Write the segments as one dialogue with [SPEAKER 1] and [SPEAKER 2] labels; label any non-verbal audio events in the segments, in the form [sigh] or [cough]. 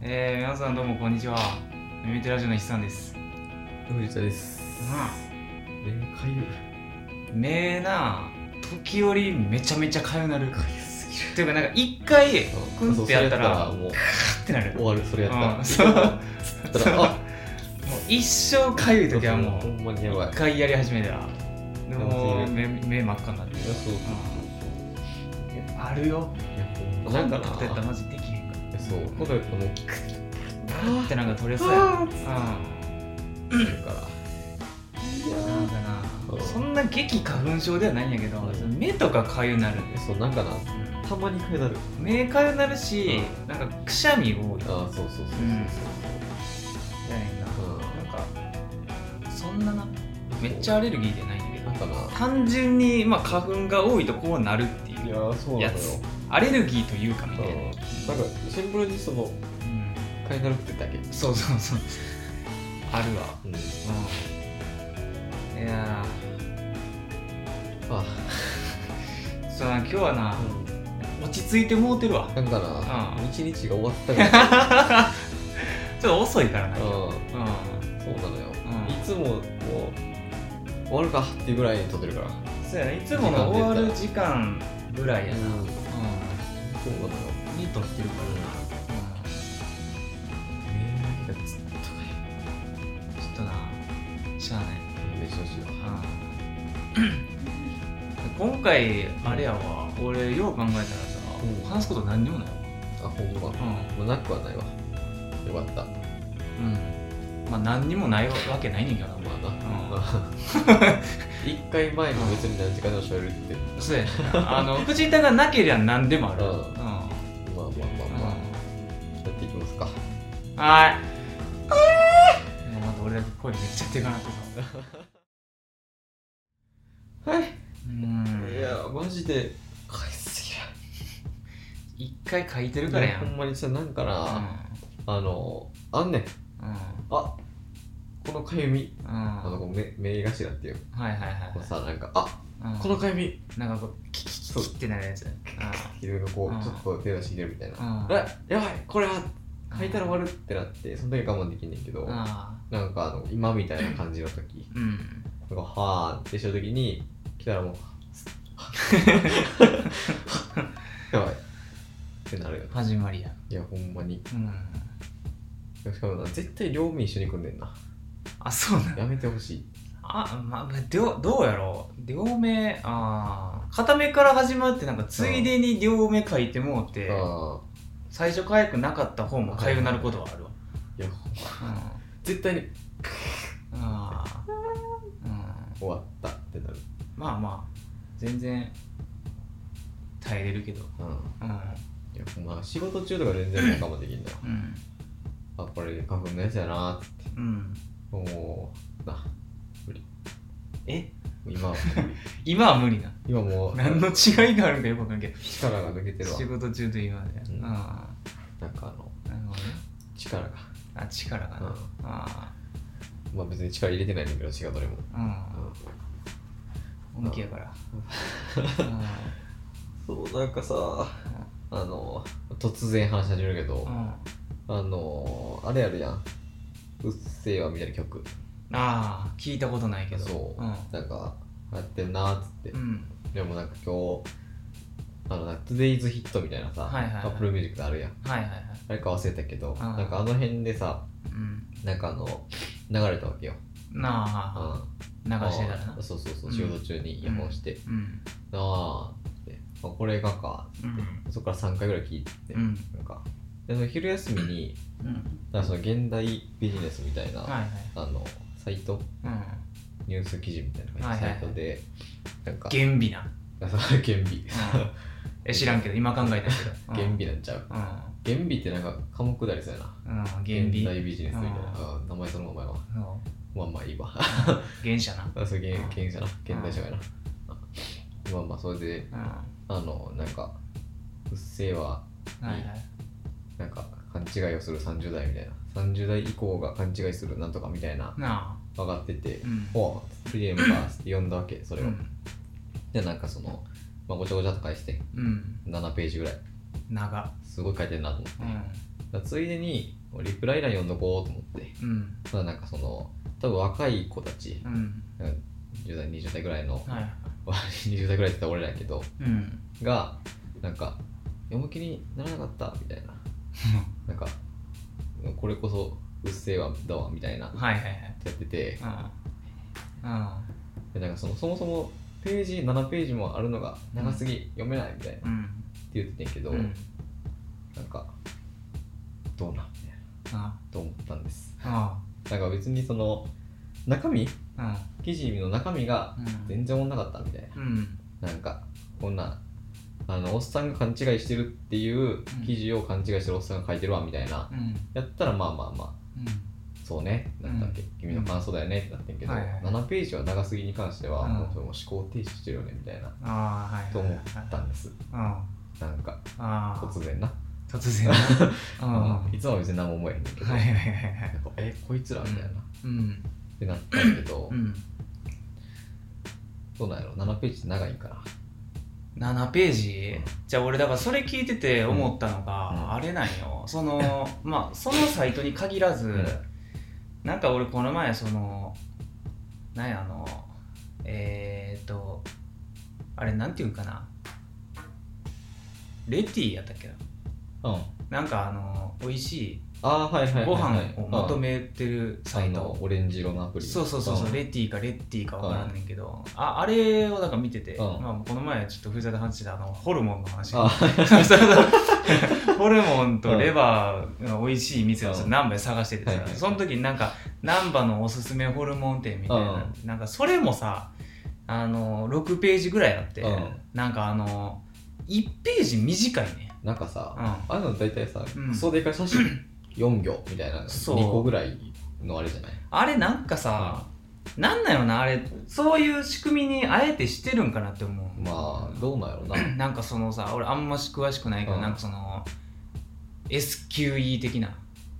[SPEAKER 1] えー、皆さんどうもこんにちは。メミテラジオの筆さんです。
[SPEAKER 2] 藤田です
[SPEAKER 1] まあ
[SPEAKER 2] 目かゆ
[SPEAKER 1] 目な、時折めちゃめちゃかゆなる。
[SPEAKER 2] かゆすぎる
[SPEAKER 1] というか、なんか一回、クンってやったら、
[SPEAKER 2] もう
[SPEAKER 1] カってなる。
[SPEAKER 2] 終わるそれやったら
[SPEAKER 1] うん、 [laughs] そう。もう
[SPEAKER 2] だったらあ
[SPEAKER 1] 一生かゆい時はも
[SPEAKER 2] ほ
[SPEAKER 1] う、
[SPEAKER 2] んまにやばい
[SPEAKER 1] 一回やり始めたら、でも
[SPEAKER 2] やばすぎ
[SPEAKER 1] 目目真っ赤になってる。
[SPEAKER 2] そうそう
[SPEAKER 1] あるよ。
[SPEAKER 2] そう
[SPEAKER 1] なん
[SPEAKER 2] か
[SPEAKER 1] かってやったらマジできへんか
[SPEAKER 2] そう今回このキッ
[SPEAKER 1] ら。ガーってなんか取れそうやな。うん。
[SPEAKER 2] クからいや
[SPEAKER 1] なんかな
[SPEAKER 2] うん
[SPEAKER 1] そんな激花粉症ではないんやけど、
[SPEAKER 2] うん
[SPEAKER 1] 目とかかゆなるんです
[SPEAKER 2] そうなんかなたまにかゆなる
[SPEAKER 1] 目かゆなるし、なんかくしゃみ多いだ
[SPEAKER 2] あそうそうそうそう
[SPEAKER 1] ねんな
[SPEAKER 2] そううん
[SPEAKER 1] なんかそんななめっちゃアレルギーでないんだけ
[SPEAKER 2] な
[SPEAKER 1] ど
[SPEAKER 2] んかな
[SPEAKER 1] 単純に、まあ、花粉が多いとこうなるってい
[SPEAKER 2] いうやそうな
[SPEAKER 1] や
[SPEAKER 2] の
[SPEAKER 1] つ
[SPEAKER 2] よ
[SPEAKER 1] アレルギーというかみ
[SPEAKER 2] う
[SPEAKER 1] たいな、
[SPEAKER 2] んなんかシンプルにその
[SPEAKER 1] うん
[SPEAKER 2] かゆなるってだけ
[SPEAKER 1] そうそうそうあるわ
[SPEAKER 2] うん
[SPEAKER 1] うんいやー
[SPEAKER 2] あ
[SPEAKER 1] そうな今日はな
[SPEAKER 2] う
[SPEAKER 1] 落ち着いてもうてるわ
[SPEAKER 2] んなんかな
[SPEAKER 1] うん
[SPEAKER 2] 一日が終わったみたい
[SPEAKER 1] [laughs]
[SPEAKER 2] な
[SPEAKER 1] ちょっと遅いからな
[SPEAKER 2] うん
[SPEAKER 1] 今日うん
[SPEAKER 2] そうなのよ
[SPEAKER 1] うん
[SPEAKER 2] いつももう終わるかっていうぐらいに撮ってるから
[SPEAKER 1] そうやないつもの終わる時間ぐらいやな、
[SPEAKER 2] うんそうなのよ
[SPEAKER 1] うん、に撮ってるからな、うん、
[SPEAKER 2] えーずっとか
[SPEAKER 1] ちょっとなしゃあない、
[SPEAKER 2] ゆい飯をしよう
[SPEAKER 1] うん、今回あれやわ俺よう考えたらさ、
[SPEAKER 2] うん
[SPEAKER 1] 話すこと何にもないわ
[SPEAKER 2] あほんまもうなくはないわよかった
[SPEAKER 1] うん、うん、まあ何にもないわけないねんけどな
[SPEAKER 2] まあ
[SPEAKER 1] うん
[SPEAKER 2] な [laughs] 一回前も別に何時間でも喋るって
[SPEAKER 1] そうやねんな [laughs] あの藤田がなけりゃ何でもある
[SPEAKER 2] うん
[SPEAKER 1] うん、
[SPEAKER 2] まあまあまあまあやっていきますか
[SPEAKER 1] うん、はいもうまた俺だけ声めっちゃでかなってさ
[SPEAKER 2] はい
[SPEAKER 1] うん
[SPEAKER 2] いやマジでかいすぎ
[SPEAKER 1] 一回書いて
[SPEAKER 2] る
[SPEAKER 1] るからやん
[SPEAKER 2] ほんまにさなんかなあのあんねん
[SPEAKER 1] うん
[SPEAKER 2] あこのかゆみ
[SPEAKER 1] うん
[SPEAKER 2] あの
[SPEAKER 1] は
[SPEAKER 2] こう目目頭っていう
[SPEAKER 1] いはいはい
[SPEAKER 2] こうさなんかあ
[SPEAKER 1] はい
[SPEAKER 2] このかゆみ
[SPEAKER 1] うんなんかこうキキキキキってなるやつうん
[SPEAKER 2] いろいろこ
[SPEAKER 1] うん
[SPEAKER 2] うちょっと手出し入れるみたいな
[SPEAKER 1] うん
[SPEAKER 2] あやばいこれは書いたら終わるってなってその時我慢できんねんけど
[SPEAKER 1] あ
[SPEAKER 2] なんかあの今みたいな感じの時
[SPEAKER 1] ーうん
[SPEAKER 2] なんかはーってした時に来たらもうやばいってなるよね
[SPEAKER 1] 始まりや
[SPEAKER 2] いやほんまに
[SPEAKER 1] うん
[SPEAKER 2] しかもな絶対両面一緒に組んでんな
[SPEAKER 1] あそうなの
[SPEAKER 2] やめてほしい
[SPEAKER 1] あまあどうどうやろう両目ああ片目から始まってなんかついでに両目書いてもうて
[SPEAKER 2] あ
[SPEAKER 1] 最初かゆくなかった方もかゆなることはあるわ
[SPEAKER 2] ーいやほんま絶対に
[SPEAKER 1] うんあーうん
[SPEAKER 2] 終わったってなる
[SPEAKER 1] まあまあ全然耐えれるけど
[SPEAKER 2] うん
[SPEAKER 1] うん
[SPEAKER 2] いやほんま仕事中とか全然我慢できんのよ
[SPEAKER 1] うん
[SPEAKER 2] あこれ花粉のやつやなーって
[SPEAKER 1] うん
[SPEAKER 2] もうな
[SPEAKER 1] え
[SPEAKER 2] 今は
[SPEAKER 1] [laughs] 今は無理な
[SPEAKER 2] 今もう
[SPEAKER 1] 何の違いがあるかよくわからんけど
[SPEAKER 2] 力が抜けてるわ
[SPEAKER 1] 仕事中と今で、
[SPEAKER 2] うん
[SPEAKER 1] あ
[SPEAKER 2] なんかあの
[SPEAKER 1] あなるほどね
[SPEAKER 2] 力が
[SPEAKER 1] あ力がな、
[SPEAKER 2] うん
[SPEAKER 1] あ
[SPEAKER 2] まあ別に力入れてないんだけど仕事にも、
[SPEAKER 1] あうん本気やから、うん
[SPEAKER 2] そうなんかさあの突然話し始めるけど、
[SPEAKER 1] うん、
[SPEAKER 2] あのあれやるやんうっせぇわみたいな曲
[SPEAKER 1] ああ聞いたことないけど
[SPEAKER 2] そう、
[SPEAKER 1] ん
[SPEAKER 2] なんかやってんなーっつって、
[SPEAKER 1] うん
[SPEAKER 2] でもなんか今日あのなんか Today's Hit みたいなさ、
[SPEAKER 1] はいはいはい
[SPEAKER 2] Apple Music であるやん
[SPEAKER 1] はいはいはい
[SPEAKER 2] あれか忘れたけど、
[SPEAKER 1] ん
[SPEAKER 2] なんかあの辺でさ
[SPEAKER 1] うん
[SPEAKER 2] なんかあの流れたわけよ、
[SPEAKER 1] なあ
[SPEAKER 2] うん
[SPEAKER 1] 流してたらな
[SPEAKER 2] あそうそうそう
[SPEAKER 1] うん
[SPEAKER 2] 仕事中にイヤホンして、
[SPEAKER 1] うん
[SPEAKER 2] なあって、あ、これがか
[SPEAKER 1] う
[SPEAKER 2] って
[SPEAKER 1] ん
[SPEAKER 2] そこから3回ぐらい聞いて、
[SPEAKER 1] うん
[SPEAKER 2] なんかでその昼休みに
[SPEAKER 1] うん
[SPEAKER 2] なんかその現代ビジネスみたいな、
[SPEAKER 1] はいはい
[SPEAKER 2] あのサイト
[SPEAKER 1] うん
[SPEAKER 2] ニュース記事みたいな
[SPEAKER 1] は
[SPEAKER 2] 感
[SPEAKER 1] い
[SPEAKER 2] じ
[SPEAKER 1] は
[SPEAKER 2] の
[SPEAKER 1] い
[SPEAKER 2] サイトで、なんか
[SPEAKER 1] 厳美な
[SPEAKER 2] あ [laughs] そう厳
[SPEAKER 1] う
[SPEAKER 2] 備
[SPEAKER 1] んえ知らんけど今考えたけど
[SPEAKER 2] 厳備
[SPEAKER 1] な
[SPEAKER 2] なんちゃう厳備ってなんか科目だりそうやな
[SPEAKER 1] うんうん厳
[SPEAKER 2] 現
[SPEAKER 1] 美
[SPEAKER 2] 代ビジネスみたいな、あ名前そのままやわ
[SPEAKER 1] そ
[SPEAKER 2] まあまあい
[SPEAKER 1] [laughs]
[SPEAKER 2] い
[SPEAKER 1] う
[SPEAKER 2] わ
[SPEAKER 1] 原社な
[SPEAKER 2] あそう現現社な現代社会なあまあまあそれで
[SPEAKER 1] うん
[SPEAKER 2] あのなんかうっせぇわ
[SPEAKER 1] はいはい
[SPEAKER 2] なんか勘違いをする30代みたいな30代以降が勘違いするなんとかみたいな
[SPEAKER 1] なあ
[SPEAKER 2] 分かってて
[SPEAKER 1] うん
[SPEAKER 2] 「おうフリーエムバース」って呼んだわけそれを、
[SPEAKER 1] うん
[SPEAKER 2] でなんかその、まあ、ごちゃごちゃと返して
[SPEAKER 1] うん
[SPEAKER 2] 7ページぐらい
[SPEAKER 1] 長
[SPEAKER 2] すごい書いてるなと思って、
[SPEAKER 1] うん
[SPEAKER 2] だからついでにリプライ欄読んどこうと思って
[SPEAKER 1] うん
[SPEAKER 2] ただなんかその多分若い子たち
[SPEAKER 1] うん
[SPEAKER 2] 10代20代ぐらいの、 [laughs]
[SPEAKER 1] はい
[SPEAKER 2] 20代ぐらいって言ったら俺らやけど
[SPEAKER 1] うん
[SPEAKER 2] がなんか読む気にならなかったみたいななんかこれこそうっせえわだわみたいな
[SPEAKER 1] はいはいはい
[SPEAKER 2] やってて
[SPEAKER 1] うんうん
[SPEAKER 2] でなんかそのそもそもページ7ページもあるのが長すぎ、読めないみたいなって
[SPEAKER 1] うん
[SPEAKER 2] 言っててんけど、
[SPEAKER 1] うん
[SPEAKER 2] なんかどうなんみたいな
[SPEAKER 1] あ
[SPEAKER 2] と思ったんです
[SPEAKER 1] あ
[SPEAKER 2] なんか別にその中身
[SPEAKER 1] うん
[SPEAKER 2] 記事の中身が
[SPEAKER 1] うん
[SPEAKER 2] 全然おもんなかったみたい
[SPEAKER 1] うん
[SPEAKER 2] ななんかこんなあのおっさんが勘違いしてるっていう記事を勘違いしてるおっさんが書いてるわみたいな
[SPEAKER 1] うん
[SPEAKER 2] やったらまあまあまあそうね、なんだっけ、
[SPEAKER 1] うん
[SPEAKER 2] 君の感想だよねってなってんけど、
[SPEAKER 1] はいはい
[SPEAKER 2] 7ページは長すぎに関しては、
[SPEAKER 1] うん
[SPEAKER 2] もうそれも思考停止してるよねみたいな、
[SPEAKER 1] ああはい
[SPEAKER 2] と思ったんです。
[SPEAKER 1] あ
[SPEAKER 2] なんか、
[SPEAKER 1] あ
[SPEAKER 2] 突然な。
[SPEAKER 1] 突
[SPEAKER 2] [laughs]
[SPEAKER 1] 然
[SPEAKER 2] うんいつもは別に何も思えへんねんけど、
[SPEAKER 1] はいはいはいは
[SPEAKER 2] ないんかえ、こいつらみたいな、っ
[SPEAKER 1] うん
[SPEAKER 2] てなったんやけど、
[SPEAKER 1] うん
[SPEAKER 2] どうなんやろ、7ページって長いんかな。
[SPEAKER 1] 7ページじゃあ俺だからそれ聞いてて思ったのが、
[SPEAKER 2] うん
[SPEAKER 1] あれなん
[SPEAKER 2] [laughs]
[SPEAKER 1] よそのまあそのサイトに限らず、
[SPEAKER 2] うん
[SPEAKER 1] なんか俺この前そのなんやあのえー、っとあれなんていうんかなレティやったっけな
[SPEAKER 2] うん。
[SPEAKER 1] なんかあの美味しい
[SPEAKER 2] ああー、はいはいはい、
[SPEAKER 1] ご
[SPEAKER 2] は
[SPEAKER 1] 飯
[SPEAKER 2] い。
[SPEAKER 1] を求
[SPEAKER 2] うん
[SPEAKER 1] めてるサ
[SPEAKER 2] あ
[SPEAKER 1] イ
[SPEAKER 2] の
[SPEAKER 1] ト、
[SPEAKER 2] オレンジ色のアプリ。
[SPEAKER 1] そうそうそうそう、
[SPEAKER 2] ん
[SPEAKER 1] レティかレッティか分からんねんけど、ああれをなんか見てて、
[SPEAKER 2] うん
[SPEAKER 1] まあ、この前ちょっと藤沢で話してたあのホルモンの話
[SPEAKER 2] あ
[SPEAKER 1] そうそう
[SPEAKER 2] [laughs]
[SPEAKER 1] そうホルモンとレバーが美味しい店を
[SPEAKER 2] うん
[SPEAKER 1] 難波で探してて
[SPEAKER 2] はい
[SPEAKER 1] さ
[SPEAKER 2] はいはい
[SPEAKER 1] その時になんか難波のおすすめホルモン店みたいななんかそれもさあの6ページぐらいあって
[SPEAKER 2] うん
[SPEAKER 1] なんかあの1ページ短いね
[SPEAKER 2] なんかさ、
[SPEAKER 1] う
[SPEAKER 2] ああいうの大体さ、
[SPEAKER 1] うん
[SPEAKER 2] クソでかい写真4行みたいなの、
[SPEAKER 1] そう
[SPEAKER 2] 2個ぐらいのあれじゃない
[SPEAKER 1] あれなんかさなんなんよなあれそういう仕組みにあえてしてるんかなって思う
[SPEAKER 2] まあ、どうなんやろな。
[SPEAKER 1] なんかそのさ俺あんまし詳しくないけど
[SPEAKER 2] うん
[SPEAKER 1] なんかその SQE 的な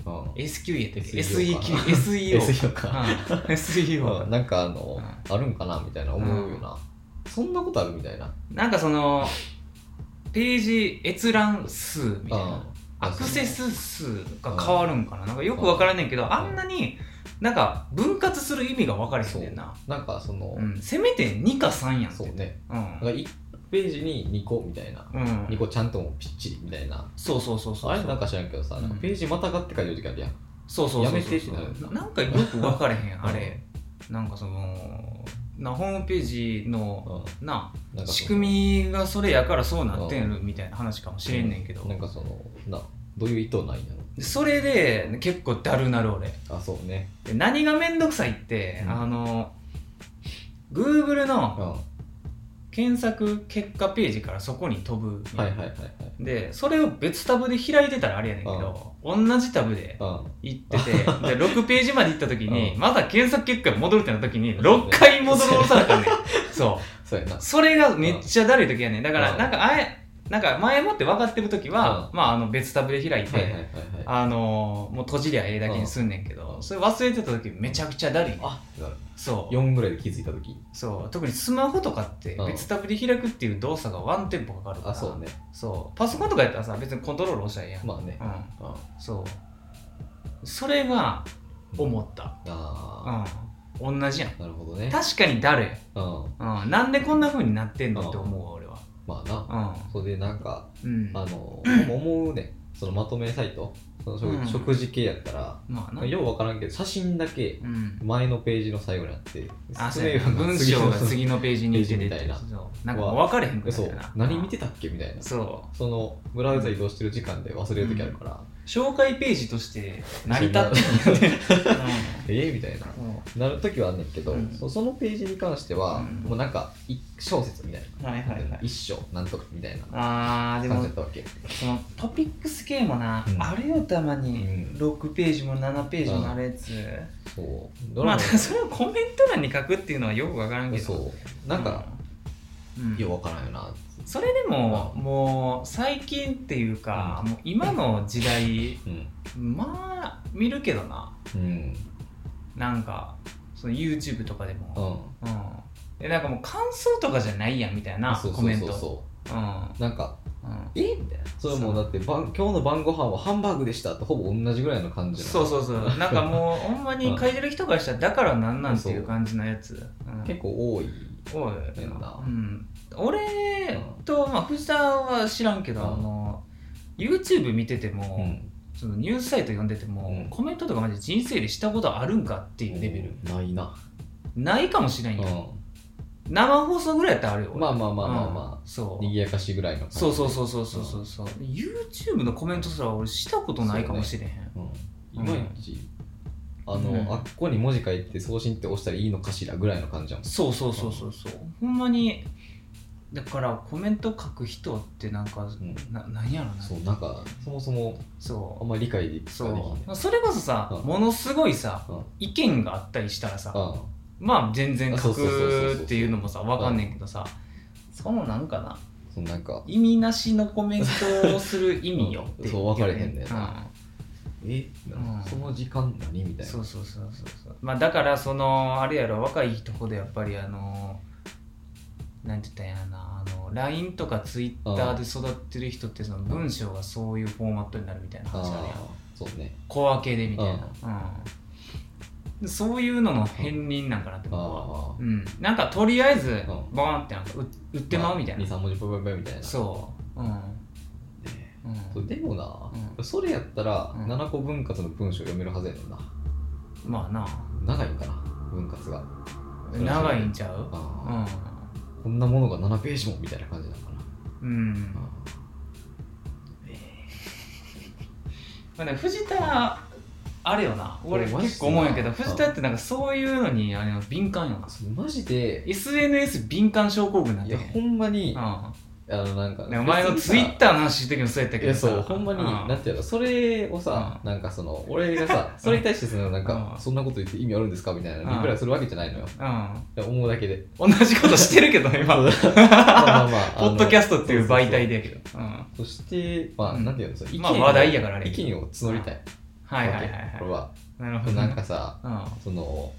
[SPEAKER 2] うん
[SPEAKER 1] SQE やったっけ
[SPEAKER 2] SEO か [laughs]
[SPEAKER 1] SEQ SEO
[SPEAKER 2] よか、
[SPEAKER 1] うん SEO
[SPEAKER 2] うん、なんかあの、
[SPEAKER 1] う
[SPEAKER 2] あるんかなみたいな思うよな、そんなことあるみたいな
[SPEAKER 1] なんかそのページ閲覧数みたい
[SPEAKER 2] うん
[SPEAKER 1] なアクセス数が変わるんかななんかよく分からんねんけど
[SPEAKER 2] ん
[SPEAKER 1] あんなになんか分割する意味が分かれへんねんな
[SPEAKER 2] なんかその、
[SPEAKER 1] うんせめて2か3やんって
[SPEAKER 2] そうね
[SPEAKER 1] う
[SPEAKER 2] なんんか1ページに2個みたいな、
[SPEAKER 1] うん
[SPEAKER 2] 2個ちゃんともぴっちりみたいな
[SPEAKER 1] そうそうそうそう
[SPEAKER 2] あれなんか知らんけどさ、なんかページまたがって書いてる時あるやん
[SPEAKER 1] そうそうそうそう
[SPEAKER 2] やめてってなるよな
[SPEAKER 1] なんかよく分かれへん
[SPEAKER 2] [laughs]
[SPEAKER 1] あれ
[SPEAKER 2] う
[SPEAKER 1] なんかそのなホームページの
[SPEAKER 2] ん
[SPEAKER 1] な
[SPEAKER 2] なんかその
[SPEAKER 1] 仕組みがそれやからそうなってるみたいな話かもしれんねんけど
[SPEAKER 2] なんかそのなどういう意図ないんや
[SPEAKER 1] でそれで結構だるなる俺
[SPEAKER 2] ろあそうね
[SPEAKER 1] で何がめんどくさいって、
[SPEAKER 2] うん
[SPEAKER 1] あの Google
[SPEAKER 2] うん
[SPEAKER 1] の
[SPEAKER 2] は
[SPEAKER 1] 検索結果ページからそこに飛ぶ、
[SPEAKER 2] いはいはいはい
[SPEAKER 1] でそれを別タブで開いてたらあれやねんけど、同じタブで
[SPEAKER 2] うん
[SPEAKER 1] 行って
[SPEAKER 2] [laughs]
[SPEAKER 1] てで6ページまで行った時に、
[SPEAKER 2] うん
[SPEAKER 1] まだ検索結果に戻るってなった時に6回戻ろうされたん
[SPEAKER 2] [laughs]
[SPEAKER 1] ねんそう
[SPEAKER 2] そうやな
[SPEAKER 1] それがめっちゃだるい時やねんだから、
[SPEAKER 2] うん
[SPEAKER 1] なんかあえなんか前もって分かってる時は、まあ、あの別タブで開いて、
[SPEAKER 2] はいはいはいはい
[SPEAKER 1] あのー、もう閉じりゃええだけにすんねんけど、
[SPEAKER 2] うん
[SPEAKER 1] それ忘れてた時めちゃくちゃだるいね
[SPEAKER 2] あなる
[SPEAKER 1] そう
[SPEAKER 2] 4ぐらいで気づいた時
[SPEAKER 1] そう特にスマホとかって
[SPEAKER 2] うん
[SPEAKER 1] 別タブで開くっていう動作がワンテンポかかるから
[SPEAKER 2] あそうね
[SPEAKER 1] そうパソコンとかやったらさ別にコントロール押したらええやん、
[SPEAKER 2] まあね、
[SPEAKER 1] うん
[SPEAKER 2] うん、あ
[SPEAKER 1] そうそれが思った、
[SPEAKER 2] あ
[SPEAKER 1] うん、同じやん
[SPEAKER 2] ー、なるほどね
[SPEAKER 1] 確かにだるい、
[SPEAKER 2] うん
[SPEAKER 1] うん、なんでこんな風になってんのって思うわ俺は
[SPEAKER 2] まあな、
[SPEAKER 1] う
[SPEAKER 2] それでなんか、
[SPEAKER 1] んうん
[SPEAKER 2] あの、思うね、そのまとめサイト、その食,、
[SPEAKER 1] うん
[SPEAKER 2] 事系やったら、
[SPEAKER 1] まあな
[SPEAKER 2] ようわからんけど、写真だけ
[SPEAKER 1] うん
[SPEAKER 2] 前のページの最後にあって、
[SPEAKER 1] あそう
[SPEAKER 2] 説明
[SPEAKER 1] やな
[SPEAKER 2] 文
[SPEAKER 1] 文
[SPEAKER 2] が次の
[SPEAKER 1] 章が次のページに行って
[SPEAKER 2] ページ
[SPEAKER 1] 出て
[SPEAKER 2] みたいな
[SPEAKER 1] そうなんかもう分かれへんくな
[SPEAKER 2] [laughs] そ
[SPEAKER 1] るよ
[SPEAKER 2] う
[SPEAKER 1] な、
[SPEAKER 2] 何見てたっけみたいな。
[SPEAKER 1] そう
[SPEAKER 2] そのブラウザ移動してる時間で忘れる時あるから、
[SPEAKER 1] 紹介ページとして成り立ってるんだよね
[SPEAKER 2] [laughs] ええみたいな。
[SPEAKER 1] うんそ
[SPEAKER 2] なる時はあんねんけど、
[SPEAKER 1] うん
[SPEAKER 2] そそのページに関しては、
[SPEAKER 1] うん
[SPEAKER 2] もうなんか一小節みたいな、
[SPEAKER 1] うはいはいはい
[SPEAKER 2] 一章なんとかみたいな
[SPEAKER 1] あーで
[SPEAKER 2] 感じ
[SPEAKER 1] も
[SPEAKER 2] だったわけ、
[SPEAKER 1] そのトピックス系もな、
[SPEAKER 2] うん
[SPEAKER 1] あるよたまに
[SPEAKER 2] うん
[SPEAKER 1] 6ページも7ページもあるやつ、
[SPEAKER 2] そう
[SPEAKER 1] まあそれをコメント欄に書くっていうのはよく分からんけど
[SPEAKER 2] そうなんか、、
[SPEAKER 1] うんうん
[SPEAKER 2] ようわからんよな
[SPEAKER 1] それでも、
[SPEAKER 2] う
[SPEAKER 1] もう最近っていうか、もう今の時代
[SPEAKER 2] うん、
[SPEAKER 1] まあ見るけどな
[SPEAKER 2] うん
[SPEAKER 1] なんかその YouTube とかで
[SPEAKER 2] う
[SPEAKER 1] も、
[SPEAKER 2] ん
[SPEAKER 1] うんでなんかもう感想とかじゃないやんみたいな
[SPEAKER 2] そう
[SPEAKER 1] コ
[SPEAKER 2] そう
[SPEAKER 1] メン
[SPEAKER 2] そ
[SPEAKER 1] ト
[SPEAKER 2] うそう
[SPEAKER 1] うん
[SPEAKER 2] なんか
[SPEAKER 1] うん
[SPEAKER 2] えみたいなそれもうだって晩今日の晩ご飯はハンバーグでしたとほぼ同じぐらいの感じなの
[SPEAKER 1] そうそうそうなんかもうほんまに書いてる人からしたらだからなんなんっていう感じのやつ、うん、
[SPEAKER 2] 結構多い
[SPEAKER 1] 多い
[SPEAKER 2] 変だ
[SPEAKER 1] うん、俺と、まあ、藤田は知らんけど、
[SPEAKER 2] うん
[SPEAKER 1] あの YouTube 見てても、
[SPEAKER 2] うん
[SPEAKER 1] そのニュースサイト読んでても、
[SPEAKER 2] うん
[SPEAKER 1] コメントとかマジで人生でしたことあるんかっていうレベル、
[SPEAKER 2] ないな
[SPEAKER 1] ないかもしれんよ、
[SPEAKER 2] う
[SPEAKER 1] 生放送ぐらいやったらあるよ
[SPEAKER 2] んまあまあまあまあ
[SPEAKER 1] あ
[SPEAKER 2] ま
[SPEAKER 1] そう
[SPEAKER 2] あ賑やかしぐらいの感じ
[SPEAKER 1] そうそうそうそうそうそうそう YouTube のコメントすら俺したことないかもしれへん、
[SPEAKER 2] うんいまいちあの、
[SPEAKER 1] うん
[SPEAKER 2] あっこに文字書いて送信って押したらいいのかしらぐらいの感じやもん
[SPEAKER 1] そうそうそうそうそうほんまにだからコメント書く人ってなんか、
[SPEAKER 2] ん
[SPEAKER 1] ななんやろな
[SPEAKER 2] そうなんかそもそも
[SPEAKER 1] そう
[SPEAKER 2] あんまり理解でき
[SPEAKER 1] そ
[SPEAKER 2] できひんね
[SPEAKER 1] うそれこそさ、
[SPEAKER 2] うん
[SPEAKER 1] ものすごいさ
[SPEAKER 2] うん
[SPEAKER 1] 意見があったりしたらさ、
[SPEAKER 2] あ
[SPEAKER 1] まあ全然書
[SPEAKER 2] そうそうそうそう
[SPEAKER 1] く
[SPEAKER 2] そう
[SPEAKER 1] っていうのもさわかんねんけどさ、そのなんかな
[SPEAKER 2] そのなんか
[SPEAKER 1] 意味なしのコメントをする意味よってい
[SPEAKER 2] そう分かれへんね
[SPEAKER 1] うん
[SPEAKER 2] んなえ、
[SPEAKER 1] ん
[SPEAKER 2] その時間何みたいな
[SPEAKER 1] そうそうそうそうそうまあだからそのあれやろ若いとこでやっぱりあのなんて言ったんやろなあの LINE とか Twitter で育ってる人ってその文章がそういうフォーマットになるみたいな
[SPEAKER 2] あ
[SPEAKER 1] 話あるやん
[SPEAKER 2] ーそうね
[SPEAKER 1] 小分けでみたいな、うんでそういうのの片鱗なんかなって僕は、
[SPEAKER 2] ああ
[SPEAKER 1] うん、なんかとりあえず
[SPEAKER 2] うん
[SPEAKER 1] バーンってなんかう売ってまうみたいな、
[SPEAKER 2] 23文字パパパみたいな
[SPEAKER 1] そううん、
[SPEAKER 2] ね
[SPEAKER 1] うん
[SPEAKER 2] そうでもな、
[SPEAKER 1] う
[SPEAKER 2] それやったら
[SPEAKER 1] うん
[SPEAKER 2] 7個分割の文章読めるはずやねんな
[SPEAKER 1] まあな
[SPEAKER 2] 長いんかな分割が
[SPEAKER 1] 長いんちゃうう
[SPEAKER 2] あ
[SPEAKER 1] ん
[SPEAKER 2] ーこんなものが7ページもみたいな感じなのかな
[SPEAKER 1] うん
[SPEAKER 2] あ
[SPEAKER 1] まあね、藤田あれよな俺
[SPEAKER 2] これマジで
[SPEAKER 1] 結構思うんやけど
[SPEAKER 2] うん
[SPEAKER 1] 藤田ってなんかそういうのにあの敏感よな
[SPEAKER 2] ーそうマジで
[SPEAKER 1] SNS 敏感症候群になっ
[SPEAKER 2] い
[SPEAKER 1] て
[SPEAKER 2] や
[SPEAKER 1] んね
[SPEAKER 2] ほんまに、
[SPEAKER 1] うん
[SPEAKER 2] あのなんか
[SPEAKER 1] ねお前の
[SPEAKER 2] 別
[SPEAKER 1] ツイ
[SPEAKER 2] にさ
[SPEAKER 1] ッターの話した時もそうやった
[SPEAKER 2] い
[SPEAKER 1] けど
[SPEAKER 2] や
[SPEAKER 1] さ
[SPEAKER 2] そうほんまに、
[SPEAKER 1] う
[SPEAKER 2] なんていうのそれをさ、なんかその俺がさそれに対してそのなんか、
[SPEAKER 1] うん
[SPEAKER 2] そんなこと言って意味あるんですかみたい
[SPEAKER 1] うん
[SPEAKER 2] なリプライするわけじゃないのよ、
[SPEAKER 1] うん
[SPEAKER 2] いや思うだ
[SPEAKER 1] [laughs]
[SPEAKER 2] けで
[SPEAKER 1] 同じことしてるけ
[SPEAKER 2] [laughs]
[SPEAKER 1] ど今
[SPEAKER 2] そうまあまあ
[SPEAKER 1] [laughs] ポッドキャストっていう
[SPEAKER 2] あの
[SPEAKER 1] 媒体でやけどうん
[SPEAKER 2] そうそうそうそしてまあ、
[SPEAKER 1] うん
[SPEAKER 2] なんていうのその
[SPEAKER 1] まあ話題やからあれ
[SPEAKER 2] 意見を募りたいわ
[SPEAKER 1] はい
[SPEAKER 2] け、
[SPEAKER 1] はいはい
[SPEAKER 2] これ
[SPEAKER 1] は
[SPEAKER 2] はい
[SPEAKER 1] なるほど
[SPEAKER 2] なんかさ
[SPEAKER 1] うんうん
[SPEAKER 2] その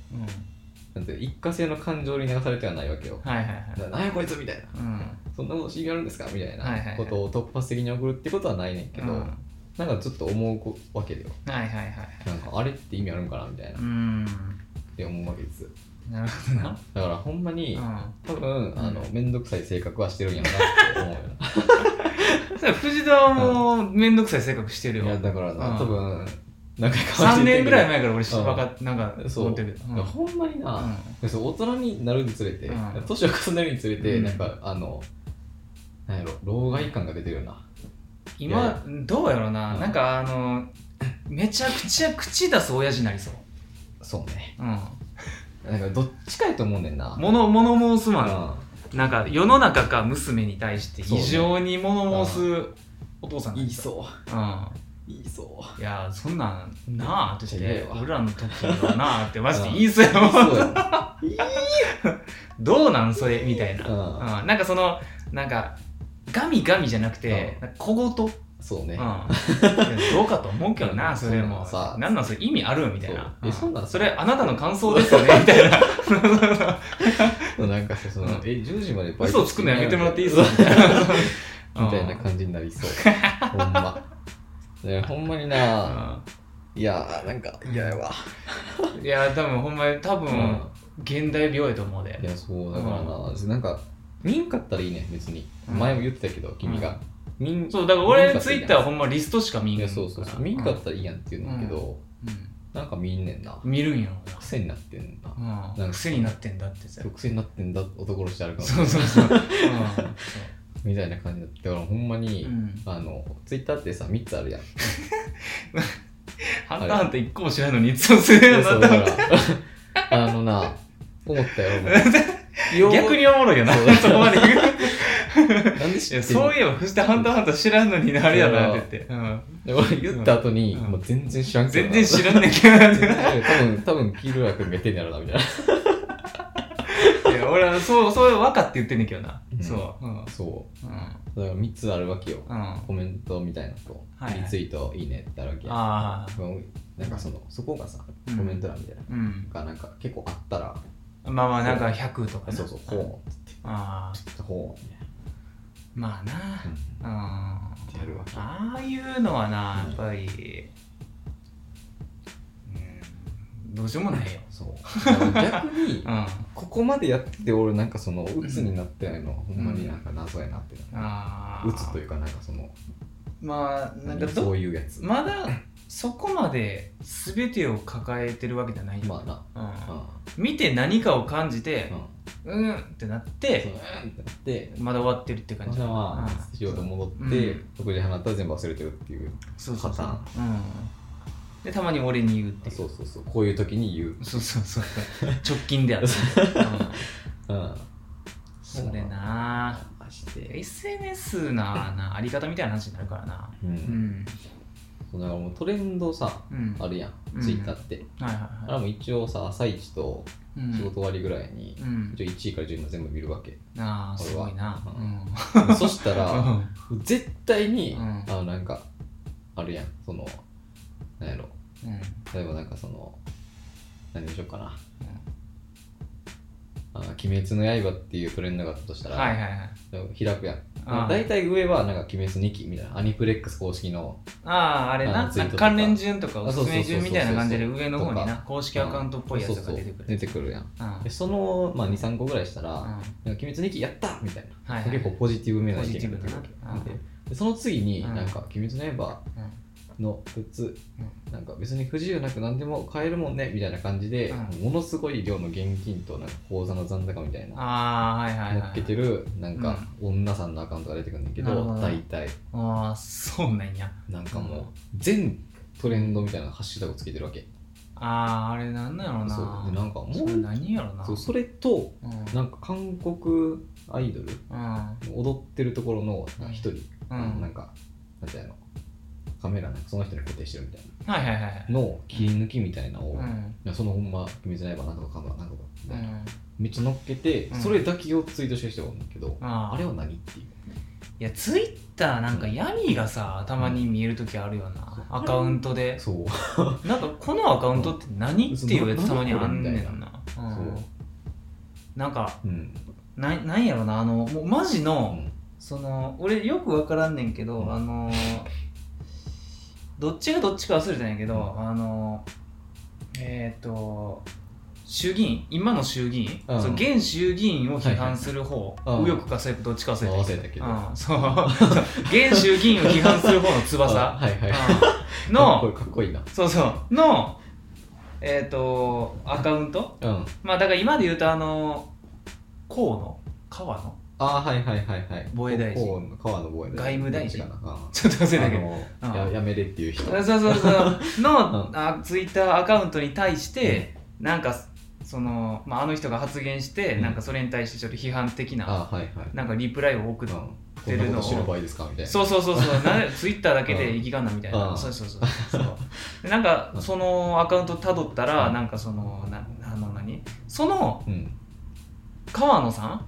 [SPEAKER 2] なんていうの一過性の感情に流されてはないわけよ、
[SPEAKER 1] はいはいはい
[SPEAKER 2] ななんやこいつみたいな
[SPEAKER 1] うん
[SPEAKER 2] そんなこと意味あるんですかみたい
[SPEAKER 1] はいはいは
[SPEAKER 2] ないことを突発的に送るってことはないねんけど、
[SPEAKER 1] うん
[SPEAKER 2] なんかちょっと思うこわけだよ
[SPEAKER 1] はいはいはいはい
[SPEAKER 2] なんかあれって意味あるんかなみたいな
[SPEAKER 1] う
[SPEAKER 2] っ
[SPEAKER 1] ん
[SPEAKER 2] て思うわけです
[SPEAKER 1] なるほどな
[SPEAKER 2] だからほんまに、多分あの
[SPEAKER 1] う
[SPEAKER 2] 面倒くさい性格はしてるんやなって思うよ
[SPEAKER 1] うんそれ藤田はもう面倒 [laughs] くさい性格してる
[SPEAKER 2] いや
[SPEAKER 1] よ
[SPEAKER 2] だからな、
[SPEAKER 1] うん
[SPEAKER 2] 多分何回か
[SPEAKER 1] 3年ぐらい
[SPEAKER 2] い
[SPEAKER 1] 前から俺し
[SPEAKER 2] うん
[SPEAKER 1] わかっなんか
[SPEAKER 2] そう
[SPEAKER 1] 思ってるけどうん
[SPEAKER 2] ほんまにな、
[SPEAKER 1] うん
[SPEAKER 2] そう大人になるにつれて
[SPEAKER 1] うん
[SPEAKER 2] 年、を重ねるにつれて、
[SPEAKER 1] うん
[SPEAKER 2] なんかあのなんやろ老害感が出てるよないや
[SPEAKER 1] 今どうやろうな
[SPEAKER 2] うん
[SPEAKER 1] なんかあのめちゃくちゃ口出す親父になりそう
[SPEAKER 2] そうね
[SPEAKER 1] うん
[SPEAKER 2] なんかどっちかやと思うねんな
[SPEAKER 1] 物物申す
[SPEAKER 2] う
[SPEAKER 1] まで
[SPEAKER 2] ん
[SPEAKER 1] なんか世の中か娘に対して非常に物申すお父さんが
[SPEAKER 2] 言い
[SPEAKER 1] た
[SPEAKER 2] そ
[SPEAKER 1] うん
[SPEAKER 2] う言いそう
[SPEAKER 1] いやそんなんなあってし
[SPEAKER 2] いやい
[SPEAKER 1] て
[SPEAKER 2] や
[SPEAKER 1] 俺らの時はな
[SPEAKER 2] [laughs]
[SPEAKER 1] あってマジで言いそうやも
[SPEAKER 2] そうんやな
[SPEAKER 1] どうなんそれみたいな、
[SPEAKER 2] うん
[SPEAKER 1] うん、なんかそのなんかガミガミじゃなくて、なんか小言、うん、
[SPEAKER 2] そうね、
[SPEAKER 1] どうかと思うけどな、
[SPEAKER 2] [laughs] うん
[SPEAKER 1] それも
[SPEAKER 2] そんなんさ
[SPEAKER 1] なんなんそれ意味あるみたいな
[SPEAKER 2] そうえそんなん
[SPEAKER 1] それあなたの感想ですよねみたいな
[SPEAKER 2] [laughs] なんかさその、
[SPEAKER 1] うん
[SPEAKER 2] え10時までバイト
[SPEAKER 1] 嘘つくのやめてもらっていいぞ
[SPEAKER 2] み [laughs]
[SPEAKER 1] みたいなうん
[SPEAKER 2] たいな感じにな
[SPEAKER 1] [laughs]
[SPEAKER 2] りそうほんまねほんまにな、
[SPEAKER 1] うん
[SPEAKER 2] いやなんか嫌やわ、
[SPEAKER 1] いや多分ほんまに多分、
[SPEAKER 2] うん
[SPEAKER 1] 現代病やと思うで
[SPEAKER 2] いやそうだからな、なんか見んかったらいいね別に、
[SPEAKER 1] うん
[SPEAKER 2] 前も言ってたけど君が、見ん
[SPEAKER 1] そうだから俺
[SPEAKER 2] 見んかった
[SPEAKER 1] ツ
[SPEAKER 2] ら
[SPEAKER 1] イ
[SPEAKER 2] いい
[SPEAKER 1] ッ
[SPEAKER 2] やん
[SPEAKER 1] ターほんまリストしか見ん
[SPEAKER 2] い
[SPEAKER 1] か
[SPEAKER 2] や
[SPEAKER 1] ら
[SPEAKER 2] そうそうそう見んかったらいいやんって言うんだけど、
[SPEAKER 1] う
[SPEAKER 2] なんか見んねんなん
[SPEAKER 1] 見るんやろ
[SPEAKER 2] 癖になってんな、
[SPEAKER 1] な
[SPEAKER 2] なん
[SPEAKER 1] うん
[SPEAKER 2] か
[SPEAKER 1] 癖になってんだってさ
[SPEAKER 2] 曲線になってんだ男殺してあるか
[SPEAKER 1] そう
[SPEAKER 2] ら
[SPEAKER 1] そう [laughs] そううんそう
[SPEAKER 2] みたいな感じだったからほんまに、
[SPEAKER 1] うん
[SPEAKER 2] あのツイッターってさ3つあ
[SPEAKER 1] [laughs]
[SPEAKER 2] るやん
[SPEAKER 1] ハンターハンター一個も知らんのにいつもするようにな
[SPEAKER 2] そう
[SPEAKER 1] った
[SPEAKER 2] だか
[SPEAKER 1] もん
[SPEAKER 2] ら [laughs] あのな思ったよもう
[SPEAKER 1] 逆におもろいよな
[SPEAKER 2] そう
[SPEAKER 1] そこまで言う
[SPEAKER 2] なんで
[SPEAKER 1] い
[SPEAKER 2] 知っ
[SPEAKER 1] や
[SPEAKER 2] てんの
[SPEAKER 1] そういえば藤田ハンターハンター知らんのになあれやなって言ってうん
[SPEAKER 2] で俺言った後に、
[SPEAKER 1] うん
[SPEAKER 2] もう全然知らんけ
[SPEAKER 1] 全
[SPEAKER 2] どな
[SPEAKER 1] 然知らんねんけどなって
[SPEAKER 2] 全然知らん多分多分黄色い役が手になるなみたいない
[SPEAKER 1] や俺はそうそう分かって言ってんねんけどな
[SPEAKER 2] うん
[SPEAKER 1] そううん
[SPEAKER 2] そ
[SPEAKER 1] うん
[SPEAKER 2] うだから3つあるわけよ
[SPEAKER 1] うんあ
[SPEAKER 2] コメントみたいなと、
[SPEAKER 1] はいはい
[SPEAKER 2] リツイートいいねってあるわけや
[SPEAKER 1] あ
[SPEAKER 2] うんなんかそのそこがさ
[SPEAKER 1] うん
[SPEAKER 2] コメント欄みたいな、
[SPEAKER 1] うん
[SPEAKER 2] がなんか結構あったら、
[SPEAKER 1] まあまあなんか100とかね
[SPEAKER 2] そうそうほう
[SPEAKER 1] ああ
[SPEAKER 2] ほうみたい
[SPEAKER 1] まあな
[SPEAKER 2] うん
[SPEAKER 1] あ
[SPEAKER 2] ってやるわけ
[SPEAKER 1] ああいうのはな
[SPEAKER 2] う
[SPEAKER 1] や
[SPEAKER 2] ん
[SPEAKER 1] っぱりうんどうしようもないよ
[SPEAKER 2] そう逆に
[SPEAKER 1] うんあ
[SPEAKER 2] ここまでやってて俺なんかその鬱になってないのはほんまになんか謎やなってな
[SPEAKER 1] あー
[SPEAKER 2] 鬱というかなんかその
[SPEAKER 1] まあなんか
[SPEAKER 2] そ
[SPEAKER 1] ど
[SPEAKER 2] ういうやつ
[SPEAKER 1] まだそこまで全てを抱えてるわけじゃない、
[SPEAKER 2] まあな
[SPEAKER 1] うん
[SPEAKER 2] う
[SPEAKER 1] 見て何かを感じて
[SPEAKER 2] んうん
[SPEAKER 1] うんってなっ
[SPEAKER 2] そう
[SPEAKER 1] て
[SPEAKER 2] うんってなって
[SPEAKER 1] まだ終わってるって感
[SPEAKER 2] そし
[SPEAKER 1] じ
[SPEAKER 2] た
[SPEAKER 1] だ
[SPEAKER 2] らまあ仕事戻って
[SPEAKER 1] うん
[SPEAKER 2] 特に放ったら全部忘れてるっていう
[SPEAKER 1] そうそうそう、
[SPEAKER 2] パ
[SPEAKER 1] うん、でたまに俺に言うって
[SPEAKER 2] あ
[SPEAKER 1] いう
[SPEAKER 2] そうそうそうこういう時に言う
[SPEAKER 1] そうそうそう直近であっ
[SPEAKER 2] [laughs]
[SPEAKER 1] た、うん、
[SPEAKER 2] うん
[SPEAKER 1] それな
[SPEAKER 2] マジで
[SPEAKER 1] SNS ななあり方みたいな話になるからな
[SPEAKER 2] う
[SPEAKER 1] うんん
[SPEAKER 2] そうだからもうトレンドさ
[SPEAKER 1] うん
[SPEAKER 2] あるや
[SPEAKER 1] うん
[SPEAKER 2] んツイッターって
[SPEAKER 1] はい
[SPEAKER 2] あ
[SPEAKER 1] はい
[SPEAKER 2] れ
[SPEAKER 1] は
[SPEAKER 2] も一応さ朝一と
[SPEAKER 1] いうん
[SPEAKER 2] 仕事終わりぐらいに
[SPEAKER 1] うん
[SPEAKER 2] 一応1位から10位まで全部見る
[SPEAKER 1] [laughs]
[SPEAKER 2] わけ
[SPEAKER 1] ああすごいな
[SPEAKER 2] 俺は
[SPEAKER 1] [laughs] うん
[SPEAKER 2] そしたら絶対に、
[SPEAKER 1] うん
[SPEAKER 2] あのなんかあるやんそのなんやろ
[SPEAKER 1] うんうん
[SPEAKER 2] 例えばなんかその何でしょうかな「あの鬼滅の刃」っていうトレンドがあったとしたら、
[SPEAKER 1] はいはいはい
[SPEAKER 2] 開くやん
[SPEAKER 1] ああ
[SPEAKER 2] 大体上はなんか「鬼滅2期」みたいなアニプレックス公式の
[SPEAKER 1] あああれな
[SPEAKER 2] あツイートとか
[SPEAKER 1] 関連順とかおすすめ順みたいな感じで
[SPEAKER 2] あそうそう
[SPEAKER 1] 上
[SPEAKER 2] そうそう
[SPEAKER 1] の方に
[SPEAKER 2] と
[SPEAKER 1] な公式アカウントっぽいやつ
[SPEAKER 2] そ
[SPEAKER 1] が
[SPEAKER 2] うそう
[SPEAKER 1] 出てくる
[SPEAKER 2] 出てくるやん
[SPEAKER 1] うん
[SPEAKER 2] でその、まあ、23個ぐらいしたら「
[SPEAKER 1] うん
[SPEAKER 2] なんか鬼滅2期やった!」みたいな、
[SPEAKER 1] はいはい
[SPEAKER 2] 結構ポジティブめな意
[SPEAKER 1] ポ
[SPEAKER 2] 見が出
[SPEAKER 1] ジ
[SPEAKER 2] て
[SPEAKER 1] ティ
[SPEAKER 2] く
[SPEAKER 1] ブ
[SPEAKER 2] る
[SPEAKER 1] だな
[SPEAKER 2] ででその次に
[SPEAKER 1] うん
[SPEAKER 2] なんか「鬼滅の刃」
[SPEAKER 1] うん
[SPEAKER 2] のグッズなんか別に不自由なく何でも買えるもんねみたいな感じで、
[SPEAKER 1] う
[SPEAKER 2] ものすごい量の現金となんか口座の残高みたいな
[SPEAKER 1] ああはいはいはい
[SPEAKER 2] 乗っけてるなんか女さんのアカウントが出てくるんだけど、
[SPEAKER 1] なるほど
[SPEAKER 2] 大体
[SPEAKER 1] ああそうなんや
[SPEAKER 2] なんかも
[SPEAKER 1] うん
[SPEAKER 2] う全トレンドみたいなハッシュタグつけてるわけ
[SPEAKER 1] あああれなんなんやろな
[SPEAKER 2] そうでなんかも
[SPEAKER 1] それ
[SPEAKER 2] う
[SPEAKER 1] 何やろな
[SPEAKER 2] そうそれと
[SPEAKER 1] うん
[SPEAKER 2] なんか韓国アイドル
[SPEAKER 1] うん
[SPEAKER 2] 踊ってるところのなんか一人、
[SPEAKER 1] うん
[SPEAKER 2] なんかなんていうのカメラなんかその人に固定してるみた
[SPEAKER 1] は
[SPEAKER 2] い
[SPEAKER 1] いはいはいはい
[SPEAKER 2] なの切り抜きみたいなのを、
[SPEAKER 1] う
[SPEAKER 2] い
[SPEAKER 1] ん
[SPEAKER 2] やそのほんま見せないばなんとかかんとかなんとか
[SPEAKER 1] う
[SPEAKER 2] みたいなんめっちゃ乗っけて、
[SPEAKER 1] うん
[SPEAKER 2] それだけをツイートしてる人がおるんだけど、
[SPEAKER 1] あー
[SPEAKER 2] あれは何っていう
[SPEAKER 1] いやツイッターなんか闇がさたまに見える時あるよな、
[SPEAKER 2] うん
[SPEAKER 1] アカウントで
[SPEAKER 2] そう、
[SPEAKER 1] なんかこのアカウントって何、っていうやつたまにあんね
[SPEAKER 2] そ
[SPEAKER 1] ん
[SPEAKER 2] う
[SPEAKER 1] な、
[SPEAKER 2] な
[SPEAKER 1] うん
[SPEAKER 2] そう
[SPEAKER 1] なんか
[SPEAKER 2] うん
[SPEAKER 1] ななんやろなあのもうマジ
[SPEAKER 2] う
[SPEAKER 1] の、
[SPEAKER 2] ん
[SPEAKER 1] その俺よく分からんねんけど、
[SPEAKER 2] うん
[SPEAKER 1] あのどっちがどっちか忘れたんやけど、
[SPEAKER 2] うん
[SPEAKER 1] あのえっ、と衆議院今の衆議院、
[SPEAKER 2] うん
[SPEAKER 1] そう現衆議院を批判する方、
[SPEAKER 2] はいはいうん
[SPEAKER 1] 右翼か左翼どっちか忘れた
[SPEAKER 2] 合わせたけど、
[SPEAKER 1] うん、そう [laughs] そう現衆議院を批判する方の
[SPEAKER 2] あ
[SPEAKER 1] 翼
[SPEAKER 2] はいはい、 [laughs]
[SPEAKER 1] うんの
[SPEAKER 2] かっこいいかっこいいな
[SPEAKER 1] そうそうのえっ、とアカウント
[SPEAKER 2] うん
[SPEAKER 1] まあだから今で言うとあの河野川野 [laughs]
[SPEAKER 2] あーはいはいはいはい
[SPEAKER 1] 防衛大臣
[SPEAKER 2] 河野川野防衛
[SPEAKER 1] 外務大臣
[SPEAKER 2] どっちかなうん
[SPEAKER 1] ちょっと忘れたけど
[SPEAKER 2] あの
[SPEAKER 1] うん
[SPEAKER 2] ややめれっていう人
[SPEAKER 1] そうそうそうの、
[SPEAKER 2] [laughs] うん
[SPEAKER 1] あツイッターアカウントに対して、なんかその、まあ、あの人が発言して、
[SPEAKER 2] うん
[SPEAKER 1] なんかそれに対してちょっと批判的な
[SPEAKER 2] あーはいはい
[SPEAKER 1] なんかリプライを送っ
[SPEAKER 2] う
[SPEAKER 1] て、
[SPEAKER 2] んこ
[SPEAKER 1] 出
[SPEAKER 2] んな
[SPEAKER 1] る
[SPEAKER 2] こ
[SPEAKER 1] のを
[SPEAKER 2] と知る場合ですかみたいな
[SPEAKER 1] そうそうそうそう
[SPEAKER 2] [laughs]
[SPEAKER 1] なツイッターだけで生きがんなみたいな、
[SPEAKER 2] うん
[SPEAKER 1] そうそうそうそうでなんかそのアカウントたどったら、なんかそのなあの何その
[SPEAKER 2] うん
[SPEAKER 1] 川野さ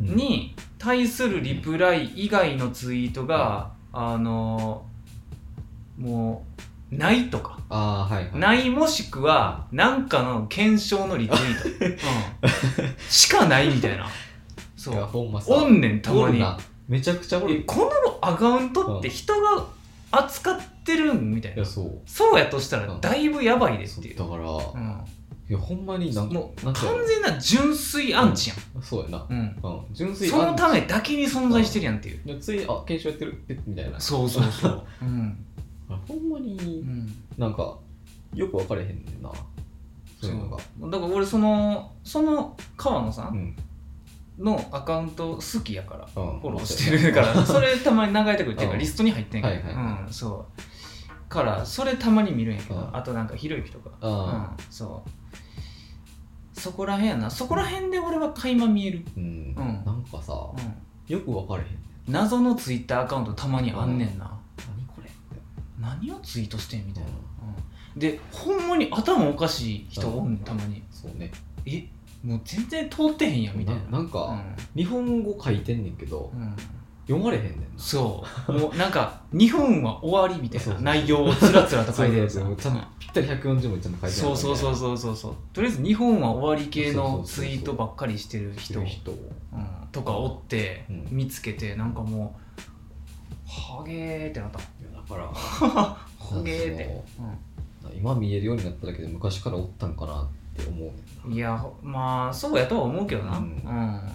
[SPEAKER 2] うん
[SPEAKER 1] に対するリプライ以外のツイートが、あのもうないとか
[SPEAKER 2] あーはいはい
[SPEAKER 1] ないもしくはなんかの検証のリツイ
[SPEAKER 2] [laughs]
[SPEAKER 1] ート、うんしかないみたいなそ
[SPEAKER 2] いや
[SPEAKER 1] う
[SPEAKER 2] ほんまさ
[SPEAKER 1] おんねんたまに
[SPEAKER 2] おるなめちゃくちゃおる
[SPEAKER 1] えこのアカウントって人が扱ってるんみたい
[SPEAKER 2] い
[SPEAKER 1] な
[SPEAKER 2] やそう
[SPEAKER 1] そうやとしたら
[SPEAKER 2] うん
[SPEAKER 1] だいぶやばいです
[SPEAKER 2] そ
[SPEAKER 1] っ
[SPEAKER 2] う
[SPEAKER 1] ていう、
[SPEAKER 2] だから、
[SPEAKER 1] う
[SPEAKER 2] い
[SPEAKER 1] ん、
[SPEAKER 2] やほんまになん
[SPEAKER 1] もう
[SPEAKER 2] な
[SPEAKER 1] 完
[SPEAKER 2] んていうの
[SPEAKER 1] 全な純粋アンチや
[SPEAKER 2] そうやな、
[SPEAKER 1] ん、うん、
[SPEAKER 2] うん、純粋
[SPEAKER 1] そのた
[SPEAKER 2] め
[SPEAKER 1] めだけに存在してるやんっていう
[SPEAKER 2] ついあ検証やってるえみたいな
[SPEAKER 1] そうそう [laughs] そう、うん
[SPEAKER 2] ほんま
[SPEAKER 1] う
[SPEAKER 2] に
[SPEAKER 1] ん、
[SPEAKER 2] なんかよく分かれへんねんなそういうのが
[SPEAKER 1] だから俺そのその川野さ
[SPEAKER 2] うんん、
[SPEAKER 1] のアカウント好きやから
[SPEAKER 2] うん、
[SPEAKER 1] フォローしてるからそれたまに流れてくるっていうか
[SPEAKER 2] うん
[SPEAKER 1] リストに入ってんやけど
[SPEAKER 2] はいはいは
[SPEAKER 1] うんそうからそれたまに見るんやけ
[SPEAKER 2] う
[SPEAKER 1] ど
[SPEAKER 2] ん
[SPEAKER 1] あとなんかひろゆきとか
[SPEAKER 2] [laughs] あ
[SPEAKER 1] うんそうそこらへんやなそこらへんで俺は垣間見える、
[SPEAKER 2] うん、
[SPEAKER 1] うん
[SPEAKER 2] なんかさ
[SPEAKER 1] うん、
[SPEAKER 2] よく分かれへん
[SPEAKER 1] 謎のツイッターアカウントたまにあんねんな、
[SPEAKER 2] 何これって
[SPEAKER 1] 何をツイートしてんみたいな、うん、でほんまに頭おかしい人おんねんたまに
[SPEAKER 2] そうね
[SPEAKER 1] えもう全然通ってへんやんみたいな
[SPEAKER 2] ななんか
[SPEAKER 1] うん
[SPEAKER 2] 日本語書いてんねんけど
[SPEAKER 1] うん
[SPEAKER 2] 読まれへんねんな
[SPEAKER 1] そう [laughs] もうなんか2分は終わりみたい
[SPEAKER 2] そう
[SPEAKER 1] な
[SPEAKER 2] そう
[SPEAKER 1] 内容をつらつらと書いてるやつ
[SPEAKER 2] そうそうそうちゃんとぴったり140文字ちゃんと書いてある
[SPEAKER 1] そうそうそう
[SPEAKER 2] う
[SPEAKER 1] そうそうそうとりあえず日本は終わり系のツイートばっかりしてる人
[SPEAKER 2] 人人
[SPEAKER 1] うんとかおって
[SPEAKER 2] うん
[SPEAKER 1] 見つけてなんかもうハゲーってなった
[SPEAKER 2] だから
[SPEAKER 1] ハゲーって、
[SPEAKER 2] 今見えるようになっただけで昔からおったんかなって思うねん
[SPEAKER 1] うん、いやほまあそうやとは思うけどなう
[SPEAKER 2] うん
[SPEAKER 1] ん、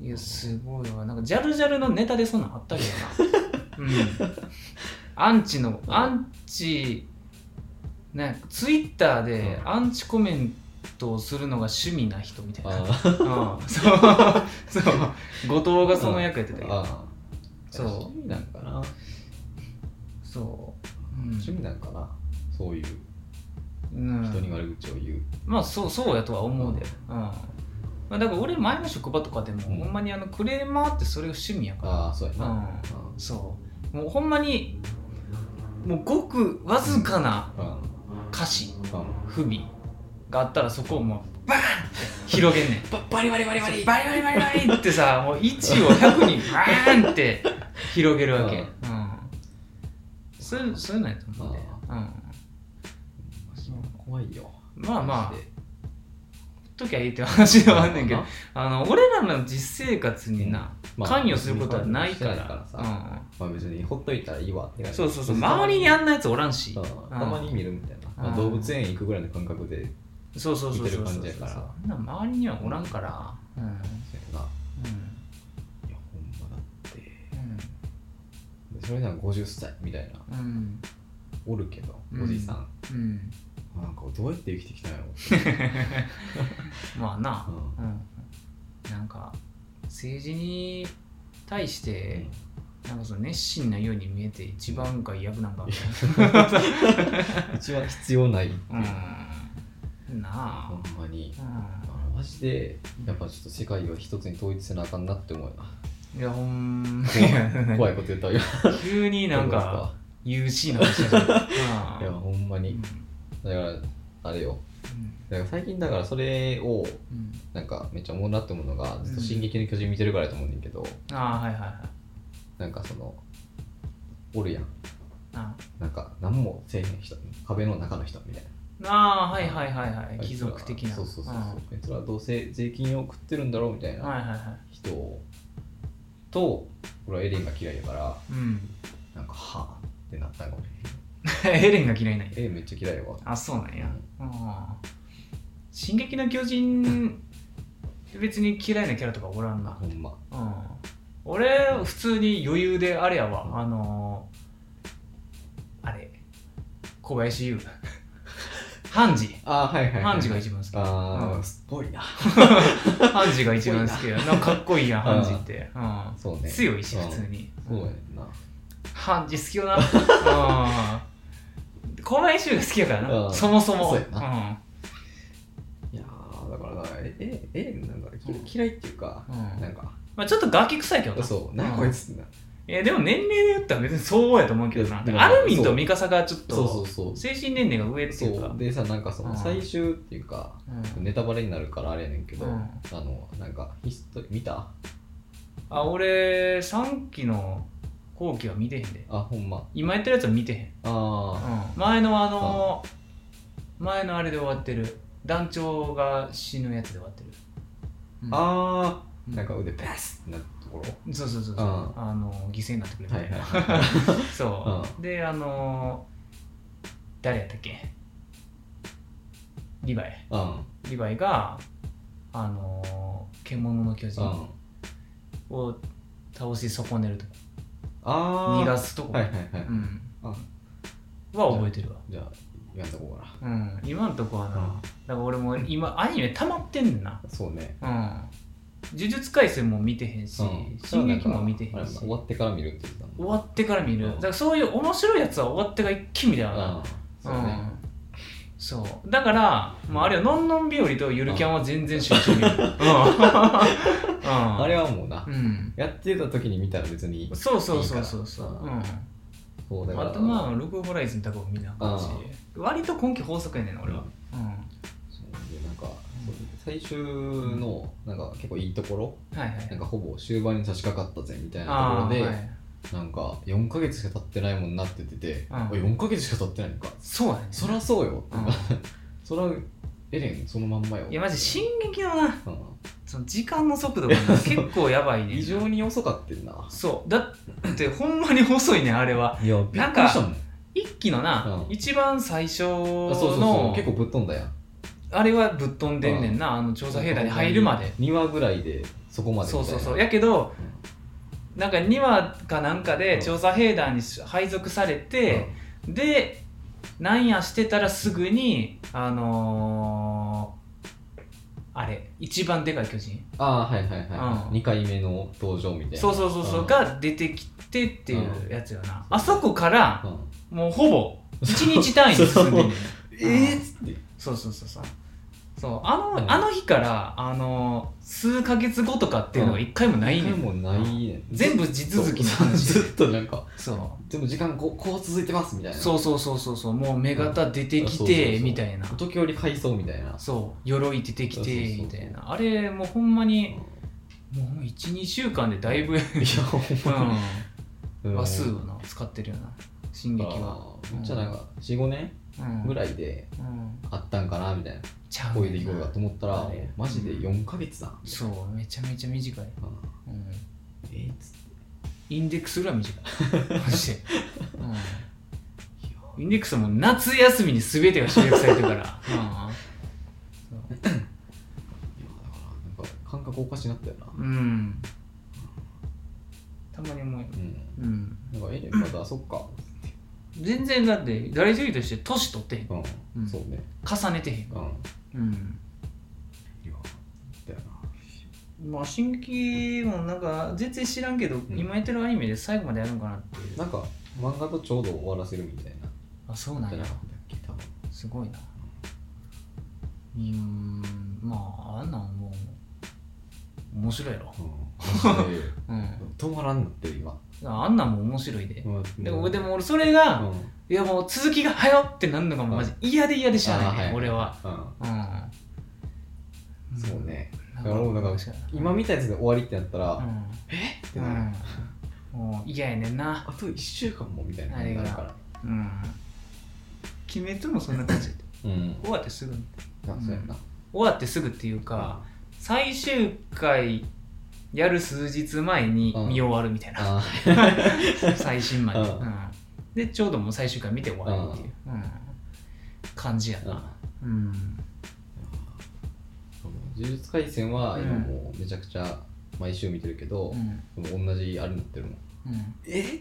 [SPEAKER 1] いやすごいわなんかジャルジャルのネタでそんなんあったけ
[SPEAKER 2] [laughs]
[SPEAKER 1] どなうんアンチのアンチねツイッターで
[SPEAKER 2] うん
[SPEAKER 1] アンチコメントをするのが趣味な人みたいな
[SPEAKER 2] あー
[SPEAKER 1] うんそうそう後藤がその役やってたけど
[SPEAKER 2] あー
[SPEAKER 1] そう
[SPEAKER 2] 趣味なんかな、
[SPEAKER 1] そう、うん
[SPEAKER 2] 趣味なんかなそういう
[SPEAKER 1] うん
[SPEAKER 2] 人に悪口を言う、
[SPEAKER 1] まあそうそうやとは思うで、うんまあ、だから俺前の職場とかでも、
[SPEAKER 2] うん
[SPEAKER 1] ほんまにあのクレーマーってそれを趣味やか
[SPEAKER 2] ああそうや
[SPEAKER 1] ら、
[SPEAKER 2] な、
[SPEAKER 1] うん、
[SPEAKER 2] うん
[SPEAKER 1] そうもうほんまにもうごくわずかな
[SPEAKER 2] うん
[SPEAKER 1] 歌詞
[SPEAKER 2] うん
[SPEAKER 1] 不備があったらそこをもうバーンって広げんねん
[SPEAKER 2] [laughs] ババリバリバリバリ
[SPEAKER 1] バリバリバリバリってさもう1を100にバーンって広げるわけ、う
[SPEAKER 2] うん
[SPEAKER 1] んそういうそういうのやと思うで、うん、
[SPEAKER 2] 怖いよ
[SPEAKER 1] まあまあ
[SPEAKER 2] マジで
[SPEAKER 1] 時はいいって話ではあんねんけどあの俺らの実生活にな、
[SPEAKER 2] まあ
[SPEAKER 1] 関与することはないから,、
[SPEAKER 2] してないからまあ別にほっといたらいいわって
[SPEAKER 1] う
[SPEAKER 2] 感
[SPEAKER 1] ん、
[SPEAKER 2] じ
[SPEAKER 1] そうそうそう周りにあんなやつおらんし、
[SPEAKER 2] うん
[SPEAKER 1] うん
[SPEAKER 2] たまに見るみたいな、まあ
[SPEAKER 1] うん
[SPEAKER 2] 動物園行くぐらいの感覚でそう
[SPEAKER 1] そうそうそうそう
[SPEAKER 2] 見てる
[SPEAKER 1] そう
[SPEAKER 2] 感じやから
[SPEAKER 1] あんな周りにはおらんからうんうん
[SPEAKER 2] やないやほんまだってでそれなんか50歳みたいな
[SPEAKER 1] うんうん
[SPEAKER 2] おるけど
[SPEAKER 1] うん
[SPEAKER 2] おじさん、
[SPEAKER 1] うん
[SPEAKER 2] なんかどうやって生きてきたんやろ
[SPEAKER 1] まあな、
[SPEAKER 2] う
[SPEAKER 1] うん、なんか政治に対し
[SPEAKER 2] うん
[SPEAKER 1] てなんかその熱心なように見えて一番が役なんか
[SPEAKER 2] 一番必要ないってい
[SPEAKER 1] う
[SPEAKER 2] う、
[SPEAKER 1] んなあ
[SPEAKER 2] ほんまに
[SPEAKER 1] う
[SPEAKER 2] あマジでやっぱちょっと世界を一つに統一せなあかんなって思うよなん
[SPEAKER 1] いやほんま
[SPEAKER 2] 怖いこと言ったよ
[SPEAKER 1] 急に [laughs] なんか UC の話だない
[SPEAKER 2] やほんま
[SPEAKER 1] うん
[SPEAKER 2] にだからあれよだから最近だからそれを
[SPEAKER 1] うん
[SPEAKER 2] なんかめっちゃおもんなって思うのがずっと「進撃の巨人」見てるからやと思うねんだけど、
[SPEAKER 1] ああはいはいはい
[SPEAKER 2] なんかそのおるやん
[SPEAKER 1] あ
[SPEAKER 2] なんか何もせえへん人壁の中の人みたいな
[SPEAKER 1] あーはいはいはいはい貴族的な
[SPEAKER 2] そうそうそうそうあいつらどうせ税金を食ってるんだろうみたい
[SPEAKER 1] んはいは
[SPEAKER 2] な
[SPEAKER 1] いは
[SPEAKER 2] 人と俺はエレンが嫌いやから
[SPEAKER 1] いうん [laughs]
[SPEAKER 2] なんかはあってなったの
[SPEAKER 1] エレンが嫌いなんや
[SPEAKER 2] エレンめっちゃ嫌いやわ
[SPEAKER 1] あそうなんやあー進撃の巨人別に嫌いなキャラとかおらんな
[SPEAKER 2] ほんま
[SPEAKER 1] うん俺普通に余裕であれやわ、
[SPEAKER 2] うん
[SPEAKER 1] あのー、あれ小林優ハンジ
[SPEAKER 2] あはいはい、はい、
[SPEAKER 1] ハンジが一番好き
[SPEAKER 2] あ
[SPEAKER 1] う
[SPEAKER 2] あ
[SPEAKER 1] ん
[SPEAKER 2] すっぽいな
[SPEAKER 1] ハンジが一番好きやなんかかっこいいやんハンジって、う
[SPEAKER 2] そうね
[SPEAKER 1] ん、強いし
[SPEAKER 2] うん
[SPEAKER 1] 普通に、
[SPEAKER 2] そうやねんな
[SPEAKER 1] ハンジ好き
[SPEAKER 2] [laughs]
[SPEAKER 1] よなうん小林優が好きやからな、
[SPEAKER 2] うん
[SPEAKER 1] そもそも
[SPEAKER 2] そうや
[SPEAKER 1] な、
[SPEAKER 2] いやーだからなええエレンなんだ嫌いっていうか、
[SPEAKER 1] うんうん
[SPEAKER 2] なんか
[SPEAKER 1] まあ、ちょっとガキ臭いけどな
[SPEAKER 2] そうなんかこいつってな
[SPEAKER 1] えでも年齢で言ったら別にそうやと思うけど
[SPEAKER 2] いやで
[SPEAKER 1] な
[SPEAKER 2] も
[SPEAKER 1] アルミンとミカサがちょっ
[SPEAKER 2] そうそ
[SPEAKER 1] と
[SPEAKER 2] うそう
[SPEAKER 1] 精神年齢が上っていう
[SPEAKER 2] そ
[SPEAKER 1] か
[SPEAKER 2] うでさなんかそ
[SPEAKER 1] うん
[SPEAKER 2] の最終っていうか、
[SPEAKER 1] うん
[SPEAKER 2] ネタバレになるからあれやねんけど、
[SPEAKER 1] うん
[SPEAKER 2] あのなんかヒスト見た
[SPEAKER 1] あ俺3期の後期は見てへんで
[SPEAKER 2] あほんま
[SPEAKER 1] 今やってるやつは見てへん、
[SPEAKER 2] あ
[SPEAKER 1] うん前のあの前のあれで終わってる団長が死ぬやつで終わってる、う
[SPEAKER 2] ー、
[SPEAKER 1] ん
[SPEAKER 2] あ
[SPEAKER 1] う
[SPEAKER 2] ーなんか腕ペスってなったところ
[SPEAKER 1] そうそうそうそう、
[SPEAKER 2] うん
[SPEAKER 1] あの犠牲になってくれた、
[SPEAKER 2] はいはいは
[SPEAKER 1] そう、
[SPEAKER 2] う
[SPEAKER 1] であの誰やったっけリヴァイ
[SPEAKER 2] う
[SPEAKER 1] リヴァイがあの獣の巨
[SPEAKER 2] んうん
[SPEAKER 1] 人を倒し損ねるとこ
[SPEAKER 2] あー
[SPEAKER 1] 逃がすとこ、
[SPEAKER 2] はいはいはい、
[SPEAKER 1] うん、
[SPEAKER 2] あ
[SPEAKER 1] は覚えてるわ
[SPEAKER 2] じゃあ今んとこか
[SPEAKER 1] うん、今んとこはな、
[SPEAKER 2] うん
[SPEAKER 1] だから俺も今アニメ溜まってんねんな
[SPEAKER 2] なそうね
[SPEAKER 1] うん呪術廻戦も見てへんし、
[SPEAKER 2] うん
[SPEAKER 1] 進撃も見てへん
[SPEAKER 2] あれ
[SPEAKER 1] し
[SPEAKER 2] 終わってから見るって言ってたもん
[SPEAKER 1] 終わってから見る、
[SPEAKER 2] うん
[SPEAKER 1] だからそういう面白いやつは終わってから一気に見たよな
[SPEAKER 2] あそうね、
[SPEAKER 1] そう,、だからもうあれはのんのん日和とゆるキャンは全然集中見る、う
[SPEAKER 2] [laughs]
[SPEAKER 1] んうん
[SPEAKER 2] あれはもうな、
[SPEAKER 1] うん
[SPEAKER 2] やってた時に見たら別に
[SPEAKER 1] そうそうそうそうそう
[SPEAKER 2] いいか
[SPEAKER 1] う
[SPEAKER 2] ら
[SPEAKER 1] ん
[SPEAKER 2] そうだから
[SPEAKER 1] あとまあ「ログ・ホライズン」とかも見なあかったし割と今期法則やねんな俺は、うん
[SPEAKER 2] そうでなんか最終のなんか結構いいところ
[SPEAKER 1] はいはい
[SPEAKER 2] なんかほぼ終盤に差し掛かったぜみたいなと
[SPEAKER 1] あ
[SPEAKER 2] こ
[SPEAKER 1] あ
[SPEAKER 2] ろで、
[SPEAKER 1] はい、
[SPEAKER 2] なんか4ヶ月しか経ってないもんなって言ってて、
[SPEAKER 1] うん
[SPEAKER 2] あ4ヶ月しか経ってないのか
[SPEAKER 1] そうやね
[SPEAKER 2] そらそうよ、
[SPEAKER 1] うん
[SPEAKER 2] [laughs] そらエレンそのまんまよ
[SPEAKER 1] いやマジ進撃のな
[SPEAKER 2] うん
[SPEAKER 1] その時間の速
[SPEAKER 2] [laughs]
[SPEAKER 1] 度がな結構やばいねん
[SPEAKER 2] 異常に遅かってんな
[SPEAKER 1] そうだってほんまに細いねんあれはい
[SPEAKER 2] やびっくりしたもん
[SPEAKER 1] 一期のな、
[SPEAKER 2] うん
[SPEAKER 1] 一番最初の
[SPEAKER 2] あそうそうそう結構ぶっ飛んだやん
[SPEAKER 1] あれはぶっ飛んでんねんな、あの調査兵団に入るまで
[SPEAKER 2] 2話ぐらいでそこまでみたい
[SPEAKER 1] そ
[SPEAKER 2] な
[SPEAKER 1] うそうそうやけどなんか2話かなんか
[SPEAKER 2] う
[SPEAKER 1] で
[SPEAKER 2] ん
[SPEAKER 1] 調査兵団に配属され
[SPEAKER 2] うん
[SPEAKER 1] て、でなんやしてたらすぐにあのー、あれ一番でかい巨人
[SPEAKER 2] ああはいはいは
[SPEAKER 1] うん
[SPEAKER 2] い、二2回目の登場みたいな
[SPEAKER 1] そうそうそうそう、
[SPEAKER 2] ん
[SPEAKER 1] が出てきてっていうやつよな、
[SPEAKER 2] うん
[SPEAKER 1] あそこから
[SPEAKER 2] うん
[SPEAKER 1] もうほぼ1日単位で進んでんねん
[SPEAKER 2] えっつって
[SPEAKER 1] そうそうそうそうそうあの,、
[SPEAKER 2] うん
[SPEAKER 1] あの日からあの数ヶ月後とかっていうのが一回もない
[SPEAKER 2] 一
[SPEAKER 1] ね
[SPEAKER 2] 回
[SPEAKER 1] ん、
[SPEAKER 2] もないね
[SPEAKER 1] 全部地続きの話
[SPEAKER 2] [laughs] ずっとなんか
[SPEAKER 1] そう
[SPEAKER 2] でも時間こうこう続いてますみたいな
[SPEAKER 1] そうそうそうそうそうもう目型出てき
[SPEAKER 2] そうそうそ
[SPEAKER 1] て
[SPEAKER 2] う
[SPEAKER 1] みたいな
[SPEAKER 2] 時折回想みた
[SPEAKER 1] [laughs]
[SPEAKER 2] いな
[SPEAKER 1] そう鎧出てき
[SPEAKER 2] そうそう
[SPEAKER 1] て
[SPEAKER 2] そう
[SPEAKER 1] みたいなあれもうほんまにもう12週間でだいぶ
[SPEAKER 2] いやほんま
[SPEAKER 1] う
[SPEAKER 2] に
[SPEAKER 1] ん話数を
[SPEAKER 2] うん
[SPEAKER 1] な使ってるよな進撃は
[SPEAKER 2] あーじゃあなんか45年
[SPEAKER 1] うん
[SPEAKER 2] ぐらいで
[SPEAKER 1] うん
[SPEAKER 2] あったんかなみたいな
[SPEAKER 1] ちゃう
[SPEAKER 2] こういう
[SPEAKER 1] ね
[SPEAKER 2] 出
[SPEAKER 1] ん
[SPEAKER 2] 来事
[SPEAKER 1] な
[SPEAKER 2] だと思ったら
[SPEAKER 1] あれ
[SPEAKER 2] マジで4ヶ月だな
[SPEAKER 1] そうめちゃめちゃ短い、
[SPEAKER 2] うん
[SPEAKER 1] うん、
[SPEAKER 2] えーっつっ
[SPEAKER 1] インデックスぐらい短 [laughs] いマジで、うん、インデックスはもう夏休みに全てが集約されてる [laughs] から、うんそう
[SPEAKER 2] ていやだからなんか感覚おかしなったよな
[SPEAKER 1] うん。たまに思う。
[SPEAKER 2] うん
[SPEAKER 1] うん。
[SPEAKER 2] なんかエレンまたそっか
[SPEAKER 1] 全然だって、大女優として年取ってへん。
[SPEAKER 2] う
[SPEAKER 1] うん
[SPEAKER 2] んそうね
[SPEAKER 1] 重ねてへん。
[SPEAKER 2] うん
[SPEAKER 1] うん。
[SPEAKER 2] いやだよ
[SPEAKER 1] まあ、新規もなんか、全然知らんけど、
[SPEAKER 2] ん
[SPEAKER 1] 今やってるアニメで最後までやるんかなっていう。
[SPEAKER 2] ななんか漫画とちょうど終わらせるみたいな
[SPEAKER 1] あ、そうなん
[SPEAKER 2] じゃ
[SPEAKER 1] や
[SPEAKER 2] な。かったっけ多分
[SPEAKER 1] すごいな。うーん。まあ、あんなんもう、面白いやろ。
[SPEAKER 2] う
[SPEAKER 1] [laughs] う
[SPEAKER 2] ん
[SPEAKER 1] ん。
[SPEAKER 2] 止まらんなってる今
[SPEAKER 1] あんなんも面白いで。でも、で
[SPEAKER 2] も
[SPEAKER 1] も俺、それ
[SPEAKER 2] う
[SPEAKER 1] が、
[SPEAKER 2] ん
[SPEAKER 1] いやもう続きが早ってなんのがもうマジ嫌で嫌でしゃあないね、
[SPEAKER 2] あーはい
[SPEAKER 1] 俺は。
[SPEAKER 2] う
[SPEAKER 1] うん
[SPEAKER 2] んそう。ね
[SPEAKER 1] な
[SPEAKER 2] だ
[SPEAKER 1] ん
[SPEAKER 2] から俺もだから
[SPEAKER 1] 確かに
[SPEAKER 2] 今みたいなやつで終わりってなったら、
[SPEAKER 1] うん。
[SPEAKER 2] えっって
[SPEAKER 1] う
[SPEAKER 2] なる、
[SPEAKER 1] ん。もう嫌やねんな。
[SPEAKER 2] あと1週間もみたいな感じになるから
[SPEAKER 1] うん。鬼滅もそんな感じ。
[SPEAKER 2] うん
[SPEAKER 1] [laughs] 終わってすぐ。
[SPEAKER 2] あそうやな
[SPEAKER 1] 終わってすぐっていうか、最終回やる数日前に見終わるみたいな。
[SPEAKER 2] あ
[SPEAKER 1] 最新まで。う
[SPEAKER 2] うん
[SPEAKER 1] ん。で、ちょうどもう最終回見て終わるっていう。うん。感じや
[SPEAKER 2] うん
[SPEAKER 1] な。うん。
[SPEAKER 2] 呪術廻戦は今もうめちゃくちゃ毎週見てるけど
[SPEAKER 1] う、ん。
[SPEAKER 2] でも同じあれになってるもん
[SPEAKER 1] うん。
[SPEAKER 2] え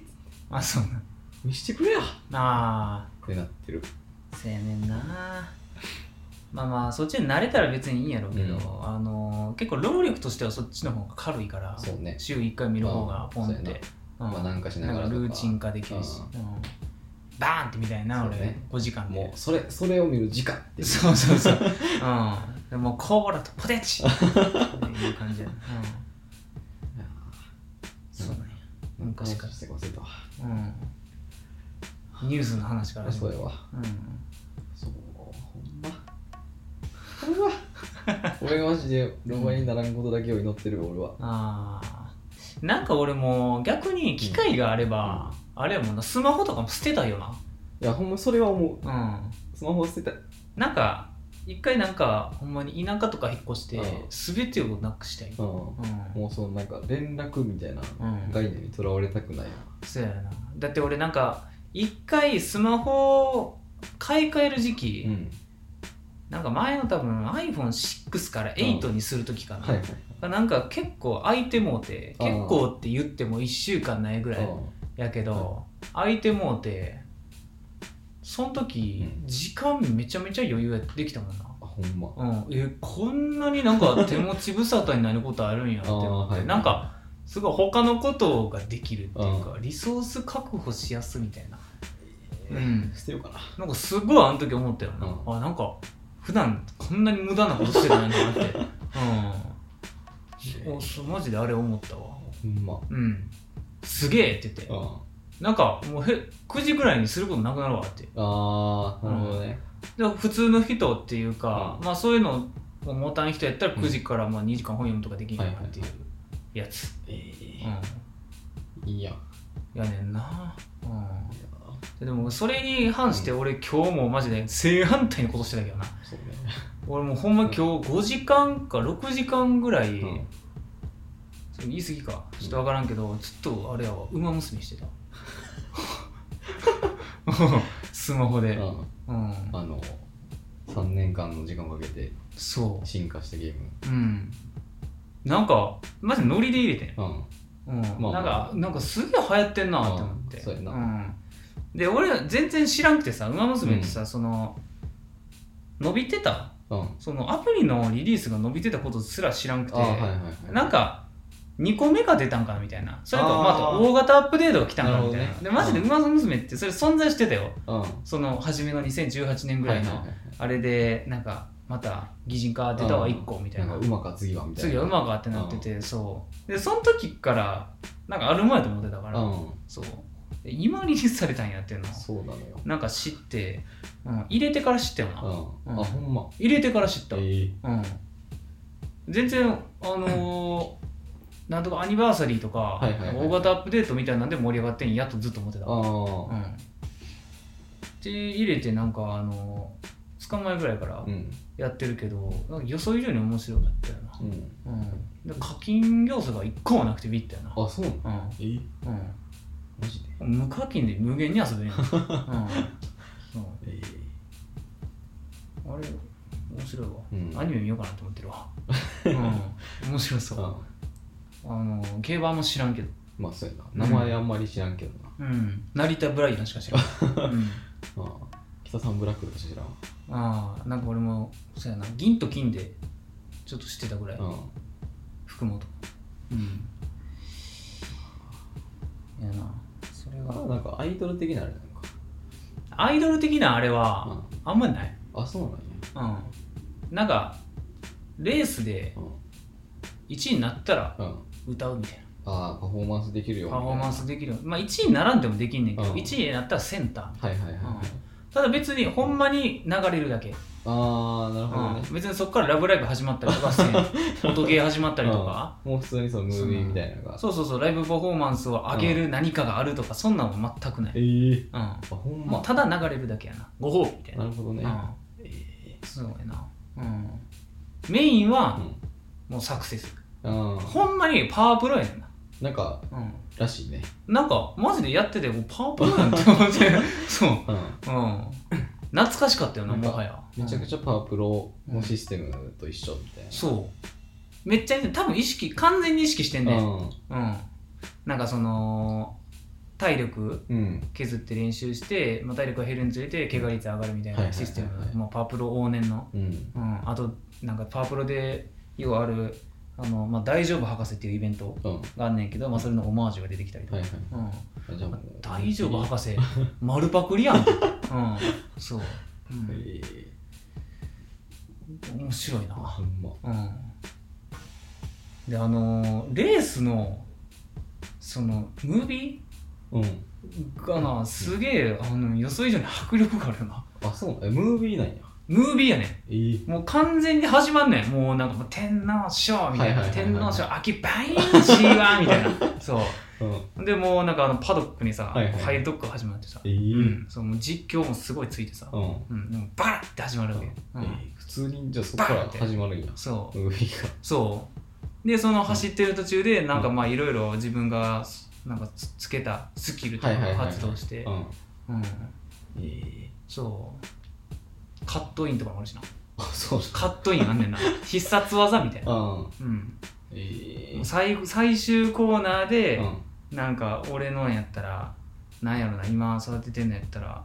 [SPEAKER 1] あ、そうなん。
[SPEAKER 2] 見してくれやっ
[SPEAKER 1] ああ。
[SPEAKER 2] てなってる
[SPEAKER 1] せやねんなまあまあそっちに慣れたら別にいいんやろうけど、
[SPEAKER 2] うん
[SPEAKER 1] あのー結構労力としてはそっちの方が軽いから
[SPEAKER 2] そうね
[SPEAKER 1] 週1回見る方がポンっ
[SPEAKER 2] うんそうや
[SPEAKER 1] て、うん
[SPEAKER 2] まあなんかしな
[SPEAKER 1] な
[SPEAKER 2] が
[SPEAKER 1] ん
[SPEAKER 2] ら
[SPEAKER 1] か
[SPEAKER 2] とか
[SPEAKER 1] ルーチン化できるし、うんバーンってみたいな、
[SPEAKER 2] そう
[SPEAKER 1] 俺
[SPEAKER 2] ね
[SPEAKER 1] 5時間で
[SPEAKER 2] もうそれそれを見る時間っていう
[SPEAKER 1] そうそう
[SPEAKER 2] [laughs]
[SPEAKER 1] そう、うん、でもうコーラとポテチっていう感じやな、うん、そうなんや、昔から
[SPEAKER 2] して忘れたわ
[SPEAKER 1] うん、ニュースの話から始
[SPEAKER 2] そ
[SPEAKER 1] ま
[SPEAKER 2] う
[SPEAKER 1] る
[SPEAKER 2] やわ
[SPEAKER 1] うん
[SPEAKER 2] そうほんまほんま俺がマジで老害にならんことだけを祈ってるよ俺は
[SPEAKER 1] あーなんか俺もう逆に機会があれば、あれやもんなスマホとかも捨てたいよ
[SPEAKER 2] いやほんまそれは思
[SPEAKER 1] なうん
[SPEAKER 2] うスマホ捨てたい
[SPEAKER 1] なんか一回なんかほんまに田舎とか引っ越して、
[SPEAKER 2] うん
[SPEAKER 1] 全てをなくしたい、
[SPEAKER 2] うん
[SPEAKER 1] うん
[SPEAKER 2] もうそのなんか連絡みたいな
[SPEAKER 1] うん
[SPEAKER 2] 概念にとらわれたくない
[SPEAKER 1] そうやなだって俺なんか一回スマホを買い替える時期、
[SPEAKER 2] なうん
[SPEAKER 1] なんか前の多分 iPhone6 から8にする時かな、
[SPEAKER 2] はいはい
[SPEAKER 1] なんか結構空いてもうて
[SPEAKER 2] うん
[SPEAKER 1] 結構って言っても1週間ないぐらい、
[SPEAKER 2] う
[SPEAKER 1] やけど、空いてもうてその時、
[SPEAKER 2] うん
[SPEAKER 1] 時間めちゃめちゃ余裕やできたもんな、
[SPEAKER 2] んあほんま
[SPEAKER 1] うん、えこんなになんか手持ち無沙汰になることあるんやって思っ
[SPEAKER 2] あーは
[SPEAKER 1] て
[SPEAKER 2] い
[SPEAKER 1] なんかすごい他のことができるっていうかリソース確保しやすみたいなうん
[SPEAKER 2] 捨てようかな
[SPEAKER 1] なんかすごいあの時思ったよな、
[SPEAKER 2] うん
[SPEAKER 1] あなんか普段こんなに無駄なことしてないんだなってうんお [laughs] そうマジであれ思ったわ
[SPEAKER 2] ほんま
[SPEAKER 1] うんすげえって言って
[SPEAKER 2] あ
[SPEAKER 1] なんかもうへ9時ぐらいにすることなくなるわって
[SPEAKER 2] あーなるほどね
[SPEAKER 1] で普通の人っていうか、
[SPEAKER 2] う
[SPEAKER 1] まあそういうの重たい人やったら
[SPEAKER 2] うん
[SPEAKER 1] 9時からまあ2時間本読むとかできんやなっていう
[SPEAKER 2] は
[SPEAKER 1] やつ、
[SPEAKER 2] ええいいやん
[SPEAKER 1] うん、やねんな、うん、ででもそれに反して俺今日もマジで正反対のことしてたけどな
[SPEAKER 2] そうね
[SPEAKER 1] 俺もうほんま今日5時間か6時間ぐらい、
[SPEAKER 2] うん
[SPEAKER 1] それ言い過ぎかちょっと分からんけど、ずっとあれやわ馬娘して
[SPEAKER 2] [laughs]
[SPEAKER 1] たスマホで、
[SPEAKER 2] うん
[SPEAKER 1] うん、
[SPEAKER 2] あの3年間の時間をかけて
[SPEAKER 1] そ
[SPEAKER 2] 進化したゲーム
[SPEAKER 1] ううんなんかマジノリで入れてん、
[SPEAKER 2] うん
[SPEAKER 1] うん
[SPEAKER 2] まあ
[SPEAKER 1] なんかなんかすげえ流行ってんなって思って、、
[SPEAKER 2] ああそうやなん
[SPEAKER 1] で俺全然知らんくてさ「ウマ娘」ってさ、その伸びてた
[SPEAKER 2] うん
[SPEAKER 1] そのアプリのリリースが伸びてたことすら知らんくて、
[SPEAKER 2] あはいはいはい
[SPEAKER 1] なんか2個目が出たんかなみたいなそれと
[SPEAKER 2] あー
[SPEAKER 1] まああと大型アップデートが来たんかなみたいな
[SPEAKER 2] なるほど
[SPEAKER 1] で
[SPEAKER 2] ね
[SPEAKER 1] マジで「ウ
[SPEAKER 2] う
[SPEAKER 1] マ娘」ってそれ存在してたよ
[SPEAKER 2] うん
[SPEAKER 1] その初めの2018年ぐらい
[SPEAKER 2] は
[SPEAKER 1] の
[SPEAKER 2] はは
[SPEAKER 1] あれでなんかまた擬人化出たわ1個みたいな
[SPEAKER 2] なんか馬か次はみたいな
[SPEAKER 1] 次は馬かってなっててそうでその時からなんかある前と思ってたから、
[SPEAKER 2] うん
[SPEAKER 1] そうで今リリースされたんやっていうの
[SPEAKER 2] そうなのよ
[SPEAKER 1] なんか知って、うん、入れてから知ったよな、
[SPEAKER 2] うん
[SPEAKER 1] うん
[SPEAKER 2] あほんま
[SPEAKER 1] 入れてから知った、
[SPEAKER 2] ええ
[SPEAKER 1] うん、全然あ
[SPEAKER 2] [laughs]
[SPEAKER 1] のーなんとかアニバーサリーとか、
[SPEAKER 2] はいはいはい
[SPEAKER 1] 大型アップデートみたいなんで盛り上がってんやとずっと思ってた、
[SPEAKER 2] あ
[SPEAKER 1] う
[SPEAKER 2] あ
[SPEAKER 1] ん、で入れてなんかあのー、2日前ぐらいから
[SPEAKER 2] うん
[SPEAKER 1] やってるけど、なんか予想以上に面白かったよな
[SPEAKER 2] うん
[SPEAKER 1] うん、で課金要素が1個もなくてビッたよな
[SPEAKER 2] あそうなのえ
[SPEAKER 1] う
[SPEAKER 2] え
[SPEAKER 1] ん、
[SPEAKER 2] マジで
[SPEAKER 1] うん、無課金で無限に遊
[SPEAKER 2] [laughs]
[SPEAKER 1] べるやん、うん、そう
[SPEAKER 2] え
[SPEAKER 1] あれ面白いわ、
[SPEAKER 2] うん
[SPEAKER 1] アニメ見ようかなと思ってる
[SPEAKER 2] [laughs]
[SPEAKER 1] わ、うん、面白
[SPEAKER 2] え
[SPEAKER 1] そう
[SPEAKER 2] うん
[SPEAKER 1] あの競馬も知らんけど、
[SPEAKER 2] まあそうやな名前あんまり知らんけどな
[SPEAKER 1] うん、成田ブライアンしか知らん、うん、
[SPEAKER 2] ああ北さんブラックとか知らんわ
[SPEAKER 1] ああなんか俺もそうやな銀と金でちょっと知ってたぐらい、
[SPEAKER 2] うん
[SPEAKER 1] 福本うんいやなそれ
[SPEAKER 2] あ
[SPEAKER 1] が
[SPEAKER 2] なんかアイドル的なあれなんか
[SPEAKER 1] アイドル的なあれは
[SPEAKER 2] う
[SPEAKER 1] あんまない
[SPEAKER 2] あそうなんや
[SPEAKER 1] うんなんかレースで
[SPEAKER 2] うん
[SPEAKER 1] 1位になったら
[SPEAKER 2] うん
[SPEAKER 1] 歌うみたい
[SPEAKER 2] ああパフォーマンスできるよ
[SPEAKER 1] な
[SPEAKER 2] みた
[SPEAKER 1] パ
[SPEAKER 2] い
[SPEAKER 1] フォ
[SPEAKER 2] な
[SPEAKER 1] ーマンスできるまあ1位にならんでもできんねんけど、
[SPEAKER 2] うん
[SPEAKER 1] 1位になったらセンター
[SPEAKER 2] はいはいはい、はい
[SPEAKER 1] ただ別にほんまに流れるだけ、
[SPEAKER 2] ああなるほど
[SPEAKER 1] う
[SPEAKER 2] ね
[SPEAKER 1] ん別にそこから「ラブライブ!」始まったりとかせん音ゲー始まったりとか、
[SPEAKER 2] うんもう普通にそのムービーみたいなのが
[SPEAKER 1] そうそうそうライブパフォーマンスを上げる何かがあるとかそんなんは全くない、
[SPEAKER 2] ええ
[SPEAKER 1] うん
[SPEAKER 2] あほん
[SPEAKER 1] まあ、
[SPEAKER 2] ま
[SPEAKER 1] ただ流れるだけやなご褒美みたいな
[SPEAKER 2] なるほどね
[SPEAKER 1] うん
[SPEAKER 2] ええ
[SPEAKER 1] すごいな、うん、メインは
[SPEAKER 2] うん
[SPEAKER 1] もうサクセス
[SPEAKER 2] ああ
[SPEAKER 1] ほんまにパワープロやねんな、
[SPEAKER 2] なんか
[SPEAKER 1] うん
[SPEAKER 2] らしいね
[SPEAKER 1] なんかマジでやっててもうパワープロなんて思ってそう、
[SPEAKER 2] うん
[SPEAKER 1] うん、懐かしかったよな
[SPEAKER 2] なんか
[SPEAKER 1] もはや
[SPEAKER 2] めちゃく
[SPEAKER 1] ゃ、
[SPEAKER 2] ちゃパワープロのシステムと一緒みたいな
[SPEAKER 1] うんそうめっちゃ多分意識完全に意識してんねんうん、なんかその体力
[SPEAKER 2] うんうん
[SPEAKER 1] 削って練習して、まあ、体力が減るにつれて怪我率上がるみたい
[SPEAKER 2] はい
[SPEAKER 1] な
[SPEAKER 2] はいはい
[SPEAKER 1] シ
[SPEAKER 2] はい
[SPEAKER 1] ステム、まあ、パワープロ往年の、
[SPEAKER 2] うん
[SPEAKER 1] うん、あとなんかパワープロでようあるあの、まあ、大丈夫博士っていうイベント
[SPEAKER 2] うん
[SPEAKER 1] があんねんけど、まあ、それのオマージュが出てきたりと
[SPEAKER 2] は
[SPEAKER 1] か、
[SPEAKER 2] いはい
[SPEAKER 1] うん、
[SPEAKER 2] あじゃあもう
[SPEAKER 1] 大丈夫博士丸パクリ
[SPEAKER 2] [laughs]
[SPEAKER 1] やん、うん、そう、うん、
[SPEAKER 2] ええ
[SPEAKER 1] 面白いな、
[SPEAKER 2] あほんま
[SPEAKER 1] うん、であのーレースのそのムービー
[SPEAKER 2] うん
[SPEAKER 1] がなすげえあの予想以上に迫力があるよな
[SPEAKER 2] あそうえムービーなんや
[SPEAKER 1] ムービーやね
[SPEAKER 2] ええ
[SPEAKER 1] んもう完全に始まんねんもうなんかもう天皇賞みたいな
[SPEAKER 2] はいはいはいはい
[SPEAKER 1] 天皇賞秋バインシーはみたい
[SPEAKER 2] [laughs]
[SPEAKER 1] なそう
[SPEAKER 2] うん
[SPEAKER 1] でもうなんかあのパドックにさ、
[SPEAKER 2] はいはい
[SPEAKER 1] 入るとこから始まってさ、
[SPEAKER 2] ええ
[SPEAKER 1] うん、そうもう実況もすごいついてさ、
[SPEAKER 2] うん
[SPEAKER 1] うん、でもバラって始まるわけ、
[SPEAKER 2] え
[SPEAKER 1] うん
[SPEAKER 2] ー普通にじゃあそこから始まるんや
[SPEAKER 1] そう
[SPEAKER 2] ムービーが
[SPEAKER 1] そうでその走ってる途中でなんかまあいろいろ自分がなんかつつけたスキルとかを発動して
[SPEAKER 2] うん
[SPEAKER 1] うん
[SPEAKER 2] ええ
[SPEAKER 1] そうカットインとかもあるしな
[SPEAKER 2] あそう
[SPEAKER 1] カットインあんねんな必殺技みたいな、
[SPEAKER 2] うん
[SPEAKER 1] うん、
[SPEAKER 2] ええ
[SPEAKER 1] 最最終コーナーで、
[SPEAKER 2] うん
[SPEAKER 1] なんか俺のやったらなんやろな今育ててんのやったら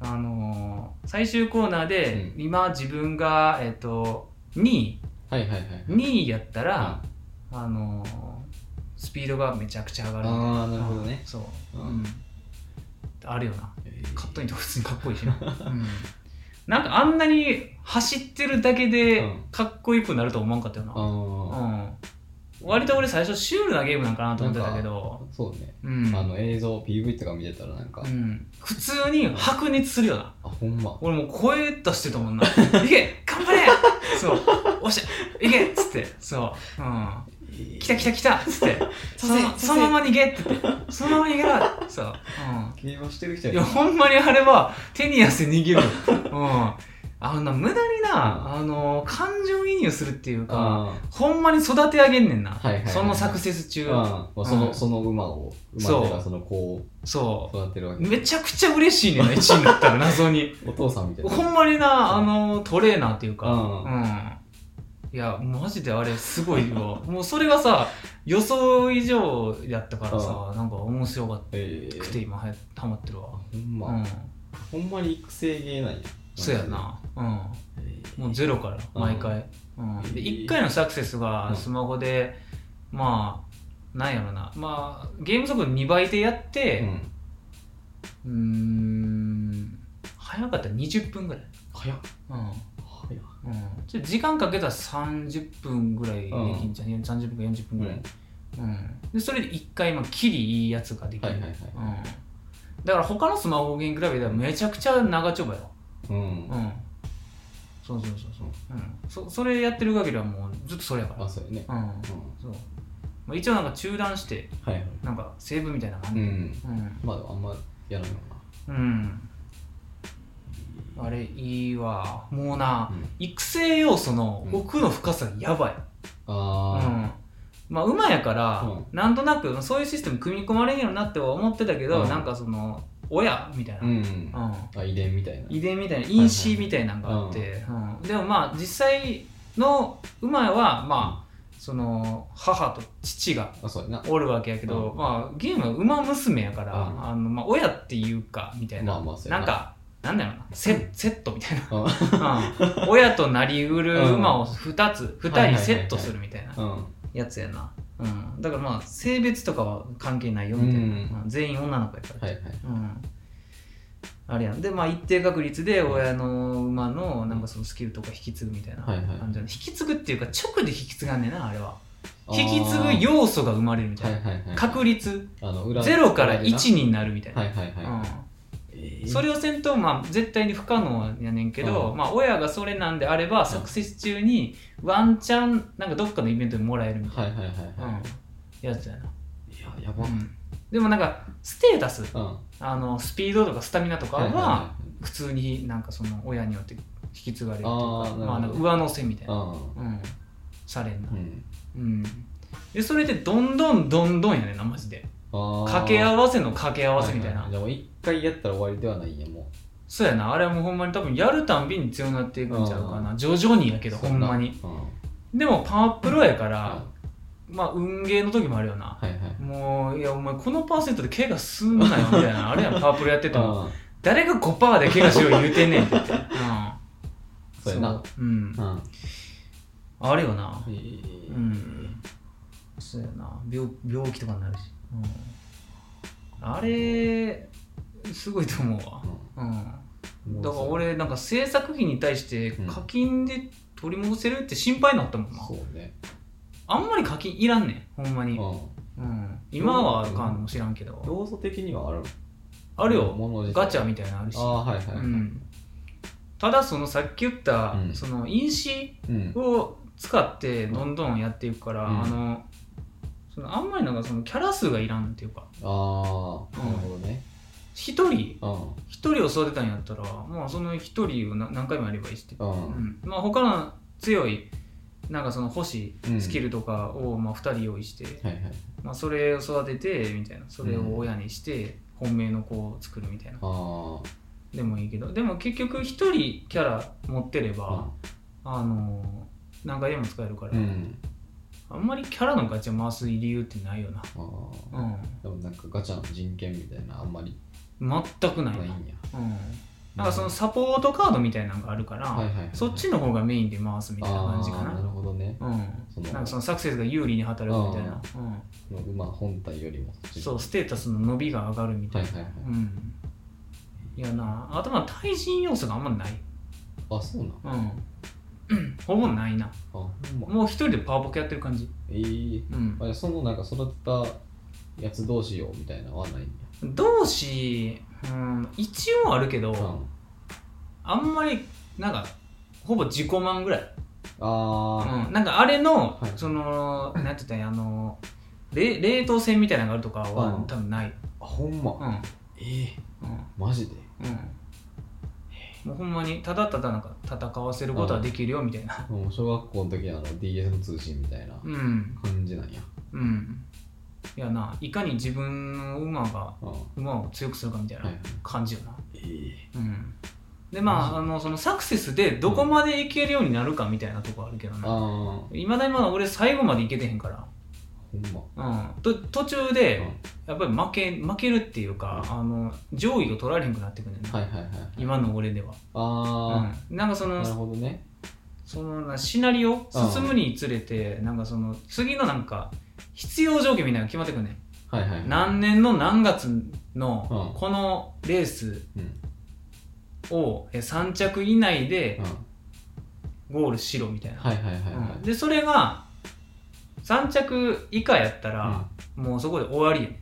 [SPEAKER 1] あのー最終コーナーで、
[SPEAKER 2] う
[SPEAKER 1] 今自分がえっ、と2位
[SPEAKER 2] はいはいはい
[SPEAKER 1] 2位やったら、あのースピードがめちゃくちゃ上がるみたい
[SPEAKER 2] あーなるほどね
[SPEAKER 1] そう、
[SPEAKER 2] うん
[SPEAKER 1] うんあるよな
[SPEAKER 2] えー
[SPEAKER 1] カットインとか普通にかっこいい
[SPEAKER 2] [laughs]
[SPEAKER 1] しな、なんかあんなに走ってるだけで
[SPEAKER 2] うん
[SPEAKER 1] かっこよくなるとは思わんかったよな、
[SPEAKER 2] あ
[SPEAKER 1] うん割と俺最初シュールなゲームなんかなと思ってたけ
[SPEAKER 2] あ
[SPEAKER 1] ど
[SPEAKER 2] そうね
[SPEAKER 1] うん
[SPEAKER 2] あの映像 PV とか見てたらなんか
[SPEAKER 1] うん、普通に白熱するよな
[SPEAKER 2] あほんま [laughs]
[SPEAKER 1] 俺もう声出してたもんな「いけ頑張れそう「おっしゃ行け!」っつってそう「うん、来た来た来た!」っつ
[SPEAKER 2] [laughs]
[SPEAKER 1] ってそ
[SPEAKER 2] さ
[SPEAKER 1] の
[SPEAKER 2] せ
[SPEAKER 1] そのまま逃げって言ってそのまま逃げろそう、
[SPEAKER 2] 競馬してる人
[SPEAKER 1] うん、い
[SPEAKER 2] や
[SPEAKER 1] や
[SPEAKER 2] な
[SPEAKER 1] ほんまにあれは手に汗握る、
[SPEAKER 2] [laughs]
[SPEAKER 1] うん、あんな無駄になあの感情移入するっていうか
[SPEAKER 2] あ
[SPEAKER 1] ほんまに育て上げんねんな、
[SPEAKER 2] はいはいはい
[SPEAKER 1] そのサクセス中
[SPEAKER 2] ーあーまあその、
[SPEAKER 1] うん
[SPEAKER 2] その馬を馬
[SPEAKER 1] そう
[SPEAKER 2] っていうかその子を
[SPEAKER 1] そ
[SPEAKER 2] 育てるわ
[SPEAKER 1] う
[SPEAKER 2] け
[SPEAKER 1] めちゃくちゃ嬉しいねんな1位にな [laughs] ったら謎に
[SPEAKER 2] お父さんみたいな
[SPEAKER 1] ほんまにな、あの、トレーナーっていうか、
[SPEAKER 2] うん
[SPEAKER 1] うん。いや、マジであれ、すごいわ。もうそれがさ、予想以上やったからさ、なんか面白かっ
[SPEAKER 2] ええ
[SPEAKER 1] たくて、今はや、ハマってるわ。
[SPEAKER 2] ほんま、
[SPEAKER 1] うん。
[SPEAKER 2] ほんまに育成芸なんや
[SPEAKER 1] そうやな。う
[SPEAKER 2] えー
[SPEAKER 1] ん。もうゼロから、毎回。うん。で、1回のサクセス
[SPEAKER 2] う
[SPEAKER 1] が、
[SPEAKER 2] ん
[SPEAKER 1] スマホで、まあ、なんやろな。まあ、ゲーム速度2倍でやって、
[SPEAKER 2] ん、
[SPEAKER 1] うーん、早かったら20分ぐらい。
[SPEAKER 2] 早っ
[SPEAKER 1] うん。
[SPEAKER 2] 早っ
[SPEAKER 1] うんちょっと時間かけたら30分ぐらいできんじゃん、30分か40分ぐらい、うんでそれで1回、まあ、きりいいやつができる、
[SPEAKER 2] はいはいはい
[SPEAKER 1] うん、だから他のスマホゲーム比べたらめちゃくちゃ長丁場よ、
[SPEAKER 2] うん、
[SPEAKER 1] うん、そうそうそうそう、うん、そそれやってる限りはもうずっとそれやから
[SPEAKER 2] あそうやね、
[SPEAKER 1] うん
[SPEAKER 2] うん、
[SPEAKER 1] そうまあ、一応なんか中断して
[SPEAKER 2] はいはい
[SPEAKER 1] なんかセーブみたいな感
[SPEAKER 2] う
[SPEAKER 1] じ
[SPEAKER 2] ん
[SPEAKER 1] うん、
[SPEAKER 2] まああんまやらないのか
[SPEAKER 1] うんあれいいわもうな
[SPEAKER 2] な、うん、
[SPEAKER 1] 育成要素の奥の深さやばい、う
[SPEAKER 2] あ
[SPEAKER 1] んまあ、馬やから、
[SPEAKER 2] うん
[SPEAKER 1] なんとなくそういうシステム組み込まれんようになっては思ってたけど、
[SPEAKER 2] うん
[SPEAKER 1] なんかその親みたいな、
[SPEAKER 2] あう
[SPEAKER 1] うん
[SPEAKER 2] ん、あ遺伝みたいな
[SPEAKER 1] 遺伝みたいな因子みたいなのがあって、うんでもまあ実際の馬はまあその母と父が
[SPEAKER 2] あそうやな
[SPEAKER 1] おるわけやけど、
[SPEAKER 2] う
[SPEAKER 1] まあ、ゲームは馬娘やから、
[SPEAKER 2] うん
[SPEAKER 1] あのまあ、親っていうかみたいな、
[SPEAKER 2] まあまあそうや
[SPEAKER 1] な
[SPEAKER 2] なん
[SPEAKER 1] かなんだろうなセセットみたいな
[SPEAKER 2] うん
[SPEAKER 1] うん親となりうる馬を2つ、二
[SPEAKER 2] はいはいはい
[SPEAKER 1] 人
[SPEAKER 2] はい
[SPEAKER 1] セットするみたいな
[SPEAKER 2] うん
[SPEAKER 1] やつやな、うん、だからまあ性別とかは関係ないよみたいな、
[SPEAKER 2] うん
[SPEAKER 1] うん全員女の子やから、
[SPEAKER 2] はいはい
[SPEAKER 1] うん、あれやんでまあ一定確率で親の馬のなんかそのスキルとか引き継ぐみたいな
[SPEAKER 2] はい
[SPEAKER 1] 感
[SPEAKER 2] はい
[SPEAKER 1] じやな、引き継ぐっていうか直で引き継がんねんなあれは
[SPEAKER 2] あー
[SPEAKER 1] 引き継ぐ要素が生まれるみた
[SPEAKER 2] はいい
[SPEAKER 1] な、
[SPEAKER 2] はいはい
[SPEAKER 1] 確率
[SPEAKER 2] あの裏
[SPEAKER 1] 0から
[SPEAKER 2] 裏でな
[SPEAKER 1] 1になるみたいな、
[SPEAKER 2] はいはいはい、
[SPEAKER 1] うん
[SPEAKER 2] えー
[SPEAKER 1] それをせんと、まあ、絶対に不可能やねんけど、
[SPEAKER 2] うん
[SPEAKER 1] まあ、親がそれなんであれば、サクセス中にワンチャン、なんかどっかのイベントでもらえるみたい
[SPEAKER 2] はいはいはい
[SPEAKER 1] な、
[SPEAKER 2] は
[SPEAKER 1] うん、やつやな。
[SPEAKER 2] い、いやや
[SPEAKER 1] う
[SPEAKER 2] ばうん
[SPEAKER 1] ん、でもなんか、ステータス、
[SPEAKER 2] は
[SPEAKER 1] あのスピードとかスタミナと
[SPEAKER 2] い
[SPEAKER 1] か
[SPEAKER 2] はい
[SPEAKER 1] は、
[SPEAKER 2] は
[SPEAKER 1] 普通になんかその親によって引き継がれるというか、
[SPEAKER 2] あーなるほど
[SPEAKER 1] まあ、なんか上乗せみたい
[SPEAKER 2] い
[SPEAKER 1] な、
[SPEAKER 2] あ
[SPEAKER 1] うん、されんな
[SPEAKER 2] ーう。ん
[SPEAKER 1] うんでそれでどんどんどんどんやねんなマジで
[SPEAKER 2] あー
[SPEAKER 1] 掛け合わせの掛け合わせみたいな、
[SPEAKER 2] ははでも一回やったら終わりではないんやも
[SPEAKER 1] そうやなあれはもうほんまに多分やるたんびに強くなっていくんちゃうかな、
[SPEAKER 2] う
[SPEAKER 1] 徐々にやけ
[SPEAKER 2] う
[SPEAKER 1] どほんまに
[SPEAKER 2] そなうん
[SPEAKER 1] でもパワープロやか
[SPEAKER 2] あ
[SPEAKER 1] ら、まあ運ゲーの時もあるよな、
[SPEAKER 2] はいはい
[SPEAKER 1] もういやお前このパーセントで怪我すんなよみたい
[SPEAKER 2] [laughs]
[SPEAKER 1] なあれやんパワープロやってても
[SPEAKER 2] あ
[SPEAKER 1] 誰が5%で怪我しろ言うてんねんって、うん、
[SPEAKER 2] そうやな
[SPEAKER 1] そううん
[SPEAKER 2] ーうん
[SPEAKER 1] あれよな
[SPEAKER 2] えー
[SPEAKER 1] うんそうやな病病気とかになるし、うん、あれすごいと思うわうん
[SPEAKER 2] うん
[SPEAKER 1] だから俺なんか制作費に対して課金で取り戻せるって心配になったもんな、
[SPEAKER 2] そうね
[SPEAKER 1] あんまり課金いらんねんほんま
[SPEAKER 2] う
[SPEAKER 1] に、うん
[SPEAKER 2] ん
[SPEAKER 1] 今はあかんのも知らんけど
[SPEAKER 2] 要素的にはある
[SPEAKER 1] あるよ
[SPEAKER 2] もの自体
[SPEAKER 1] ガチャみたいなのあるし
[SPEAKER 2] ああはいはいはい
[SPEAKER 1] うん、ただそのさっき言った、
[SPEAKER 2] うん
[SPEAKER 1] その因子
[SPEAKER 2] うん
[SPEAKER 1] を使ってどんどんやっていくから、
[SPEAKER 2] うん
[SPEAKER 1] あのそのあんまりなんかそのキャラ数がいらんっていうか
[SPEAKER 2] ああ
[SPEAKER 1] うん
[SPEAKER 2] なるほどね
[SPEAKER 1] 一人
[SPEAKER 2] うん
[SPEAKER 1] 一人を育てたんやったらまあその一人をな何回もやればいいしって
[SPEAKER 2] うん
[SPEAKER 1] うんまあ、他の強いなんかその欲し
[SPEAKER 2] う
[SPEAKER 1] い
[SPEAKER 2] ん
[SPEAKER 1] スキルとかをまあ2人用意して、
[SPEAKER 2] はいはい
[SPEAKER 1] まあ、それを育ててみたいなそれを親にして本命の子を作るみたいな
[SPEAKER 2] あ
[SPEAKER 1] でもいいけどでも結局1人キャラ持ってれば、
[SPEAKER 2] あ
[SPEAKER 1] あのー何回でも使えるから、
[SPEAKER 2] うん
[SPEAKER 1] あんまりキャラのガチャ回す理由ってないよな、
[SPEAKER 2] ああ
[SPEAKER 1] う
[SPEAKER 2] でもなんかガチャの人権みたいなあんまり
[SPEAKER 1] ん、全くな
[SPEAKER 2] ない
[SPEAKER 1] いな、
[SPEAKER 2] んや
[SPEAKER 1] うん、なんかそのサポートカードみたいなのがあるから、
[SPEAKER 2] はいはいはい
[SPEAKER 1] そっちの方がメインで回すみたいな感じか
[SPEAKER 2] あーなるほどね
[SPEAKER 1] う
[SPEAKER 2] そ
[SPEAKER 1] ん、
[SPEAKER 2] の
[SPEAKER 1] なんかそのサクセスが有利に働くみたいな、うん、
[SPEAKER 2] その馬本体よりもそっち
[SPEAKER 1] そうステータスの伸びが上がるみた
[SPEAKER 2] はいい
[SPEAKER 1] な、
[SPEAKER 2] はいはい
[SPEAKER 1] うんいやなあとまあ対人要素があんまない
[SPEAKER 2] あそうなん
[SPEAKER 1] うん [clears throat] ほぼないな
[SPEAKER 2] あほんま
[SPEAKER 1] もう一人でパワーボケやってる感じ
[SPEAKER 2] ええ
[SPEAKER 1] うん
[SPEAKER 2] あじゃあそのなんか育てたやつどうしようみたいなのはないん
[SPEAKER 1] 同士、うん、一応あるけど、
[SPEAKER 2] やうん
[SPEAKER 1] あんまりなんかほぼ自己満ぐらい
[SPEAKER 2] あ
[SPEAKER 1] うん、なんかあれの、
[SPEAKER 2] はい
[SPEAKER 1] そのなんて言ったらいいあのれ冷凍船みたいなのがあるとかは、
[SPEAKER 2] うん
[SPEAKER 1] 多分ない、
[SPEAKER 2] ーあほん
[SPEAKER 1] う
[SPEAKER 2] ま
[SPEAKER 1] ん
[SPEAKER 2] ええ
[SPEAKER 1] うん
[SPEAKER 2] マジで
[SPEAKER 1] うん、もうほんまにただただなんか戦わせることはできるよみたいな
[SPEAKER 2] もう小学校の時のあの DS の通信みたいな
[SPEAKER 1] うん
[SPEAKER 2] 感じなんや
[SPEAKER 1] うんいやないかに自分の馬が
[SPEAKER 2] あー
[SPEAKER 1] 馬を強くするかみたい
[SPEAKER 2] は
[SPEAKER 1] ない
[SPEAKER 2] はい
[SPEAKER 1] 感じよな、
[SPEAKER 2] え
[SPEAKER 1] う
[SPEAKER 2] え
[SPEAKER 1] んでまああのそのサクセスでどこまでいけるようになるかみたいなとこあるけど
[SPEAKER 2] ああ
[SPEAKER 1] な未だにまだ俺最後までいけてへんから
[SPEAKER 2] ほんま
[SPEAKER 1] うん、と途中
[SPEAKER 2] う
[SPEAKER 1] で
[SPEAKER 2] ん
[SPEAKER 1] やっぱり負け負けるっていうか、あの上位を取られへんくなってくるんだよね、
[SPEAKER 2] はいはいはい
[SPEAKER 1] 今の俺では、
[SPEAKER 2] あ
[SPEAKER 1] うん、なんかそ
[SPEAKER 2] あ
[SPEAKER 1] の
[SPEAKER 2] なるほどね
[SPEAKER 1] そのなシナリオ進むにつれて、なんかその次のなんか必要条件みたいなの決まってくるね、
[SPEAKER 2] はいはいはい
[SPEAKER 1] 何年の何月
[SPEAKER 2] う
[SPEAKER 1] の
[SPEAKER 2] ん
[SPEAKER 1] このレース
[SPEAKER 2] うん
[SPEAKER 1] をえ3着以内で
[SPEAKER 2] うん
[SPEAKER 1] ゴールしろみたいな、
[SPEAKER 2] はいはいはいはい
[SPEAKER 1] うんでそれが3着以下やったら、もうそこで終わりやね、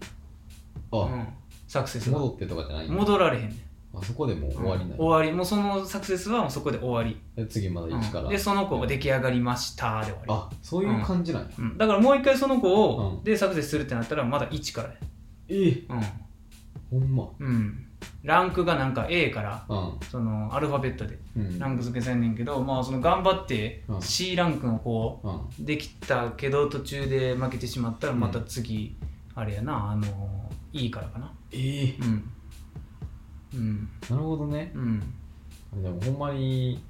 [SPEAKER 2] うん
[SPEAKER 1] う
[SPEAKER 2] あ
[SPEAKER 1] ん、サクセスが
[SPEAKER 2] 戻ってとかじゃないんだ
[SPEAKER 1] 戻られへんね
[SPEAKER 2] あそこでもう終わりな
[SPEAKER 1] うんん終わりもうそのサクセスはもうそこで終わり、
[SPEAKER 2] やで次まだ一から
[SPEAKER 1] うんでその子が出来上がりましたで終わり
[SPEAKER 2] あそういう感じなんや
[SPEAKER 1] うん、だからもう一回その子を、
[SPEAKER 2] うん
[SPEAKER 1] でサクセスするってなったらまだ1からや
[SPEAKER 2] ええほんま
[SPEAKER 1] うん、うん、ランクがなんか A から
[SPEAKER 2] うん
[SPEAKER 1] そのアルファベットで
[SPEAKER 2] うん
[SPEAKER 1] ランク付けされんねんけど、まあその頑張って
[SPEAKER 2] うん
[SPEAKER 1] C ランクの子を
[SPEAKER 2] うん
[SPEAKER 1] できたけど途中で負けてしまったらまた次、あれやなあの E からかな
[SPEAKER 2] ええ
[SPEAKER 1] うんうん
[SPEAKER 2] なるほどね
[SPEAKER 1] うん
[SPEAKER 2] でもほんまに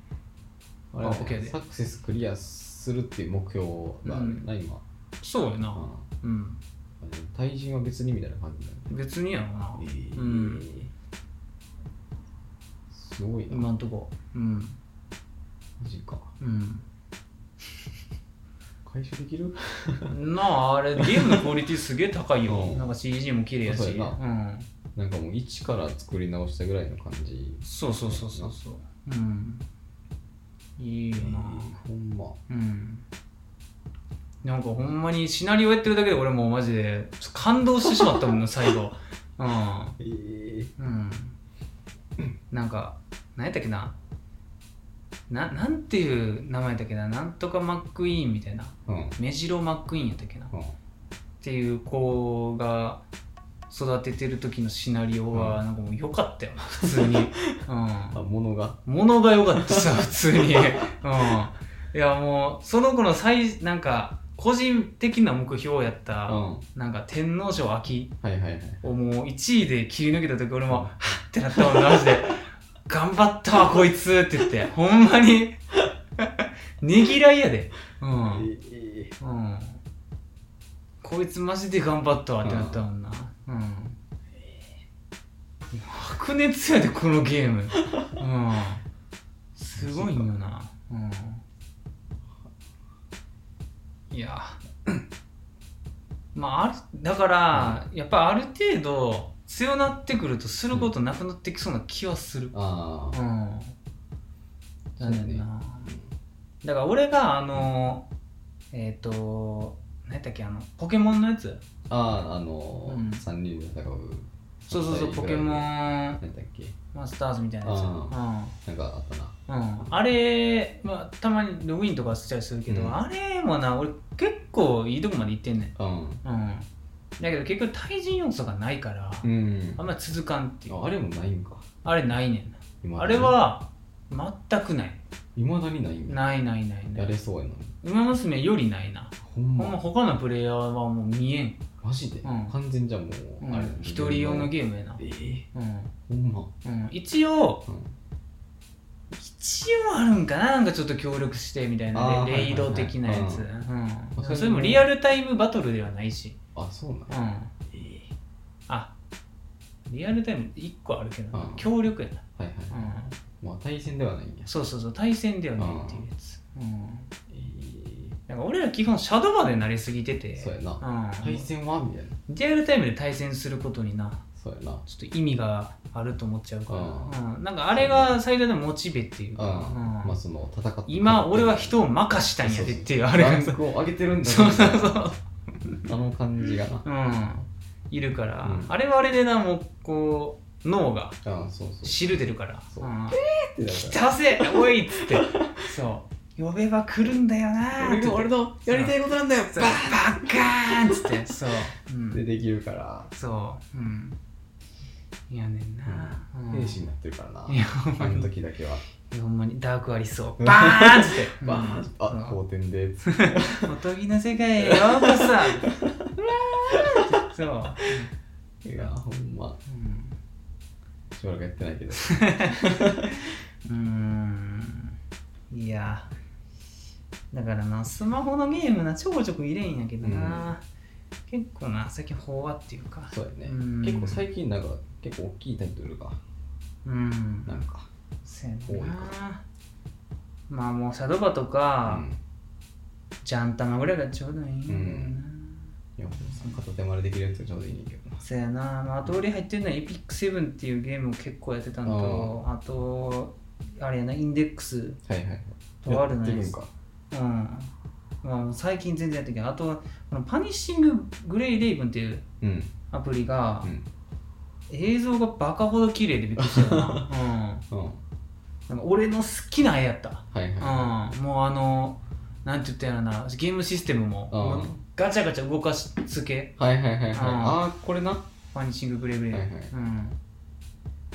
[SPEAKER 2] あれ
[SPEAKER 1] あ OK で
[SPEAKER 2] サクセスクリアするっていう目標があるな今
[SPEAKER 1] そうや
[SPEAKER 2] う
[SPEAKER 1] な、
[SPEAKER 2] ん
[SPEAKER 1] うん、
[SPEAKER 2] 対人は別にみたいな感じだよね
[SPEAKER 1] 別にやろなうん
[SPEAKER 2] すごいな、
[SPEAKER 1] 今んとこうん
[SPEAKER 2] マジか
[SPEAKER 1] うん
[SPEAKER 2] 回収できる
[SPEAKER 1] なあ
[SPEAKER 2] [laughs]
[SPEAKER 1] あれゲームのクオリティすげえ高いよ、
[SPEAKER 2] うん
[SPEAKER 1] なんか CG も綺麗やし
[SPEAKER 2] そうや
[SPEAKER 1] うん、
[SPEAKER 2] なんかもう一から作り直したぐらいの感じ
[SPEAKER 1] そうそうそうそうそううんいいよな、
[SPEAKER 2] ほんま
[SPEAKER 1] うんなんかほんまにシナリオやってるだけで俺もうマジで感動してしまったもんな最後うん
[SPEAKER 2] ええ
[SPEAKER 1] うんなんか何やったっけなななんていう名前やったっけななんとかマックイーンみたいな
[SPEAKER 2] うんうん
[SPEAKER 1] 目白マックイーンやったっけなっていう子が育ててる時のシナリオは
[SPEAKER 2] う
[SPEAKER 1] なんかもう良かったよな普通に、うん、
[SPEAKER 2] あ物が
[SPEAKER 1] 物が良かった
[SPEAKER 2] [laughs]
[SPEAKER 1] さ普通に、うん、いやもうその子の最なんか個人的な目標やっ
[SPEAKER 2] う
[SPEAKER 1] た、
[SPEAKER 2] んは
[SPEAKER 1] なんか天皇賞秋
[SPEAKER 2] いはいはい
[SPEAKER 1] をもう1位で切り抜けた時俺もはっってなったもんなマジで「頑張ったわこいつ」って言ってほんまに [laughs] ねぎらいやでうん
[SPEAKER 2] え
[SPEAKER 1] うん、こいつマジで頑張ったわってなったもんなうん、白熱やでこのゲームうんすごいよなうんいや [coughs] まああるだから、やっぱある程度強なってくるとすることなくなってきそうな気はする
[SPEAKER 2] ああ
[SPEAKER 1] うん
[SPEAKER 2] そう
[SPEAKER 1] 残
[SPEAKER 2] ね
[SPEAKER 1] 念なだから俺があのえっ、と何やったっけあのポケモンのやつ
[SPEAKER 2] あああの
[SPEAKER 1] うん
[SPEAKER 2] ー、三人で戦う
[SPEAKER 1] そうそうそうポケモン
[SPEAKER 2] 何だっけ
[SPEAKER 1] マスターズみたいなやつ
[SPEAKER 2] あなんかあったな
[SPEAKER 1] うん、うん、あれ、まあ、たまにログインとかしたりするけど、
[SPEAKER 2] うん
[SPEAKER 1] あれもな俺結構いいとこまで行ってんねん
[SPEAKER 2] うん
[SPEAKER 1] うんだけど結局対人要素がないから、
[SPEAKER 2] うん
[SPEAKER 1] あんまり続かんっていう
[SPEAKER 2] ああれもないんか
[SPEAKER 1] あれないねんな
[SPEAKER 2] 今
[SPEAKER 1] あれは全くない
[SPEAKER 2] いまだにないんや
[SPEAKER 1] ないないないな
[SPEAKER 2] や
[SPEAKER 1] い
[SPEAKER 2] れそうやのに
[SPEAKER 1] 馬娘よりないな、
[SPEAKER 2] ほん
[SPEAKER 1] ほんま
[SPEAKER 2] ま
[SPEAKER 1] 他のプレイヤーはもう見えん、
[SPEAKER 2] マジで、
[SPEAKER 1] うん
[SPEAKER 2] 完全じゃもう、
[SPEAKER 1] うん
[SPEAKER 2] あれ
[SPEAKER 1] 一人用のゲームやな、
[SPEAKER 2] えー、
[SPEAKER 1] うん
[SPEAKER 2] ほ
[SPEAKER 1] う
[SPEAKER 2] んま、
[SPEAKER 1] ん、一応
[SPEAKER 2] うん、
[SPEAKER 1] 一応あるんかななんかちょっと協力してみたいな
[SPEAKER 2] あー
[SPEAKER 1] レレイド的なやつ、
[SPEAKER 2] は
[SPEAKER 1] うん
[SPEAKER 2] まあ
[SPEAKER 1] それもリアルタイムバトルではないし、
[SPEAKER 2] あそうなん
[SPEAKER 1] う
[SPEAKER 2] や
[SPEAKER 1] ん、
[SPEAKER 2] えー
[SPEAKER 1] あリアルタイム1個あるけどな
[SPEAKER 2] うん
[SPEAKER 1] 協力やな、
[SPEAKER 2] はいはい、
[SPEAKER 1] う
[SPEAKER 2] まあ対戦ではないんや
[SPEAKER 1] ん、そうそうそう対戦ではないっていうやつ、うん、
[SPEAKER 2] えー、
[SPEAKER 1] なんか俺ら基本シャドーまで慣れすぎてて
[SPEAKER 2] そうやな、
[SPEAKER 1] う
[SPEAKER 2] 対
[SPEAKER 1] ん、
[SPEAKER 2] 戦はみたいな
[SPEAKER 1] リアルタイムで対戦することにな
[SPEAKER 2] そうやな
[SPEAKER 1] ちょっと意味があると思っちゃうから、
[SPEAKER 2] う
[SPEAKER 1] うんなんかあれが最大のモチベっていうか、
[SPEAKER 2] あ、
[SPEAKER 1] うん
[SPEAKER 2] まあその戦って
[SPEAKER 1] 今俺は人を任したんやでっていうあれ
[SPEAKER 2] ラ
[SPEAKER 1] が
[SPEAKER 2] ンクを上げてるんだ
[SPEAKER 1] そうそう
[SPEAKER 2] みた
[SPEAKER 1] そ
[SPEAKER 2] いうなあの感じがな
[SPEAKER 1] うんいるから、
[SPEAKER 2] うん
[SPEAKER 1] あれはあれでなもうこう脳が
[SPEAKER 2] ああそうそう
[SPEAKER 1] 汁出るから
[SPEAKER 2] そう
[SPEAKER 1] うん
[SPEAKER 2] ってだ
[SPEAKER 1] 「[laughs]
[SPEAKER 2] か
[SPEAKER 1] 出せおい!」っつってそう呼べば来るんだよなーって
[SPEAKER 2] 俺が俺のやりたいことなんだよ
[SPEAKER 1] そう
[SPEAKER 2] バ
[SPEAKER 1] バッ
[SPEAKER 2] ー
[SPEAKER 1] カーンっつってそう、う
[SPEAKER 2] ンで
[SPEAKER 1] ん、
[SPEAKER 2] できるから
[SPEAKER 1] そううんいやねんな、うん、
[SPEAKER 2] 兵士になってるからない
[SPEAKER 1] やほんま
[SPEAKER 2] あの
[SPEAKER 1] にい
[SPEAKER 2] 時だけは
[SPEAKER 1] やほんまにダークありそうバーンっつ
[SPEAKER 2] [laughs]
[SPEAKER 1] って
[SPEAKER 2] バーン
[SPEAKER 1] うん
[SPEAKER 2] あ好転で
[SPEAKER 1] おとぎの世界へようこそうわー
[SPEAKER 2] [laughs]
[SPEAKER 1] ってそう、
[SPEAKER 2] いやほんま
[SPEAKER 1] うん
[SPEAKER 2] しばらくやってないけど
[SPEAKER 1] うーんいやだからなスマホのゲームなちょこちょこ入れんやけどな、結構な最近飽和っていうか
[SPEAKER 2] そうやね
[SPEAKER 1] うん
[SPEAKER 2] 結構最近なんか結構大きいタイトルが
[SPEAKER 1] うん
[SPEAKER 2] なんか
[SPEAKER 1] そうや
[SPEAKER 2] 多い
[SPEAKER 1] なまあもうシャドバとか、
[SPEAKER 2] うん
[SPEAKER 1] ジャンタマぐらいがちょうどいいんだよな、
[SPEAKER 2] いやほんま片手までできるやつがちょうどいいねんけどな
[SPEAKER 1] そうやな、まあ、後俺入ってるのはエピックセブンっていうゲームを結構やってたのとあとあれやなインデックス
[SPEAKER 2] はいはい
[SPEAKER 1] とある
[SPEAKER 2] やっ
[SPEAKER 1] の
[SPEAKER 2] て
[SPEAKER 1] や
[SPEAKER 2] る
[SPEAKER 1] つ
[SPEAKER 2] んか
[SPEAKER 1] うんまあ、最近全然やってるけどあとこのパニッシング・グレイ・レイブンっていう
[SPEAKER 2] うん
[SPEAKER 1] アプリが、
[SPEAKER 2] うん
[SPEAKER 1] 映像がバカほど綺麗でびっくり
[SPEAKER 2] [laughs]
[SPEAKER 1] したよな,
[SPEAKER 2] うんは
[SPEAKER 1] うん、なんか俺の好きな絵やった、
[SPEAKER 2] いは
[SPEAKER 1] うん、もうあのなんて言ったんやろなゲームシステムも,、
[SPEAKER 2] うん
[SPEAKER 1] もうガチャガチャ動かしつけ
[SPEAKER 2] いはいはいはいはい
[SPEAKER 1] あ
[SPEAKER 2] ああーこれな
[SPEAKER 1] パニッシング・グレイ・グレイ、
[SPEAKER 2] はいはい
[SPEAKER 1] うん、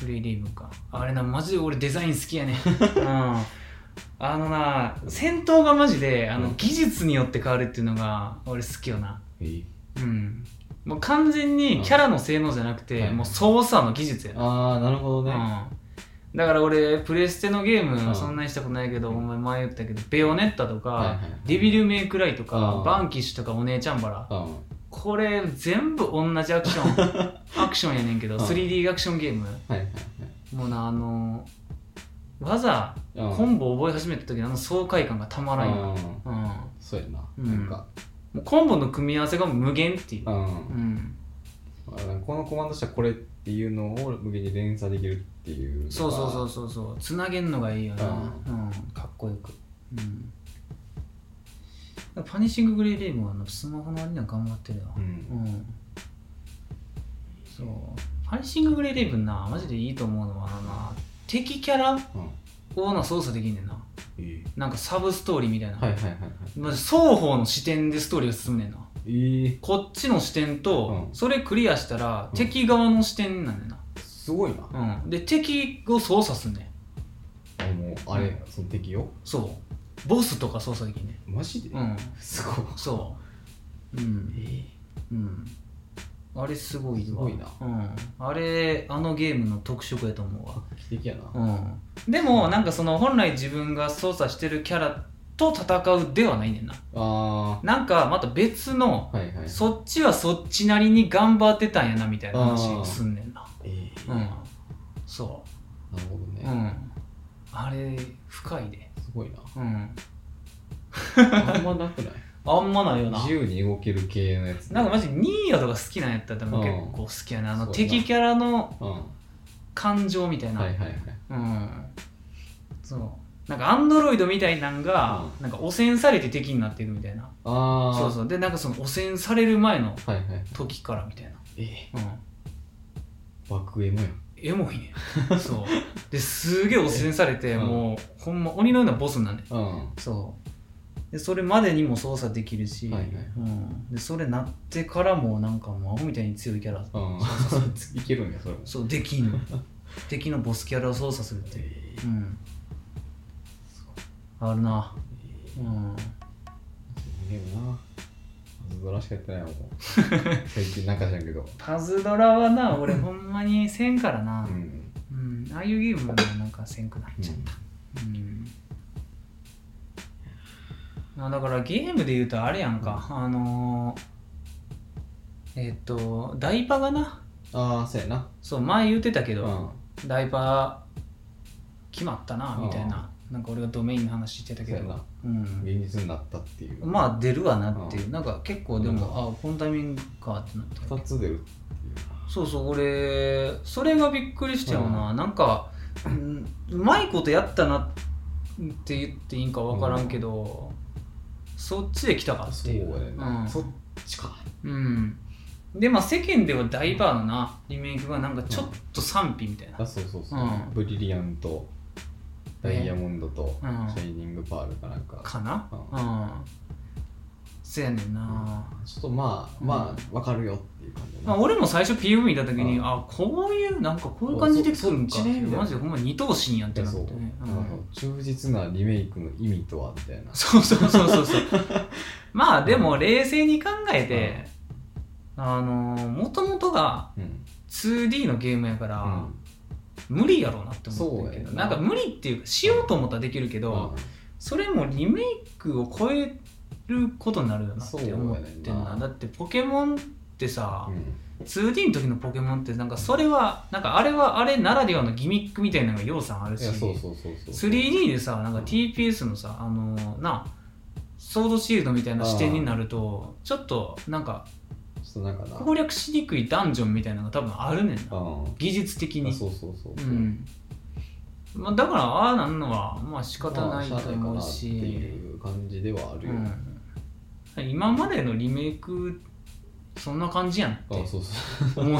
[SPEAKER 1] グレイ・レイブンかあれなマジで俺デザイン好きや
[SPEAKER 2] [laughs]
[SPEAKER 1] ね、うんあのな戦闘がマジであの、
[SPEAKER 2] うん
[SPEAKER 1] 技術によって変わるっていうのが俺好きよな
[SPEAKER 2] えい
[SPEAKER 1] うんもう完全にキャラの性能じゃなくて、
[SPEAKER 2] はい
[SPEAKER 1] もう操作の技術やな、
[SPEAKER 2] ああなるほどね
[SPEAKER 1] うん、だから俺プレステのゲー
[SPEAKER 2] う
[SPEAKER 1] ム
[SPEAKER 2] ん
[SPEAKER 1] そんなにしたことないけど、お前前言ったけどベヨネッタとか、
[SPEAKER 2] はいはい
[SPEAKER 1] デビルメイクライと
[SPEAKER 2] う
[SPEAKER 1] か
[SPEAKER 2] ん
[SPEAKER 1] バンキッシュとかお姉ちゃんバラ
[SPEAKER 2] うん
[SPEAKER 1] これ全部同じアクショ
[SPEAKER 2] [laughs]
[SPEAKER 1] ンアクションやねんけど
[SPEAKER 2] うん
[SPEAKER 1] 3D アクションゲーム
[SPEAKER 2] はいはいはい
[SPEAKER 1] もうなあの技
[SPEAKER 2] うん
[SPEAKER 1] コンボ覚え始めた時のあの爽快感がたまらんよな、
[SPEAKER 2] うん
[SPEAKER 1] うん、も
[SPEAKER 2] そうやな、
[SPEAKER 1] うん
[SPEAKER 2] なんか、、
[SPEAKER 1] うコンボの組み合わせが無限っていうう、うんん、
[SPEAKER 2] このコマンドしたらこれっていうのを無限に連鎖できるっていうのが
[SPEAKER 1] そうそうそうそうそうつなげんのがいいよな、
[SPEAKER 2] う
[SPEAKER 1] うんかっこよく、うん、パニッシンググレーレイムはあのスマホの割には頑張ってるよ、
[SPEAKER 2] う、
[SPEAKER 1] うんんそうパニッシンググレーレイブンなマジでいいと思うのはあのな敵キャラ
[SPEAKER 2] うん
[SPEAKER 1] をな操作できんねんな
[SPEAKER 2] え
[SPEAKER 1] なんかサブストーリーみたいな、
[SPEAKER 2] はいはいはいは
[SPEAKER 1] まず双方の視点でストーリーが進むねんない
[SPEAKER 2] え
[SPEAKER 1] こっちの視点と、
[SPEAKER 2] うん
[SPEAKER 1] それクリアしたら、
[SPEAKER 2] うん
[SPEAKER 1] 敵側の視点なんねんな、
[SPEAKER 2] ー、すごいな、
[SPEAKER 1] うん、で敵を操作すんねん
[SPEAKER 2] あもうあれ、その敵を
[SPEAKER 1] そうボスとか操作できんね
[SPEAKER 2] マジで、
[SPEAKER 1] うん
[SPEAKER 2] すごい
[SPEAKER 1] そうう
[SPEAKER 2] え
[SPEAKER 1] ん
[SPEAKER 2] ー、
[SPEAKER 1] うんあれすごいわ
[SPEAKER 2] すごいな
[SPEAKER 1] うん、あれあのゲームの特色やと思うわ
[SPEAKER 2] 奇跡やな、
[SPEAKER 1] うんでもなんかその本来自分が操作してるキャラと戦うではないねんな
[SPEAKER 2] あ
[SPEAKER 1] なんかまた別の
[SPEAKER 2] あはいはい
[SPEAKER 1] そっちはそっちなりに頑張ってたんやなみたいな
[SPEAKER 2] あー
[SPEAKER 1] 話すんねんな
[SPEAKER 2] えー
[SPEAKER 1] うん
[SPEAKER 2] な
[SPEAKER 1] そ
[SPEAKER 2] るほどね
[SPEAKER 1] う、、うんあれ深いで
[SPEAKER 2] すごいな
[SPEAKER 1] うん
[SPEAKER 2] あんまなくない
[SPEAKER 1] あんまない [laughs] よな
[SPEAKER 2] 自由に動ける系のやつ
[SPEAKER 1] なんかマジニーヤとか好きなんやったら多分結構好きやな、あの
[SPEAKER 2] そうやな
[SPEAKER 1] 敵キャラの
[SPEAKER 2] うんは
[SPEAKER 1] 感情みたい
[SPEAKER 2] い
[SPEAKER 1] な、
[SPEAKER 2] はいはい
[SPEAKER 1] うんそうなんかアンドロイドみたいなんが、
[SPEAKER 2] う
[SPEAKER 1] なんか汚染されて敵になっていくみたいな
[SPEAKER 2] ああ
[SPEAKER 1] そうそうでなんかその汚染される前の
[SPEAKER 2] はいはい
[SPEAKER 1] 時からみたいな
[SPEAKER 2] え
[SPEAKER 1] うん
[SPEAKER 2] ー、爆エモやん
[SPEAKER 1] エモ
[SPEAKER 2] [laughs]
[SPEAKER 1] いねそうですげえ汚染されて、
[SPEAKER 2] うん
[SPEAKER 1] もうほんま鬼のようなボスになんねん
[SPEAKER 2] うん
[SPEAKER 1] そうでそれまでにも操作できるし、
[SPEAKER 2] はいはい
[SPEAKER 1] うん、でそれなってからもなんかもうアホみたいに強いキャラ
[SPEAKER 2] [laughs] うん、いけるんやそれも
[SPEAKER 1] そうできんの [laughs] 敵のボスキャラを操作するっていううんあるなうん
[SPEAKER 2] ゲームなずっとらしかやってないわもう
[SPEAKER 1] [laughs]
[SPEAKER 2] 最近なんか知らんけど
[SPEAKER 1] パズドラはな俺ほんまにせんからな
[SPEAKER 2] う、ん、
[SPEAKER 1] うんああいうゲームもなんかせんくなっちゃう、うんあだからゲームで言うとあれやんか、あのーえっとダイパがな
[SPEAKER 2] ああそうやな
[SPEAKER 1] そう前言ってたけ
[SPEAKER 2] う
[SPEAKER 1] ど、
[SPEAKER 2] ん
[SPEAKER 1] ダイパ決まったなみたいな、なんか俺がドメインの話してた
[SPEAKER 2] そ
[SPEAKER 1] け
[SPEAKER 2] うや
[SPEAKER 1] ど
[SPEAKER 2] な
[SPEAKER 1] うん、
[SPEAKER 2] 現実になったっていう、
[SPEAKER 1] まあ出るわなっていう、
[SPEAKER 2] う
[SPEAKER 1] なんか結構で
[SPEAKER 2] なん
[SPEAKER 1] も
[SPEAKER 2] か
[SPEAKER 1] あこのタイミングかってなった
[SPEAKER 2] 2つ出る
[SPEAKER 1] そうそう俺それがびっくりしたよな、なんか、うん、うまいことやったなって言っていいんか分からんけど、そっちで来たかっ
[SPEAKER 2] そ
[SPEAKER 1] て
[SPEAKER 2] う
[SPEAKER 1] い
[SPEAKER 2] や
[SPEAKER 1] う
[SPEAKER 2] な、
[SPEAKER 1] うん
[SPEAKER 2] そっちか
[SPEAKER 1] うんでまあ世間ではダイバーのなリメイクがなんかちょっと賛否みたいな
[SPEAKER 2] あそうそうそう、
[SPEAKER 1] うん
[SPEAKER 2] ブリリアントダイヤモンドとシ
[SPEAKER 1] うん
[SPEAKER 2] ャイニングパールかなんか、
[SPEAKER 1] かな
[SPEAKER 2] う
[SPEAKER 1] うんそやねんな、
[SPEAKER 2] ちょっとまあ
[SPEAKER 1] うん
[SPEAKER 2] まあわかるよっていう感じだ
[SPEAKER 1] ま
[SPEAKER 2] な
[SPEAKER 1] あ、俺も最初 PV 見た時に、
[SPEAKER 2] うん
[SPEAKER 1] あこういうなんかこういう感じで来るんか
[SPEAKER 2] そそっちねみたいな
[SPEAKER 1] マジでほんま二等身やってなって
[SPEAKER 2] いや
[SPEAKER 1] ね、うん
[SPEAKER 2] あの忠実なリメイクの意味とはみたいな
[SPEAKER 1] そうそうそうそう
[SPEAKER 2] [laughs]
[SPEAKER 1] そうまあでも冷静に考えて、あのもともとが
[SPEAKER 2] うん、
[SPEAKER 1] 2D のゲームやから、
[SPEAKER 2] うん
[SPEAKER 1] 無理やろうなって思ってるけど
[SPEAKER 2] そうや
[SPEAKER 1] なん
[SPEAKER 2] な
[SPEAKER 1] か無理っていうかしようと思ったらできるけど、それもリメイクを超えることになるよなって思ってん
[SPEAKER 2] そうやね
[SPEAKER 1] な、
[SPEAKER 2] んな
[SPEAKER 1] だってポケモンってさ、
[SPEAKER 2] うん
[SPEAKER 1] 2D の時のポケモンってなんかそれはなんかあれはあれならではのギミックみたいなのが要素ある
[SPEAKER 2] い
[SPEAKER 1] し
[SPEAKER 2] やそうそうそうそう
[SPEAKER 1] 3D でさなんか TPS のさあのーなソードシールドみたいな視点になるとちょっとなんか
[SPEAKER 2] ちょっとなんかな
[SPEAKER 1] 攻略しにくいダンジョンみたいなのが多分あるねんな
[SPEAKER 2] うん
[SPEAKER 1] 技術的
[SPEAKER 2] あ
[SPEAKER 1] に
[SPEAKER 2] そうそうそう
[SPEAKER 1] う
[SPEAKER 2] そ
[SPEAKER 1] ん、まあ、だからああなんのはまあ仕方ないと思うし、
[SPEAKER 2] まあしゃあないかなっていう感じではあるよ、
[SPEAKER 1] うん、今までのリメイクそんな感じやんって
[SPEAKER 2] あそうそう
[SPEAKER 1] 思う
[SPEAKER 2] [laughs]
[SPEAKER 1] よ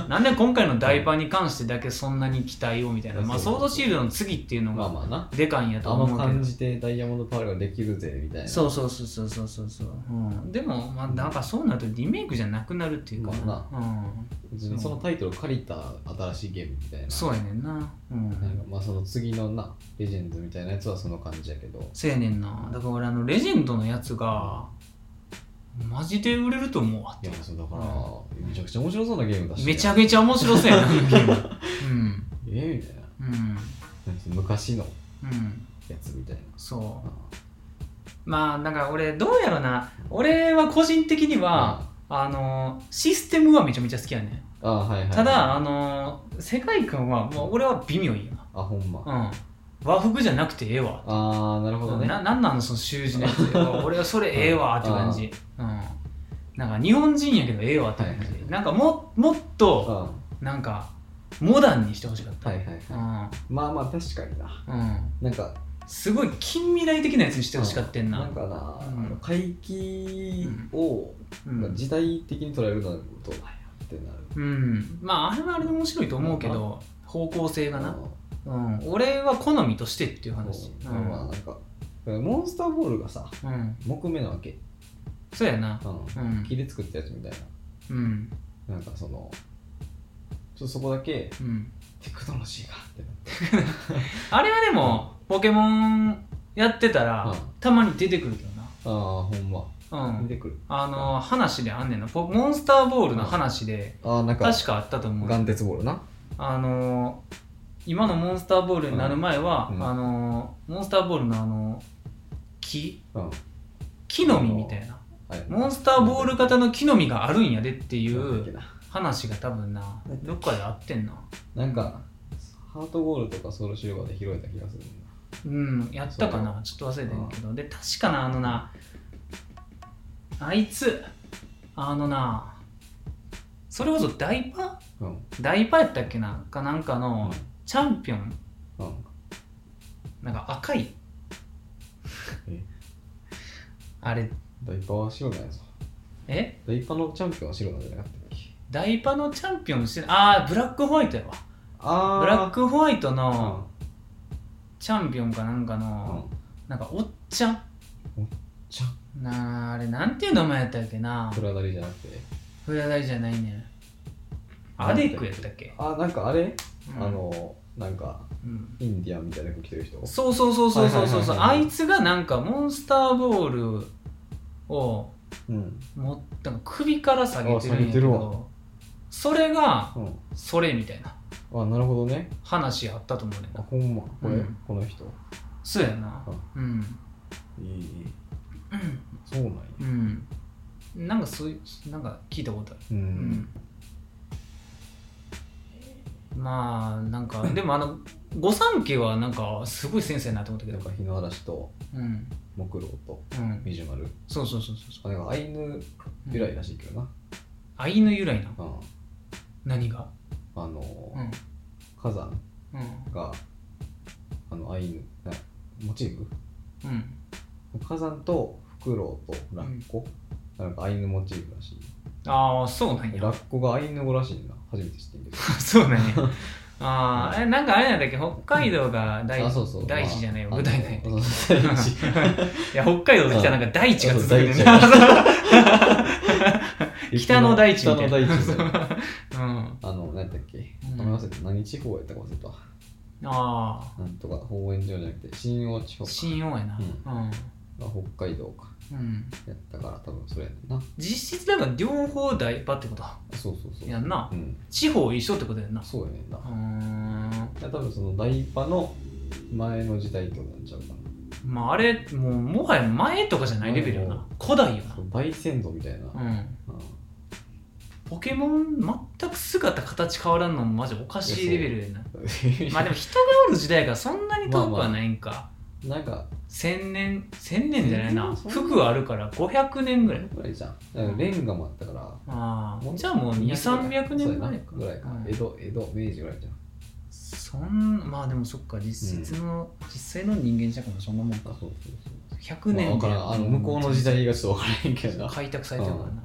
[SPEAKER 1] ななんで今回のダイパーに関してだけそんなに期待をみたいな、
[SPEAKER 2] いや
[SPEAKER 1] まあ、
[SPEAKER 2] そう
[SPEAKER 1] ソードシールドの次っていうの
[SPEAKER 2] まあ
[SPEAKER 1] が
[SPEAKER 2] まあな
[SPEAKER 1] でかいんやと
[SPEAKER 2] あ
[SPEAKER 1] 思う
[SPEAKER 2] の
[SPEAKER 1] け
[SPEAKER 2] 感
[SPEAKER 1] ど
[SPEAKER 2] じでダイヤモンドパールができるぜみたいな
[SPEAKER 1] そうそうそうそうそうそうそう、うん、でもまあなんかそうなるとリメイクじゃなくなるっていうか
[SPEAKER 2] ま
[SPEAKER 1] うん、
[SPEAKER 2] 別にそのタイトルを借りた新しいゲームみたいな
[SPEAKER 1] そうやねんな,、うん、
[SPEAKER 2] なんかまあその次のなレジェンズみたいなやつはその感じやけど
[SPEAKER 1] そうやねんなだから俺あのレジェンドのやつがマジで売れると思うわって
[SPEAKER 2] いやそうだからめちゃくちゃ面白そうなゲームだし
[SPEAKER 1] めちゃ
[SPEAKER 2] ちゃ
[SPEAKER 1] めちゃ面白そうやなあのゲー
[SPEAKER 2] [laughs]
[SPEAKER 1] ムうん
[SPEAKER 2] ええみたいな
[SPEAKER 1] うん
[SPEAKER 2] なんか昔の
[SPEAKER 1] うん
[SPEAKER 2] やつみたいな
[SPEAKER 1] そうまあなんか俺どうやろな俺は個人的には、あのシステムはめちゃめちゃ好きやねん
[SPEAKER 2] あはいはい
[SPEAKER 1] ただあ
[SPEAKER 2] あ
[SPEAKER 1] の世界観はもう俺は微妙いいよ
[SPEAKER 2] ほんま
[SPEAKER 1] な、うん、和服じゃなくてええわ
[SPEAKER 2] ああなるほどね
[SPEAKER 1] ななんなのその習字のやつ
[SPEAKER 2] [laughs]
[SPEAKER 1] 俺はそれええわって感じ、うん、なんか日本人やけどええわって感じ、
[SPEAKER 2] はいはい
[SPEAKER 1] なんかももっ
[SPEAKER 2] うん
[SPEAKER 1] と
[SPEAKER 2] は
[SPEAKER 1] なんかモダンにしてほしかっ
[SPEAKER 2] い
[SPEAKER 1] た、
[SPEAKER 2] はいはいまあまあ確かにな
[SPEAKER 1] うんうん、
[SPEAKER 2] なんか
[SPEAKER 1] すごい近未来的なやつにしてほしかったんな
[SPEAKER 2] なんかな
[SPEAKER 1] うん
[SPEAKER 2] あの怪奇を
[SPEAKER 1] うん
[SPEAKER 2] 時代的に捉えるのはどうなんやってなる
[SPEAKER 1] うん、まああれはあれで面白いと思うけど方向性がな、
[SPEAKER 2] う
[SPEAKER 1] うん、俺は好みとしてっていう話
[SPEAKER 2] ん
[SPEAKER 1] うん、
[SPEAKER 2] まあなんかモンスターボールがさ
[SPEAKER 1] うん、
[SPEAKER 2] 木目なわけ
[SPEAKER 1] そうやな
[SPEAKER 2] うん
[SPEAKER 1] うん
[SPEAKER 2] 木で作ったやつみたい
[SPEAKER 1] うん
[SPEAKER 2] ななんかそのちょっとそこだけ
[SPEAKER 1] うん
[SPEAKER 2] テクノロジーがってなって
[SPEAKER 1] あれはでも、ポケモンやってたら、
[SPEAKER 2] うん
[SPEAKER 1] たまに出てくるけど
[SPEAKER 2] ああほんま
[SPEAKER 1] なう
[SPEAKER 2] 出
[SPEAKER 1] ん
[SPEAKER 2] てくる
[SPEAKER 1] あの話であんねんなポモンスターボールの話で、
[SPEAKER 2] ああなんか
[SPEAKER 1] 確かあったと思う
[SPEAKER 2] 眼鉄ボールな
[SPEAKER 1] あのー今のモンスターボールになる前は、
[SPEAKER 2] うん
[SPEAKER 1] あのーモンスターボールのあの木
[SPEAKER 2] うん
[SPEAKER 1] 木の実みたいな
[SPEAKER 2] はい
[SPEAKER 1] モンスターボール型の木の実があるんやでってい
[SPEAKER 2] なんだっけ
[SPEAKER 1] う
[SPEAKER 2] な
[SPEAKER 1] 話が多分などっかであってんな
[SPEAKER 2] なんかハートゴールとかソウルシルバーで拾えた気がするんだ
[SPEAKER 1] うんやったかなちょっと忘れてんけどで確かなあのなあいつあのなそれこそダイパ
[SPEAKER 2] うん
[SPEAKER 1] ダイパやったっけなかなんかのチャンピオン
[SPEAKER 2] うん
[SPEAKER 1] なんか赤い
[SPEAKER 2] え
[SPEAKER 1] あれ
[SPEAKER 2] ダイパーは白なんやぞ
[SPEAKER 1] え
[SPEAKER 2] ダイパーのチャンピオンは白なんじゃなかったっけ
[SPEAKER 1] ダイパのチャンピオンしてああブラックホワイトやわ
[SPEAKER 2] ああ
[SPEAKER 1] ブラックホワイト
[SPEAKER 2] う
[SPEAKER 1] の
[SPEAKER 2] ん
[SPEAKER 1] チャンピオンかなんか
[SPEAKER 2] う
[SPEAKER 1] の
[SPEAKER 2] ん
[SPEAKER 1] なんかおっちゃん
[SPEAKER 2] ちゃん
[SPEAKER 1] なああれなんていう名前やったっけな
[SPEAKER 2] プラダリじゃなくて
[SPEAKER 1] フラダイじゃないねアデックやったっけ、
[SPEAKER 2] あなんかあれ
[SPEAKER 1] うん
[SPEAKER 2] あ、のなんか
[SPEAKER 1] うん
[SPEAKER 2] インディアンみたいな服着てる人
[SPEAKER 1] そうそうそうそうそうそうそう
[SPEAKER 2] はいは
[SPEAKER 1] あ
[SPEAKER 2] いはいはい
[SPEAKER 1] いつがなんかモンスターボールを
[SPEAKER 2] うん
[SPEAKER 1] 持って首から下げてるん
[SPEAKER 2] あ下げ
[SPEAKER 1] や
[SPEAKER 2] て
[SPEAKER 1] け
[SPEAKER 2] るわ
[SPEAKER 1] どそれが
[SPEAKER 2] うん
[SPEAKER 1] それみたいな
[SPEAKER 2] あなるほどね
[SPEAKER 1] 話あったと思うねん
[SPEAKER 2] あ
[SPEAKER 1] な
[SPEAKER 2] ほんまこれ、
[SPEAKER 1] うん
[SPEAKER 2] この人
[SPEAKER 1] そうやなうん
[SPEAKER 2] いいそうなんや
[SPEAKER 1] うんなんかそういうなんか聞いたことある
[SPEAKER 2] うん、
[SPEAKER 1] まあなんかでもあの御三家はなんかすごい先生やなと思ったけ
[SPEAKER 2] なん
[SPEAKER 1] ど
[SPEAKER 2] か日の嵐と
[SPEAKER 1] うん
[SPEAKER 2] 木狼と
[SPEAKER 1] うん
[SPEAKER 2] ミジュマル
[SPEAKER 1] そうそうそうそうそ
[SPEAKER 2] あなんかアイヌ
[SPEAKER 1] う
[SPEAKER 2] 由来らしいけどな、
[SPEAKER 1] アイヌ由来なの
[SPEAKER 2] うん
[SPEAKER 1] 何が
[SPEAKER 2] あの、
[SPEAKER 1] うん
[SPEAKER 2] 火山
[SPEAKER 1] うん
[SPEAKER 2] があのアイヌなモチーフ
[SPEAKER 1] うん
[SPEAKER 2] 火山とフクロウとラッコ、なんかアイヌモチーフらしい
[SPEAKER 1] ああそうなんや
[SPEAKER 2] ラッコがアイヌ語らしいな初めて知ってんけ
[SPEAKER 1] [laughs]
[SPEAKER 2] ど
[SPEAKER 1] そうなんやああ、え、なんかあれなんだっけ、北海道が大
[SPEAKER 2] あそうそう
[SPEAKER 1] 大地じゃないよ、舞台ない。
[SPEAKER 2] そうそう大地
[SPEAKER 1] [laughs] いや、北海道で来たらなんか大地が続くねん
[SPEAKER 2] そうそう
[SPEAKER 1] な。北の大地みた
[SPEAKER 2] 北の
[SPEAKER 1] いな。
[SPEAKER 2] 大地ですよ
[SPEAKER 1] [laughs] うん。
[SPEAKER 2] あの何だっけ
[SPEAKER 1] うん
[SPEAKER 2] 名前忘れた何地方やったか忘れたわ
[SPEAKER 1] あ
[SPEAKER 2] なんとか方円上じゃなくて新大地方
[SPEAKER 1] あ、
[SPEAKER 2] か
[SPEAKER 1] 新王やな。
[SPEAKER 2] が北海道か
[SPEAKER 1] うん。うん。
[SPEAKER 2] やったから多分それやねんな
[SPEAKER 1] 実質だから両方大場ってこと
[SPEAKER 2] そうそうそう
[SPEAKER 1] やんな
[SPEAKER 2] う。ん
[SPEAKER 1] 地方一緒ってことやんな。
[SPEAKER 2] そうやねんな
[SPEAKER 1] うーん。
[SPEAKER 2] いや多分その大波の前の時代ってことなんちゃうかな
[SPEAKER 1] まああれ、もうもはや前とかじゃないレベルよな。古代よな
[SPEAKER 2] そ。の大先祖みたいな、
[SPEAKER 1] うん。
[SPEAKER 2] うん
[SPEAKER 1] ポケモン全く姿形変わらんのもマジおかしいレベルやな。まあでも人がおる時代がそんなに遠くはないんか。
[SPEAKER 2] [laughs] なんか
[SPEAKER 1] 千年千年じゃないな
[SPEAKER 2] 千年そんな
[SPEAKER 1] 服あるから500年ぐらい
[SPEAKER 2] ぐらいじゃんだからレンガもあったから
[SPEAKER 1] あ
[SPEAKER 2] も
[SPEAKER 1] あ
[SPEAKER 2] う
[SPEAKER 1] じゃあもう2300年ぐらいか
[SPEAKER 2] そうやなぐらいか、
[SPEAKER 1] うん
[SPEAKER 2] 江戸江戸明治ぐらいじゃん
[SPEAKER 1] そんまあでもそっか実質の、実際の人間社会もそんなもんか
[SPEAKER 2] あそうそうそう
[SPEAKER 1] 100
[SPEAKER 2] まあ
[SPEAKER 1] 年
[SPEAKER 2] わからんあの向こうの時代がちょっと分からへんけどな
[SPEAKER 1] 開拓されてるからな、うん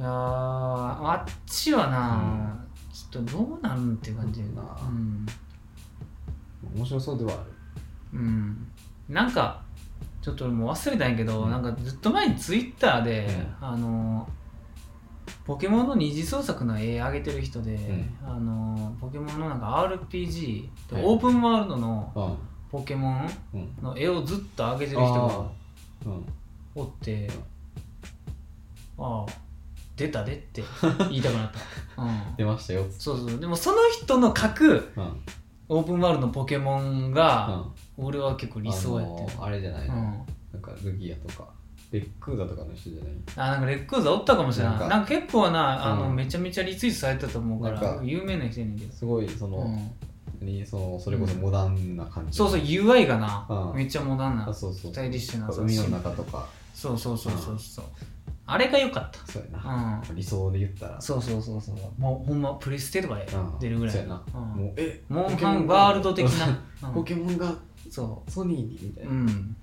[SPEAKER 1] いやーあっちはな、ちょっとどうなんって感じやな
[SPEAKER 2] な
[SPEAKER 1] うん
[SPEAKER 2] 面白そうではある
[SPEAKER 1] うん、なんかちょっと俺もう忘れたんやけど、
[SPEAKER 2] うん
[SPEAKER 1] なんかずっと前にツイッターで、
[SPEAKER 2] う
[SPEAKER 1] あのポケモンの二次創作の絵上げてる人で、
[SPEAKER 2] ん
[SPEAKER 1] あのポケモンのなんか RPG と
[SPEAKER 2] はい
[SPEAKER 1] オープンワールドの
[SPEAKER 2] あ
[SPEAKER 1] ポケモン
[SPEAKER 2] うんうん
[SPEAKER 1] の絵をずっと上げてる人が
[SPEAKER 2] うん
[SPEAKER 1] おってああ出たで
[SPEAKER 2] [laughs]
[SPEAKER 1] って言いたくなった、うん、
[SPEAKER 2] 出ましたよ
[SPEAKER 1] そうそうでもその人の描く
[SPEAKER 2] うんうん
[SPEAKER 1] オープンワールドのポケモンが、俺は結構理想やって
[SPEAKER 2] あのーあれじゃない
[SPEAKER 1] る、う
[SPEAKER 2] の、
[SPEAKER 1] ん
[SPEAKER 2] なんかルギアとかレックーザとかの人じゃない
[SPEAKER 1] あなんかレックーザおったかもしれない
[SPEAKER 2] な
[SPEAKER 1] な
[SPEAKER 2] んか
[SPEAKER 1] んか結構なあの、
[SPEAKER 2] うん
[SPEAKER 1] めちゃめちゃリツイートされてたと思うか
[SPEAKER 2] なん
[SPEAKER 1] ら
[SPEAKER 2] か
[SPEAKER 1] 有名な人やねんけど、
[SPEAKER 2] すごいその、
[SPEAKER 1] うん
[SPEAKER 2] にそのそれこそモダンな感じ、
[SPEAKER 1] そうそう UI がな、
[SPEAKER 2] うん
[SPEAKER 1] めっちゃモダンな
[SPEAKER 2] あそうそう
[SPEAKER 1] スタイリッシュな
[SPEAKER 2] 海の中とか
[SPEAKER 1] そうそうそうそうそうあれが良かっ
[SPEAKER 2] そうや
[SPEAKER 1] た
[SPEAKER 2] な、
[SPEAKER 1] うん
[SPEAKER 2] 理想で言ったら
[SPEAKER 1] そうそうそうそうもうほんまプレステとかで
[SPEAKER 2] うん
[SPEAKER 1] 出るぐらい
[SPEAKER 2] そうやな、
[SPEAKER 1] うん
[SPEAKER 2] もうえ
[SPEAKER 1] モン
[SPEAKER 2] ポケ
[SPEAKER 1] ハ
[SPEAKER 2] モ
[SPEAKER 1] ン
[SPEAKER 2] ン
[SPEAKER 1] ワールド的な、う
[SPEAKER 2] ポ
[SPEAKER 1] ん
[SPEAKER 2] ケモンが
[SPEAKER 1] そ
[SPEAKER 2] ソニーにみた
[SPEAKER 1] う
[SPEAKER 2] いな、
[SPEAKER 1] うん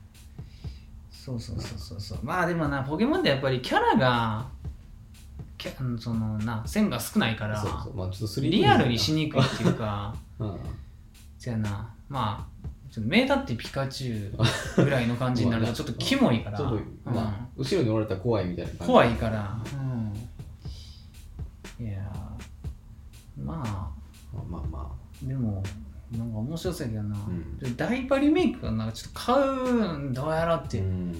[SPEAKER 1] そうそうそうそうそうまあでもなポケモンってやっぱりキャラがキャうんそのな線が少ないから
[SPEAKER 2] そうそうまあちょっと 3D
[SPEAKER 1] リアルにしにくいっていうか [laughs]
[SPEAKER 2] うんうん
[SPEAKER 1] そやなまあちょっと名だってピカチュウぐらいの感じにな [laughs] るとちょっとキモいから
[SPEAKER 2] ちょっと、まあ後ろにおられたら怖いみたいな
[SPEAKER 1] う
[SPEAKER 2] 感
[SPEAKER 1] ん
[SPEAKER 2] じ
[SPEAKER 1] 怖
[SPEAKER 2] い
[SPEAKER 1] いから、うん、いやーまあ
[SPEAKER 2] まあまあま
[SPEAKER 1] でもなんか面白そうやけどな、
[SPEAKER 2] ん
[SPEAKER 1] でダイパリメイクがなんかちょっと買うんどうやらっ
[SPEAKER 2] あ
[SPEAKER 1] て、
[SPEAKER 2] う
[SPEAKER 1] い
[SPEAKER 2] ん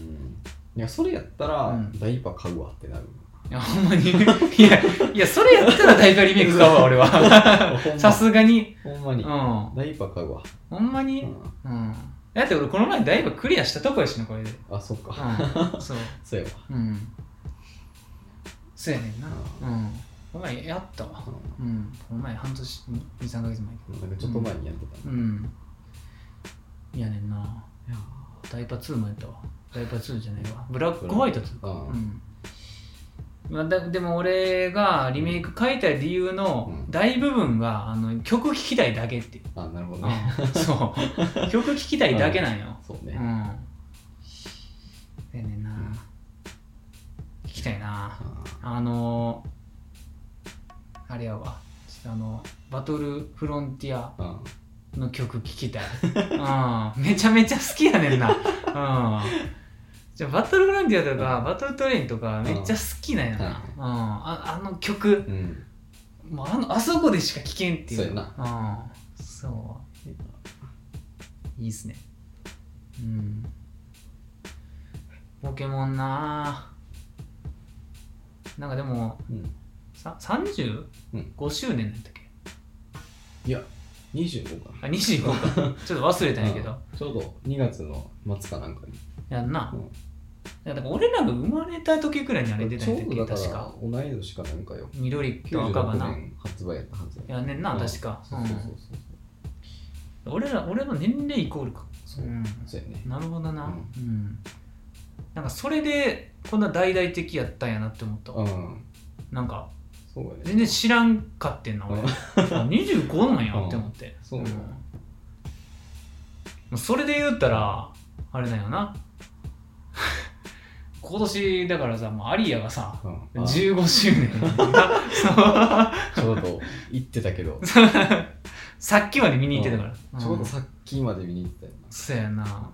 [SPEAKER 2] いやそれやったら、
[SPEAKER 1] うん
[SPEAKER 2] ダイパー買うわってなる
[SPEAKER 1] やほんまに [laughs] いやいやそれやったらダイパリメイク [laughs] 買うわ俺は
[SPEAKER 2] ほん
[SPEAKER 1] [laughs]
[SPEAKER 2] ま
[SPEAKER 1] さすがに
[SPEAKER 2] ほんま
[SPEAKER 1] う
[SPEAKER 2] に、
[SPEAKER 1] ん
[SPEAKER 2] ダイパー買うわ、
[SPEAKER 1] ほんま
[SPEAKER 2] う
[SPEAKER 1] に、うん
[SPEAKER 2] ん、
[SPEAKER 1] だって俺この前ダイパクリアしたとこやしなこれで
[SPEAKER 2] あそっか、
[SPEAKER 1] うんそう
[SPEAKER 2] そうや
[SPEAKER 1] うん。そうやねんな。
[SPEAKER 2] う
[SPEAKER 1] うん。お前やったわ
[SPEAKER 2] わ。、
[SPEAKER 1] うん。この前半年、2、3ヶ月前か。
[SPEAKER 2] うんなんかちょっと前にやってた、
[SPEAKER 1] うん。いやねんな。
[SPEAKER 2] いや
[SPEAKER 1] ダイパ2もやったわ。ダイパ2じゃないわ。ブラックホワイト2か。
[SPEAKER 2] う
[SPEAKER 1] うんん。まあ、だでも俺がリメイク書いた理由の
[SPEAKER 2] うん
[SPEAKER 1] 大部分が、あの曲聴きたいだけっていう、
[SPEAKER 2] あなるほどね、
[SPEAKER 1] うん、そう曲聴きたいだけなんよ、
[SPEAKER 2] そう
[SPEAKER 1] うん。
[SPEAKER 2] ね、
[SPEAKER 1] だよねんな、
[SPEAKER 2] ん
[SPEAKER 1] 聞きたいな
[SPEAKER 2] あ
[SPEAKER 1] あのー、あれやわちょっとあのバトルフロンティア
[SPEAKER 2] ーうん
[SPEAKER 1] の曲聞きたい、うん、めちゃめちゃ好きやねんな、うん、じゃあバトルフロンティアとか、
[SPEAKER 2] うん
[SPEAKER 1] バトルトレインとかめっちゃ好きなんやな、うんああの曲
[SPEAKER 2] うん
[SPEAKER 1] もうあのあそこでしか聴けんっていう
[SPEAKER 2] そうや
[SPEAKER 1] な、うん、そういいっすねうんポケモンなぁなんかでも
[SPEAKER 2] うん
[SPEAKER 1] さ35
[SPEAKER 2] うん
[SPEAKER 1] 周年だったっけ
[SPEAKER 2] いや25か
[SPEAKER 1] あ
[SPEAKER 2] な
[SPEAKER 1] 25かちょっと忘れたんやけど
[SPEAKER 2] うんちょうど2月の末かなんかに
[SPEAKER 1] やんな、
[SPEAKER 2] うん
[SPEAKER 1] いやだから俺らが生まれた時くらいにあれ出た
[SPEAKER 2] ち
[SPEAKER 1] ん
[SPEAKER 2] ょ
[SPEAKER 1] やったっ
[SPEAKER 2] う
[SPEAKER 1] け
[SPEAKER 2] どだか
[SPEAKER 1] 確
[SPEAKER 2] ら
[SPEAKER 1] か
[SPEAKER 2] 同い年かなんかよ
[SPEAKER 1] 緑と赤が
[SPEAKER 2] 96
[SPEAKER 1] な
[SPEAKER 2] 年発売やったはず
[SPEAKER 1] やんねんな、
[SPEAKER 2] うん
[SPEAKER 1] 確か、
[SPEAKER 2] そうそうそう
[SPEAKER 1] うん、俺ら俺の年齢イコールか
[SPEAKER 2] そう
[SPEAKER 1] うん
[SPEAKER 2] そうやね
[SPEAKER 1] なるほどな、
[SPEAKER 2] う
[SPEAKER 1] うんんなんかそれでこんな大々的やったんやなって思った、
[SPEAKER 2] うん
[SPEAKER 1] なんか
[SPEAKER 2] そうやね
[SPEAKER 1] 全然知らんかってんな俺
[SPEAKER 2] うん
[SPEAKER 1] 25なんやって思って、
[SPEAKER 2] そうね
[SPEAKER 1] んもうそれで言ったらあれだよな子 [laughs] 今年だからさもうアリアがさ
[SPEAKER 2] うんあ
[SPEAKER 1] 15周年
[SPEAKER 2] ちょうど行ってたけど、
[SPEAKER 1] さっきまで見に行ってたから、うん
[SPEAKER 2] ちょうどさっきまで見に行ったよ。
[SPEAKER 1] そうやな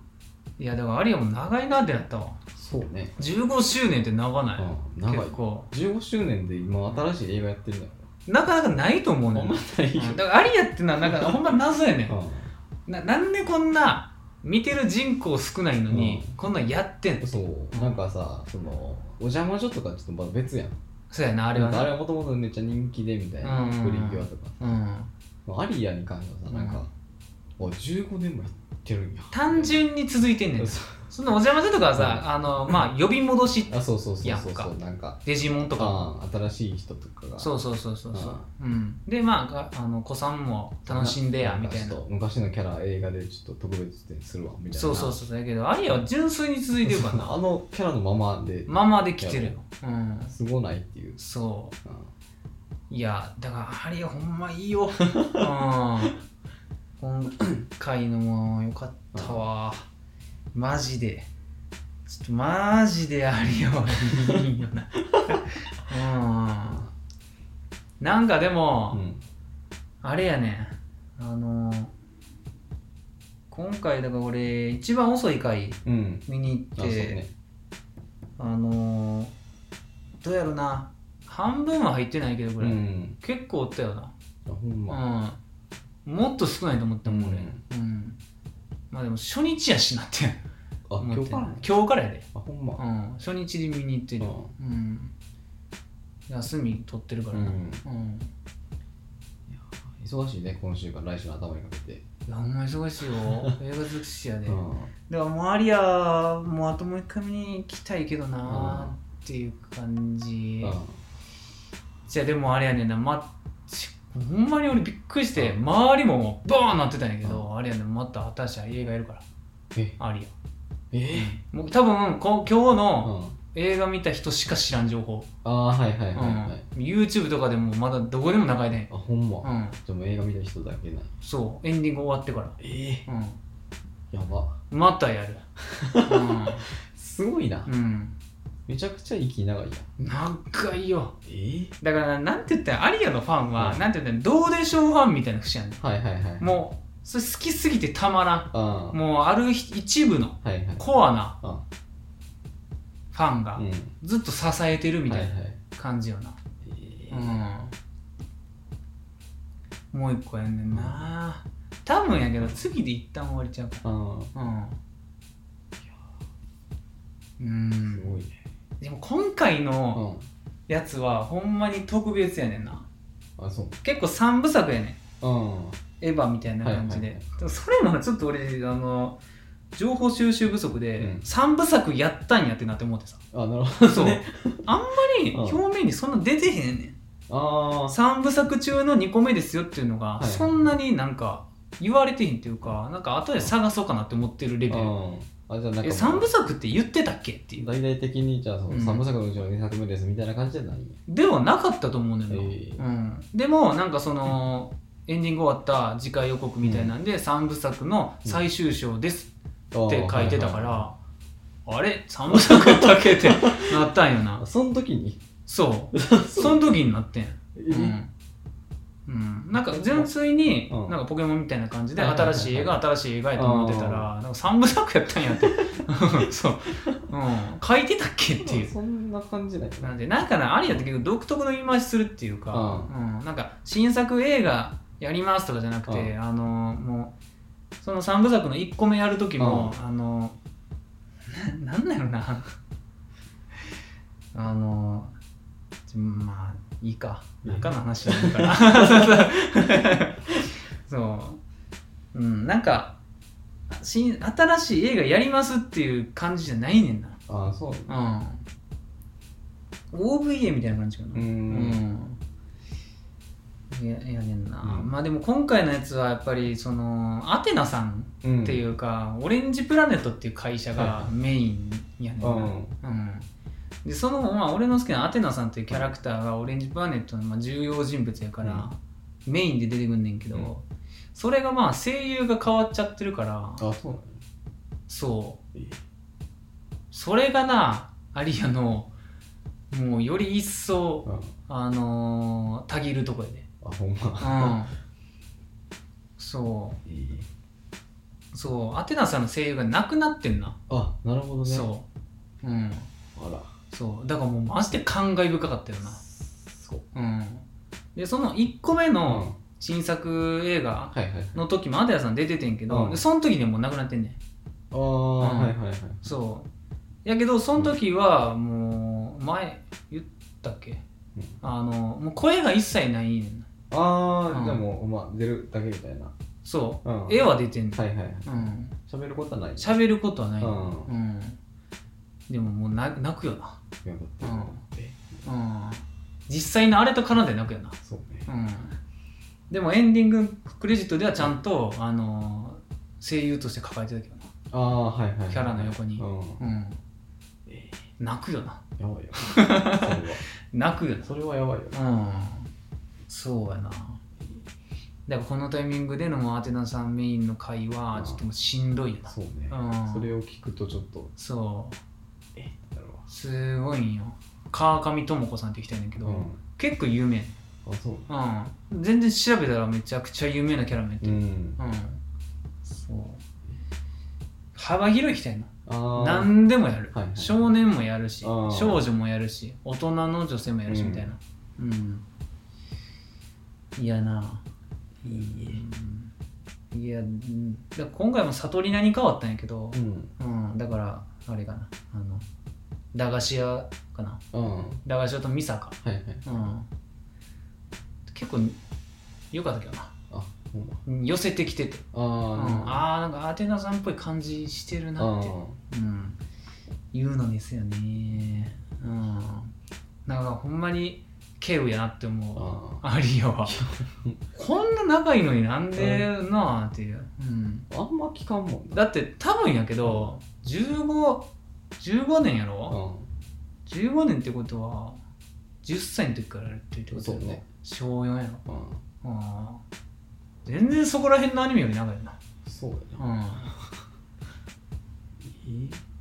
[SPEAKER 1] いやだからアリアも長いなってなったわ
[SPEAKER 2] そうね。
[SPEAKER 1] 15周年って長ない、
[SPEAKER 2] うん、長い
[SPEAKER 1] 結。構
[SPEAKER 2] 15周年で今新しい映画やってるんだよ。
[SPEAKER 1] なかなかないと思うね
[SPEAKER 2] ほんまないよ
[SPEAKER 1] うん。だからアリアってのはなんかほんま謎やねんななんでこんな見てる人口少ないのに、こんなんやってん
[SPEAKER 2] うん、そう、なんかさ、その、お邪魔女とかちょっとまた別やん。
[SPEAKER 1] そうやなあ
[SPEAKER 2] あ
[SPEAKER 1] れ
[SPEAKER 2] れ
[SPEAKER 1] は
[SPEAKER 2] はあ
[SPEAKER 1] な
[SPEAKER 2] れはもともとめっちゃ人気でみたいな、
[SPEAKER 1] うん
[SPEAKER 2] プリキュアとか。
[SPEAKER 1] うん、
[SPEAKER 2] まあアリアに関してはさ、なんか、お15年もやってるんや。
[SPEAKER 1] 単純に続いてんねん
[SPEAKER 2] そう
[SPEAKER 1] そのお邪魔女とかはさ、
[SPEAKER 2] う
[SPEAKER 1] あのまあ呼び戻し
[SPEAKER 2] あ、そうそうそう
[SPEAKER 1] やん
[SPEAKER 2] そう
[SPEAKER 1] か
[SPEAKER 2] そう、なんか、
[SPEAKER 1] デジモンとか
[SPEAKER 2] あー新しい人とかが。
[SPEAKER 1] そうそうそうそうそう、うん、でまあがあの子さんも楽しんでやみたいな
[SPEAKER 2] ちょっと昔のキャラ映画でちょっと特別展するわみたいな
[SPEAKER 1] そうそうそうそうやけどアリアは純粋に続いてるから [laughs] な
[SPEAKER 2] [laughs] あのキャラのままで
[SPEAKER 1] ままで来てるよ、うん、
[SPEAKER 2] すごないっていう、
[SPEAKER 1] そう
[SPEAKER 2] うん
[SPEAKER 1] いやだからアリアほんまいい [laughs] よ、うん、今回のもよかったわマジでちょっとマジでアリア [laughs] はいいよなうんなんかでも、
[SPEAKER 2] うん
[SPEAKER 1] あれやねあの今回だから俺一番遅い回
[SPEAKER 2] うん
[SPEAKER 1] 見に行
[SPEAKER 2] あそ
[SPEAKER 1] っ
[SPEAKER 2] う
[SPEAKER 1] て
[SPEAKER 2] ね
[SPEAKER 1] あのー、どうやろな半分は入ってないけどこ
[SPEAKER 2] う
[SPEAKER 1] れ、
[SPEAKER 2] ん
[SPEAKER 1] 結構おったよな、
[SPEAKER 2] あほんま、
[SPEAKER 1] うん、もっと少ないと思ったもん俺、
[SPEAKER 2] うん
[SPEAKER 1] うんまあでも初日やしなって
[SPEAKER 2] あ
[SPEAKER 1] 思
[SPEAKER 2] 今
[SPEAKER 1] っ
[SPEAKER 2] 日
[SPEAKER 1] て
[SPEAKER 2] から
[SPEAKER 1] な今日からやで、
[SPEAKER 2] あほんま、
[SPEAKER 1] うん、初日で見に行ってる、
[SPEAKER 2] う
[SPEAKER 1] うん、休み取ってるから
[SPEAKER 2] ん
[SPEAKER 1] な、うん
[SPEAKER 2] 忙しいね今週から来週の頭にかけて、
[SPEAKER 1] いやほんま忙しいよ映画尽くしやで、
[SPEAKER 2] うん
[SPEAKER 1] だからもうアリアもうあともう一回見に行きたいけどなーっていう感じ、
[SPEAKER 2] うん
[SPEAKER 1] じゃあでもあれやねんな、ま、ちほんまに俺びっくりして周りももうボーンなってたんやけど、あれやねんまた新しい映画やるから
[SPEAKER 2] え
[SPEAKER 1] ありや
[SPEAKER 2] え
[SPEAKER 1] もう多分こ今日
[SPEAKER 2] う
[SPEAKER 1] の
[SPEAKER 2] ん
[SPEAKER 1] 映画見た人しか知らん情報、
[SPEAKER 2] あーはいはいうはい
[SPEAKER 1] ん
[SPEAKER 2] はい、
[SPEAKER 1] YouTube とかでもまだどこでも流れてへん
[SPEAKER 2] あほんま、
[SPEAKER 1] うん
[SPEAKER 2] でも映画見た人だけない
[SPEAKER 1] そうエンディング終わってから
[SPEAKER 2] ええ
[SPEAKER 1] う
[SPEAKER 2] やば
[SPEAKER 1] んまた
[SPEAKER 2] [laughs]
[SPEAKER 1] やる
[SPEAKER 2] すごいな、
[SPEAKER 1] うん、うん、
[SPEAKER 2] めちゃくちゃ息長いやん
[SPEAKER 1] 長いよ
[SPEAKER 2] えー、
[SPEAKER 1] だからなんて言ったらアリアのファンは、
[SPEAKER 2] うん
[SPEAKER 1] なんて言ったらどうでしょうファンみたいな節やね
[SPEAKER 2] はいはいはい
[SPEAKER 1] んもうそれ好きすぎてたまらん
[SPEAKER 2] あ
[SPEAKER 1] もうある日一部の
[SPEAKER 2] あはいはい
[SPEAKER 1] コアな
[SPEAKER 2] あ
[SPEAKER 1] ファンが
[SPEAKER 2] うん
[SPEAKER 1] ずっと支えてるみたい
[SPEAKER 2] は
[SPEAKER 1] ない
[SPEAKER 2] はい
[SPEAKER 1] 感じよな、
[SPEAKER 2] えー
[SPEAKER 1] うんもう一個やんねんな多分やけど次で一旦終わりちゃうか
[SPEAKER 2] ああ
[SPEAKER 1] らうんう
[SPEAKER 2] す
[SPEAKER 1] ん
[SPEAKER 2] ごいね
[SPEAKER 1] でも今回
[SPEAKER 2] う
[SPEAKER 1] の
[SPEAKER 2] ん
[SPEAKER 1] やつはほんまに特別やねんな
[SPEAKER 2] あそう
[SPEAKER 1] 結構三部作やねん
[SPEAKER 2] うん
[SPEAKER 1] エヴァみたいな感じで、
[SPEAKER 2] はいはい
[SPEAKER 1] でもそれもちょっと俺あの情報収集不足で、
[SPEAKER 2] うん
[SPEAKER 1] 三部作やったんやってなって思って
[SPEAKER 2] [laughs]
[SPEAKER 1] さ
[SPEAKER 2] あなる
[SPEAKER 1] [laughs]
[SPEAKER 2] ほど
[SPEAKER 1] そう
[SPEAKER 2] ね
[SPEAKER 1] あんまり表面にそんな出てへんねん
[SPEAKER 2] ああ
[SPEAKER 1] 3部作中の2個目ですよっていうのが
[SPEAKER 2] はい
[SPEAKER 1] そんなになんか言われてへんっていうかなんか後で探そうかなって思ってるレベル
[SPEAKER 2] うんあじゃあなん
[SPEAKER 1] え
[SPEAKER 2] か
[SPEAKER 1] 3部作って言ってたっけっていう
[SPEAKER 2] 大々的にじゃあその
[SPEAKER 1] うん
[SPEAKER 2] 3部作のうちの2作目ですみたいな感じじゃないんや
[SPEAKER 1] ではなかったと思うねんな、
[SPEAKER 2] へえ
[SPEAKER 1] うん、でもなんかそのエンディング終わった次回予告みたいなんで3部作の最終章です
[SPEAKER 2] ああ
[SPEAKER 1] って書いてたか
[SPEAKER 2] はは
[SPEAKER 1] らあれ3部作だけってなったんよ
[SPEAKER 2] [laughs] いあ
[SPEAKER 1] な
[SPEAKER 2] その時に
[SPEAKER 1] そうその時になってん
[SPEAKER 2] え
[SPEAKER 1] うんうん、なんか純粋に
[SPEAKER 2] うん
[SPEAKER 1] なんかポケモンみたいな感じで
[SPEAKER 2] はいはいはいは
[SPEAKER 1] 新
[SPEAKER 2] い
[SPEAKER 1] しい映画新しい映画やと思ってたらなんか3部作やったんやって [laughs] そう、うん、書いてたっけっていう
[SPEAKER 2] そんな感じだよ
[SPEAKER 1] なんでなんかなアリアって結構独特の言い回しするっていうか、うんなんか新作映画やりますとかじゃなくて、
[SPEAKER 2] う
[SPEAKER 1] あのもうその3部作の1個目やる時も、あのななんだろうな [laughs] あのちょまあいいか中の話になるから [laughs] そう、うん、なんか新新しい映画やりますっていう感じじゃないねんな
[SPEAKER 2] ああそう
[SPEAKER 1] うん、OVA みたいな感じかな
[SPEAKER 2] うー
[SPEAKER 1] う
[SPEAKER 2] ん
[SPEAKER 1] んいややねんな、
[SPEAKER 2] うん
[SPEAKER 1] まあでも今回のやつはやっぱりそのアテナさん
[SPEAKER 2] うん
[SPEAKER 1] っていううか、オレンジプラネットっていう会社がメインやねんな、
[SPEAKER 2] うん
[SPEAKER 1] うんでその、まあ、俺の好きなアテナさんっていうキャラクターがオレンジプラネットのまあ重要人物やから、メインで出てくんねんけど、
[SPEAKER 2] うん
[SPEAKER 1] それがまあ声優が変わっちゃってるから
[SPEAKER 2] あそう
[SPEAKER 1] そう
[SPEAKER 2] ええ
[SPEAKER 1] それがなアリアのもうより一層
[SPEAKER 2] うん、あ
[SPEAKER 1] あのー、たぎるとこやで、
[SPEAKER 2] ほん
[SPEAKER 1] う
[SPEAKER 2] ま、
[SPEAKER 1] ん、
[SPEAKER 2] [laughs]
[SPEAKER 1] そ
[SPEAKER 2] いい。
[SPEAKER 1] うそうアテナさんの声優がなくなってんな、
[SPEAKER 2] あなるほどね
[SPEAKER 1] そううん
[SPEAKER 2] あら
[SPEAKER 1] そうだからもうマジで感慨深かったよな
[SPEAKER 2] そう
[SPEAKER 1] うんでその1個目
[SPEAKER 2] うん
[SPEAKER 1] の新作映画
[SPEAKER 2] はいはいはい
[SPEAKER 1] の時もアテナさん出ててんけど、
[SPEAKER 2] うん
[SPEAKER 1] でその時にはもうなくなってんねん
[SPEAKER 2] ああ
[SPEAKER 1] うん
[SPEAKER 2] はいはいはい
[SPEAKER 1] そうやけどその時はもう前言ったっけあのもう声が一切ないねんな
[SPEAKER 2] あ
[SPEAKER 1] うん
[SPEAKER 2] あでもまあ出るだけみたいな
[SPEAKER 1] そう、
[SPEAKER 2] うん
[SPEAKER 1] 絵は出てんねん、
[SPEAKER 2] はいはい
[SPEAKER 1] うん
[SPEAKER 2] 喋ることはない
[SPEAKER 1] 喋ることはない、
[SPEAKER 2] う
[SPEAKER 1] うん
[SPEAKER 2] ん
[SPEAKER 1] でももうな泣くよな、
[SPEAKER 2] いやだって
[SPEAKER 1] うんうん、実際のあれと絡んで泣くよな、
[SPEAKER 2] そうね
[SPEAKER 1] うん、でもエンディングクレジットではちゃんと、あの声優として抱えてたけどな、
[SPEAKER 2] ああはいはいはい
[SPEAKER 1] キャラの横に
[SPEAKER 2] うん
[SPEAKER 1] うん、
[SPEAKER 2] え
[SPEAKER 1] 泣くよな
[SPEAKER 2] ー
[SPEAKER 1] [laughs]
[SPEAKER 2] やばいよそれは
[SPEAKER 1] 泣くよな
[SPEAKER 2] それはやばいよ
[SPEAKER 1] うんそうやなだからこのタイミングでのもうアテナさんメインの会はちょっともうしんどいよな
[SPEAKER 2] そうね
[SPEAKER 1] うん
[SPEAKER 2] それを聞くとちょっと
[SPEAKER 1] そう
[SPEAKER 2] えだろ
[SPEAKER 1] すごいんよ川上智子さんって人やねんけ
[SPEAKER 2] う
[SPEAKER 1] ど、
[SPEAKER 2] うん
[SPEAKER 1] 結構有名、
[SPEAKER 2] あそう
[SPEAKER 1] うん、全然調べたらめちゃくちゃ有名なキャラメって
[SPEAKER 2] う
[SPEAKER 1] る
[SPEAKER 2] ん
[SPEAKER 1] うん、そう幅広い人やな
[SPEAKER 2] あー
[SPEAKER 1] 何でもやる、
[SPEAKER 2] はいはい
[SPEAKER 1] 少年もやるし
[SPEAKER 2] あー
[SPEAKER 1] 少女もやるし大人の女性もやるし
[SPEAKER 2] うん
[SPEAKER 1] みたいなうん、いやないいえいやうんだから今回も悟り名に変わったんやけど、
[SPEAKER 2] うん
[SPEAKER 1] うん、だからあれかなあの駄菓子屋かな
[SPEAKER 2] うんは
[SPEAKER 1] 駄菓子屋とミサか、
[SPEAKER 2] いはい
[SPEAKER 1] うん、結構良かったけどな
[SPEAKER 2] あほんま
[SPEAKER 1] 寄せてきてて、うん、
[SPEAKER 2] あ
[SPEAKER 1] あーなんかアテナさんっぽい感じしてる
[SPEAKER 2] ー
[SPEAKER 1] なっ
[SPEAKER 2] あ
[SPEAKER 1] て、うん、言うのですよね、うん、なんかほんまに敬意やなって思う
[SPEAKER 2] あ
[SPEAKER 1] アリアはこんな仲いいのになんでなあっていう、うん
[SPEAKER 2] ーあんま聞かんもん
[SPEAKER 1] だ
[SPEAKER 2] な
[SPEAKER 1] って多分やけど1515年や
[SPEAKER 2] う
[SPEAKER 1] ろ、15年ってことは10歳の時からやってるって
[SPEAKER 2] ん
[SPEAKER 1] こと
[SPEAKER 2] そ
[SPEAKER 1] や
[SPEAKER 2] う
[SPEAKER 1] ろ、
[SPEAKER 2] ね
[SPEAKER 1] 小4やろ
[SPEAKER 2] うん
[SPEAKER 1] あー全然そこら辺のアニメより長いな
[SPEAKER 2] そうやな。え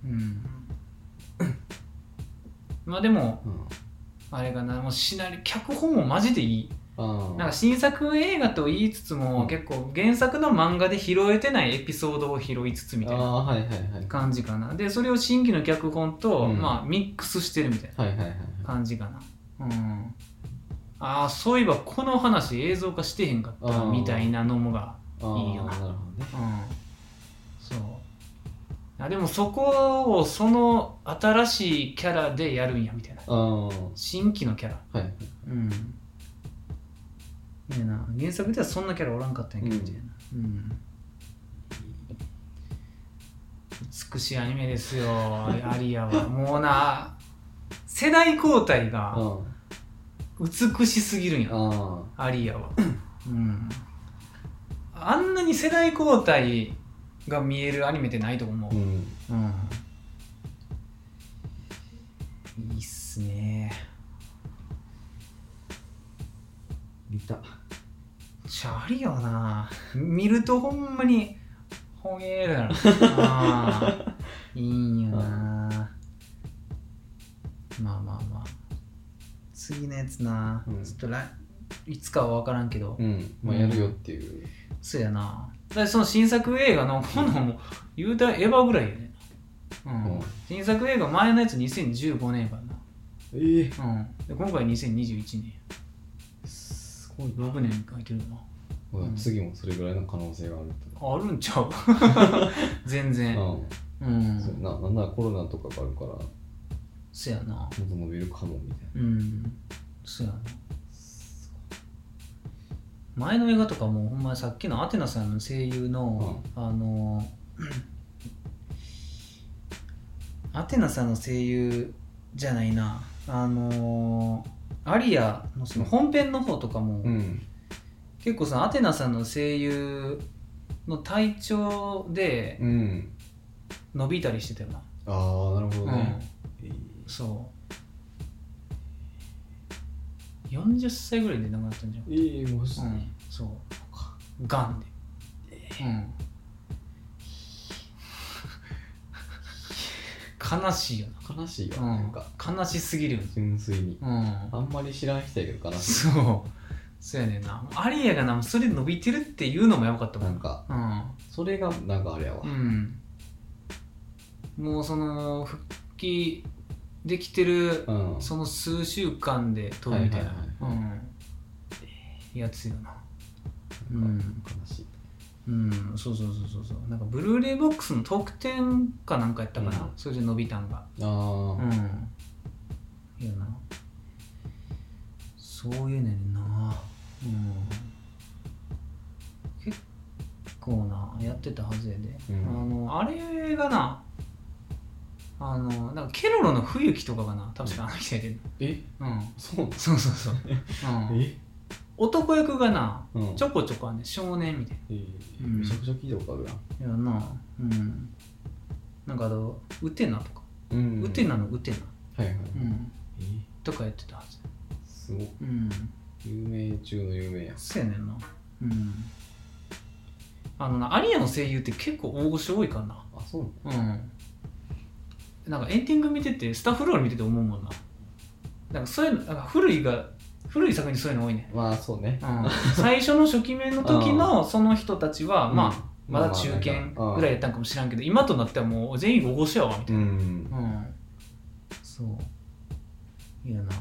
[SPEAKER 1] うん、うん、まあでも
[SPEAKER 2] うん。
[SPEAKER 1] あれかなもうシナリ脚本もマジでいい
[SPEAKER 2] ああ。
[SPEAKER 1] なんか新作映画と言いつつも、
[SPEAKER 2] うん
[SPEAKER 1] 結構原作の漫画で拾えてないエピソードを拾いつつみたいな
[SPEAKER 2] ああー、はいはいはい。
[SPEAKER 1] 感じかなでそれを新規の脚本と、
[SPEAKER 2] うん
[SPEAKER 1] まあ、ミックスしてるみたい
[SPEAKER 2] はいはいはいはい。
[SPEAKER 1] な感じかなうんああそういえばこの話映像化してへんかった
[SPEAKER 2] あー
[SPEAKER 1] みたいなのもが
[SPEAKER 2] ああ、
[SPEAKER 1] いいよな
[SPEAKER 2] なるほどね。
[SPEAKER 1] うんそうあでもそこをその新しいキャラでやるんやみたいな
[SPEAKER 2] あ
[SPEAKER 1] 新規のキャラ
[SPEAKER 2] あ、はい。
[SPEAKER 1] うんねえな原作ではそんなキャラおらんかったんやけど
[SPEAKER 2] うん
[SPEAKER 1] みたいなうん美しいアニメですよアリアはもうな世代交代
[SPEAKER 2] あ
[SPEAKER 1] が
[SPEAKER 2] あ、
[SPEAKER 1] 美しすぎるんや
[SPEAKER 2] あ
[SPEAKER 1] アリアはうんあんなに世代交代が見えるアニメってないと思
[SPEAKER 2] あ。う
[SPEAKER 1] う
[SPEAKER 2] ん。
[SPEAKER 1] うんいいっすね
[SPEAKER 2] 見た。
[SPEAKER 1] ちゃありよな見るとほんまにほげ
[SPEAKER 2] [laughs]
[SPEAKER 1] ーだろあーいいんよなまあまあまあ次のやつな、
[SPEAKER 2] うん
[SPEAKER 1] ちょっと来いつかは分からんけど、
[SPEAKER 2] うん。まあ、やるよっていう。
[SPEAKER 1] そうやなだからその新作映画の今度も言うたらエヴァぐらいやねうん、
[SPEAKER 2] うん
[SPEAKER 1] 新作映画前のやつ2015年やから
[SPEAKER 2] ええ。
[SPEAKER 1] な、うん、で今回2021年
[SPEAKER 2] すごいな。
[SPEAKER 1] 6年書いてるよな
[SPEAKER 2] ほら次もそれぐらいの可能性がある
[SPEAKER 1] あるんちゃ
[SPEAKER 2] [laughs]
[SPEAKER 1] う [laughs] 全
[SPEAKER 2] と。
[SPEAKER 1] 然
[SPEAKER 2] うん。
[SPEAKER 1] うん
[SPEAKER 2] そうやな。なんならコロナとかがあるから、も
[SPEAKER 1] そやな。
[SPEAKER 2] っと伸びるかもみたいな。
[SPEAKER 1] うん。そやな。前の映画とかも、ほんまさっきのアテナさんの声優の、あの、 [clears throat] アテナさんの声優じゃないな、あの、アリアのその本編の方とかも、
[SPEAKER 2] うん。
[SPEAKER 1] 結構そのアテナさんの声優の体調で
[SPEAKER 2] うん。
[SPEAKER 1] 伸びたりしてたよな。
[SPEAKER 2] ああ、なるほどね。ええ
[SPEAKER 1] そう40歳ぐらいで亡くなったんじゃん、
[SPEAKER 2] ええ、もし。
[SPEAKER 1] うん、そうがんで、うん悲しいよ
[SPEAKER 2] 悲しいよ、
[SPEAKER 1] な,、うん、
[SPEAKER 2] なんか
[SPEAKER 1] 悲しすぎるよ、
[SPEAKER 2] 純粋に
[SPEAKER 1] うん、
[SPEAKER 2] あんまり知らん人やけど悲し
[SPEAKER 1] そうそうやねんなアリアがなそれで伸びてるっていうのもやばかった
[SPEAKER 2] い
[SPEAKER 1] も
[SPEAKER 2] なん
[SPEAKER 1] ん
[SPEAKER 2] かそれがなんかあれやわ、
[SPEAKER 1] うん、うん、もうその復帰できてる
[SPEAKER 2] うん
[SPEAKER 1] その数週間で飛ぶみたいな、
[SPEAKER 2] はいはい
[SPEAKER 1] うん、やつよなう
[SPEAKER 2] なん
[SPEAKER 1] ん、
[SPEAKER 2] か悲しい
[SPEAKER 1] うん、そうそうそうそうそうなんかブルーレイボックスの特典かなんかやったかな、
[SPEAKER 2] うん
[SPEAKER 1] それで伸びたんが
[SPEAKER 2] ああ、
[SPEAKER 1] うんいいよなそういうねんなうん結構なやってたはずやで、
[SPEAKER 2] うん
[SPEAKER 1] あのあれがなあのなんかケロロの冬樹とかがな確かあの人やで
[SPEAKER 2] え
[SPEAKER 1] うん
[SPEAKER 2] そう
[SPEAKER 1] そうそう [laughs] そう、
[SPEAKER 2] な
[SPEAKER 1] う
[SPEAKER 2] の
[SPEAKER 1] ん、
[SPEAKER 2] え
[SPEAKER 1] 男役がな
[SPEAKER 2] うん
[SPEAKER 1] ちょこちょこはね少年みたい
[SPEAKER 2] えー
[SPEAKER 1] うん
[SPEAKER 2] めちゃくちゃ聞いたことあるな
[SPEAKER 1] なやなうんなんかあのウテナとか、
[SPEAKER 2] うん
[SPEAKER 1] ウテナのウテナ、
[SPEAKER 2] はいはい、
[SPEAKER 1] うん、
[SPEAKER 2] え
[SPEAKER 1] とかやってたはず
[SPEAKER 2] すごい
[SPEAKER 1] うん
[SPEAKER 2] 有名中の有名や
[SPEAKER 1] そうやねんなうんあのなアリアの声優って結構大御所多いからな
[SPEAKER 2] あそうなの
[SPEAKER 1] うんなんかエンディング見ててスタッフロール見てて思うもんななんかそういうのなんか古いが古い作品そういうの多いね
[SPEAKER 2] まあそうね
[SPEAKER 1] うん最初の初期面の時のその人たちは、
[SPEAKER 2] うん
[SPEAKER 1] まあまだ中堅ぐらいやったんかもしらんけど、今となってはもう全員ごしやわみた
[SPEAKER 2] う
[SPEAKER 1] い
[SPEAKER 2] ん
[SPEAKER 1] な、うん、そういやな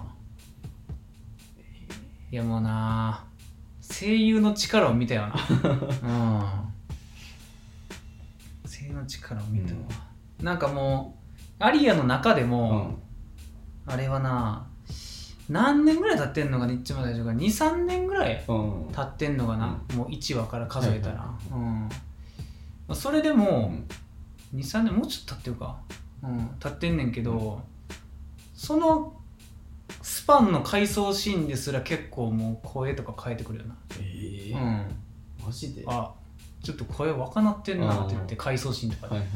[SPEAKER 1] いやもうな声優の力を見たよ [laughs] な、うん、声優の力を見たわ、なんかもうアリアの中で
[SPEAKER 2] う
[SPEAKER 1] も、
[SPEAKER 2] ん
[SPEAKER 1] あれはな何年ぐらい経ってんのかニッチマ大丈夫か23年ぐらい
[SPEAKER 2] うん
[SPEAKER 1] 立ってんのかな、もう1話から数えたら、
[SPEAKER 2] はいはい
[SPEAKER 1] うんまあ、それでも23年もうちょっと経ってるか、うん、経ってんねんけど、そのスパンの回想シーンですら結構もう声とか変えてくるよな、
[SPEAKER 2] えー
[SPEAKER 1] うん、
[SPEAKER 2] マジで
[SPEAKER 1] あちょっと声若なってんなって言って回想シーンとかで、
[SPEAKER 2] はいはい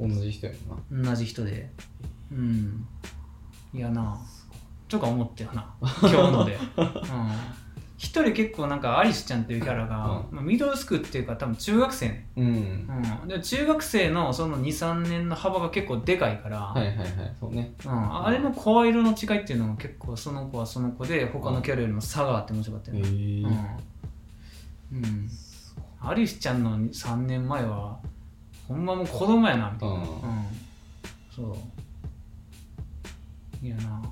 [SPEAKER 1] うん、
[SPEAKER 2] 同じ人やんな
[SPEAKER 1] 同じ人でうんいやなとか思ってよ [laughs] な今日ので、うん、一人結構なんかアリスちゃんっていうキャラが、まあ、ミドルスクールっていうか多分中学生ね、
[SPEAKER 2] うん
[SPEAKER 1] うん、で中学生のその23年の幅が結構でかいから、
[SPEAKER 2] はいはいはいそうね
[SPEAKER 1] うん、あれの声色の違いっていうのも結構その子はその子で他のキャラよりも差があって面白かったよね、
[SPEAKER 2] え
[SPEAKER 1] うんうん、アリスちゃんの3年前はほんまもう子供やなみたいな、
[SPEAKER 2] うん
[SPEAKER 1] そういやな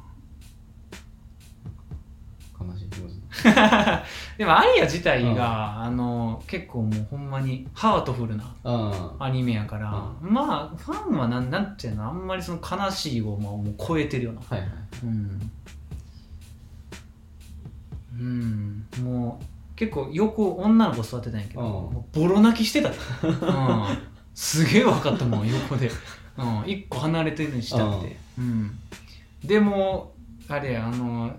[SPEAKER 1] [laughs]
[SPEAKER 2] 悲しい気持ち
[SPEAKER 1] でもアリア自体が、あの結構もうほんまにハートフルな
[SPEAKER 2] ああ
[SPEAKER 1] アニメやから、まあファンはなんなんていうのあんまりその悲しいをもうもう超えてるよな
[SPEAKER 2] はいはい
[SPEAKER 1] うん、うん、もう結構横女の子座ってたんやけど、
[SPEAKER 2] うん
[SPEAKER 1] もうボロ泣きしてたで、うん、すげえ分かったもん横で、うん、一個離れてるにしたって、うん、でもあれやあの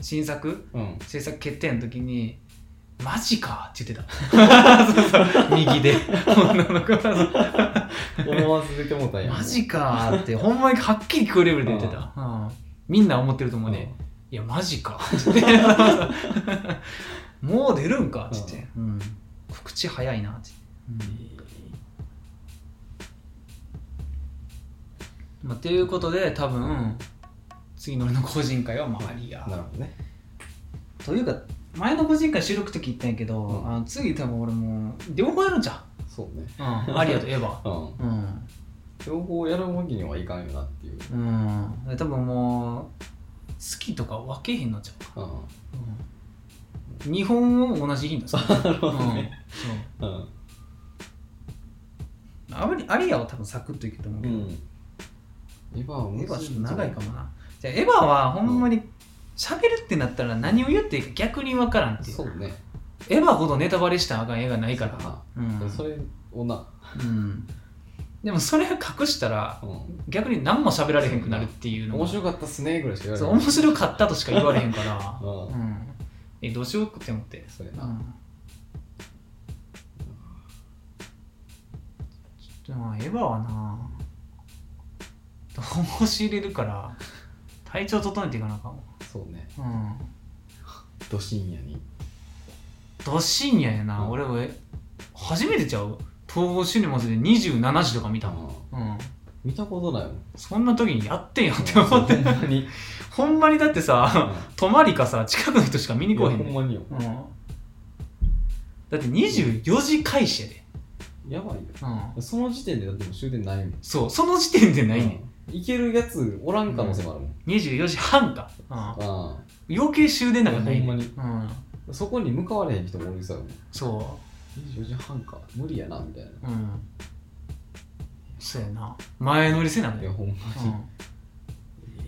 [SPEAKER 1] 新作
[SPEAKER 2] うん
[SPEAKER 1] 制作決定の時に「マジか!」って言ってた [laughs] そうそう右で女の子が [laughs]
[SPEAKER 2] 思わず出てもうたんや
[SPEAKER 1] マジかーってほんまにはっきり聞こえるレベルで言ってた、うんみんな思ってると思うね、いやマジかって [laughs] もう出るんかって言って、うん告知早いなって言って、うんまあ、ということで多分次の俺の個人会はまあありや
[SPEAKER 2] なるほどね
[SPEAKER 1] というか前の個人会収録時言ったんやけど、
[SPEAKER 2] うん
[SPEAKER 1] あの次多分俺もう両方やるんじゃん、
[SPEAKER 2] そうね
[SPEAKER 1] うん、アリアとエヴァ
[SPEAKER 2] う
[SPEAKER 1] う
[SPEAKER 2] ん
[SPEAKER 1] ん
[SPEAKER 2] 両方やるわけにはいかんよなっていう
[SPEAKER 1] うん多分もう好きとか分けへんのちゃうか、
[SPEAKER 2] うん
[SPEAKER 1] うん、日本を同じ頻度さ、
[SPEAKER 2] なるほ
[SPEAKER 1] うん、そ
[SPEAKER 2] ど
[SPEAKER 1] う
[SPEAKER 2] ね [laughs] うん
[SPEAKER 1] あまりアリアは多分サクッといくと思う
[SPEAKER 2] う
[SPEAKER 1] けど、
[SPEAKER 2] んエヴァは
[SPEAKER 1] エヴァ
[SPEAKER 2] 面白
[SPEAKER 1] はちょ
[SPEAKER 2] い
[SPEAKER 1] っと長いかもなじゃあエヴァはほんまに喋るってなったら何を言っていいか逆に分からんっていう
[SPEAKER 2] そうね
[SPEAKER 1] エヴァほどネタバレしたらあかん映画ないからうん
[SPEAKER 2] それをな
[SPEAKER 1] うん、でもそれを隠したら
[SPEAKER 2] うん
[SPEAKER 1] 逆に何も喋られへんくなるっていうのが
[SPEAKER 2] 面白かったっすねぐらいしか言われ
[SPEAKER 1] そう
[SPEAKER 2] ない
[SPEAKER 1] 面白かったとしか言われへんから、
[SPEAKER 2] [laughs] うん
[SPEAKER 1] うん、えどうしようって思って
[SPEAKER 2] そうや
[SPEAKER 1] う
[SPEAKER 2] なん
[SPEAKER 1] ちょっとまあエヴァはな [laughs] 本腰入れるから体調整えていかなあかんわ
[SPEAKER 2] そうね
[SPEAKER 1] うん
[SPEAKER 2] ど深夜に
[SPEAKER 1] ど深夜やな、
[SPEAKER 2] うん
[SPEAKER 1] 俺は初めてちゃう東宝シネマズで27時とか見たもん、
[SPEAKER 2] あ
[SPEAKER 1] うん、
[SPEAKER 2] 見たことないもん
[SPEAKER 1] そんな時にやってんやんって思って
[SPEAKER 2] ほんまに
[SPEAKER 1] ほんまにだってさ
[SPEAKER 2] う
[SPEAKER 1] 泊まりかさ近くの人しか [laughs] 見に
[SPEAKER 2] ん
[SPEAKER 1] 来へんね
[SPEAKER 2] いや
[SPEAKER 1] ん、
[SPEAKER 2] ほんまによ
[SPEAKER 1] うん、だって24時開始やで、
[SPEAKER 2] やばいよ
[SPEAKER 1] うん、
[SPEAKER 2] その時点でだってもう終電ないもん
[SPEAKER 1] そうその時点でないねん、
[SPEAKER 2] うんいけるやつおらん可能性もあるもん
[SPEAKER 1] 24時半か、う
[SPEAKER 2] あ
[SPEAKER 1] ん、余計終電なんか
[SPEAKER 2] あほ
[SPEAKER 1] ない
[SPEAKER 2] ん
[SPEAKER 1] ね
[SPEAKER 2] ま
[SPEAKER 1] ん、
[SPEAKER 2] に
[SPEAKER 1] うん、
[SPEAKER 2] そこに向かわれへん人もおるさ
[SPEAKER 1] そ
[SPEAKER 2] 24時半か無理やなみたいな
[SPEAKER 1] ううんそうやな前乗りせなの
[SPEAKER 2] いや
[SPEAKER 1] よ、
[SPEAKER 2] ほんま
[SPEAKER 1] う
[SPEAKER 2] に
[SPEAKER 1] ん、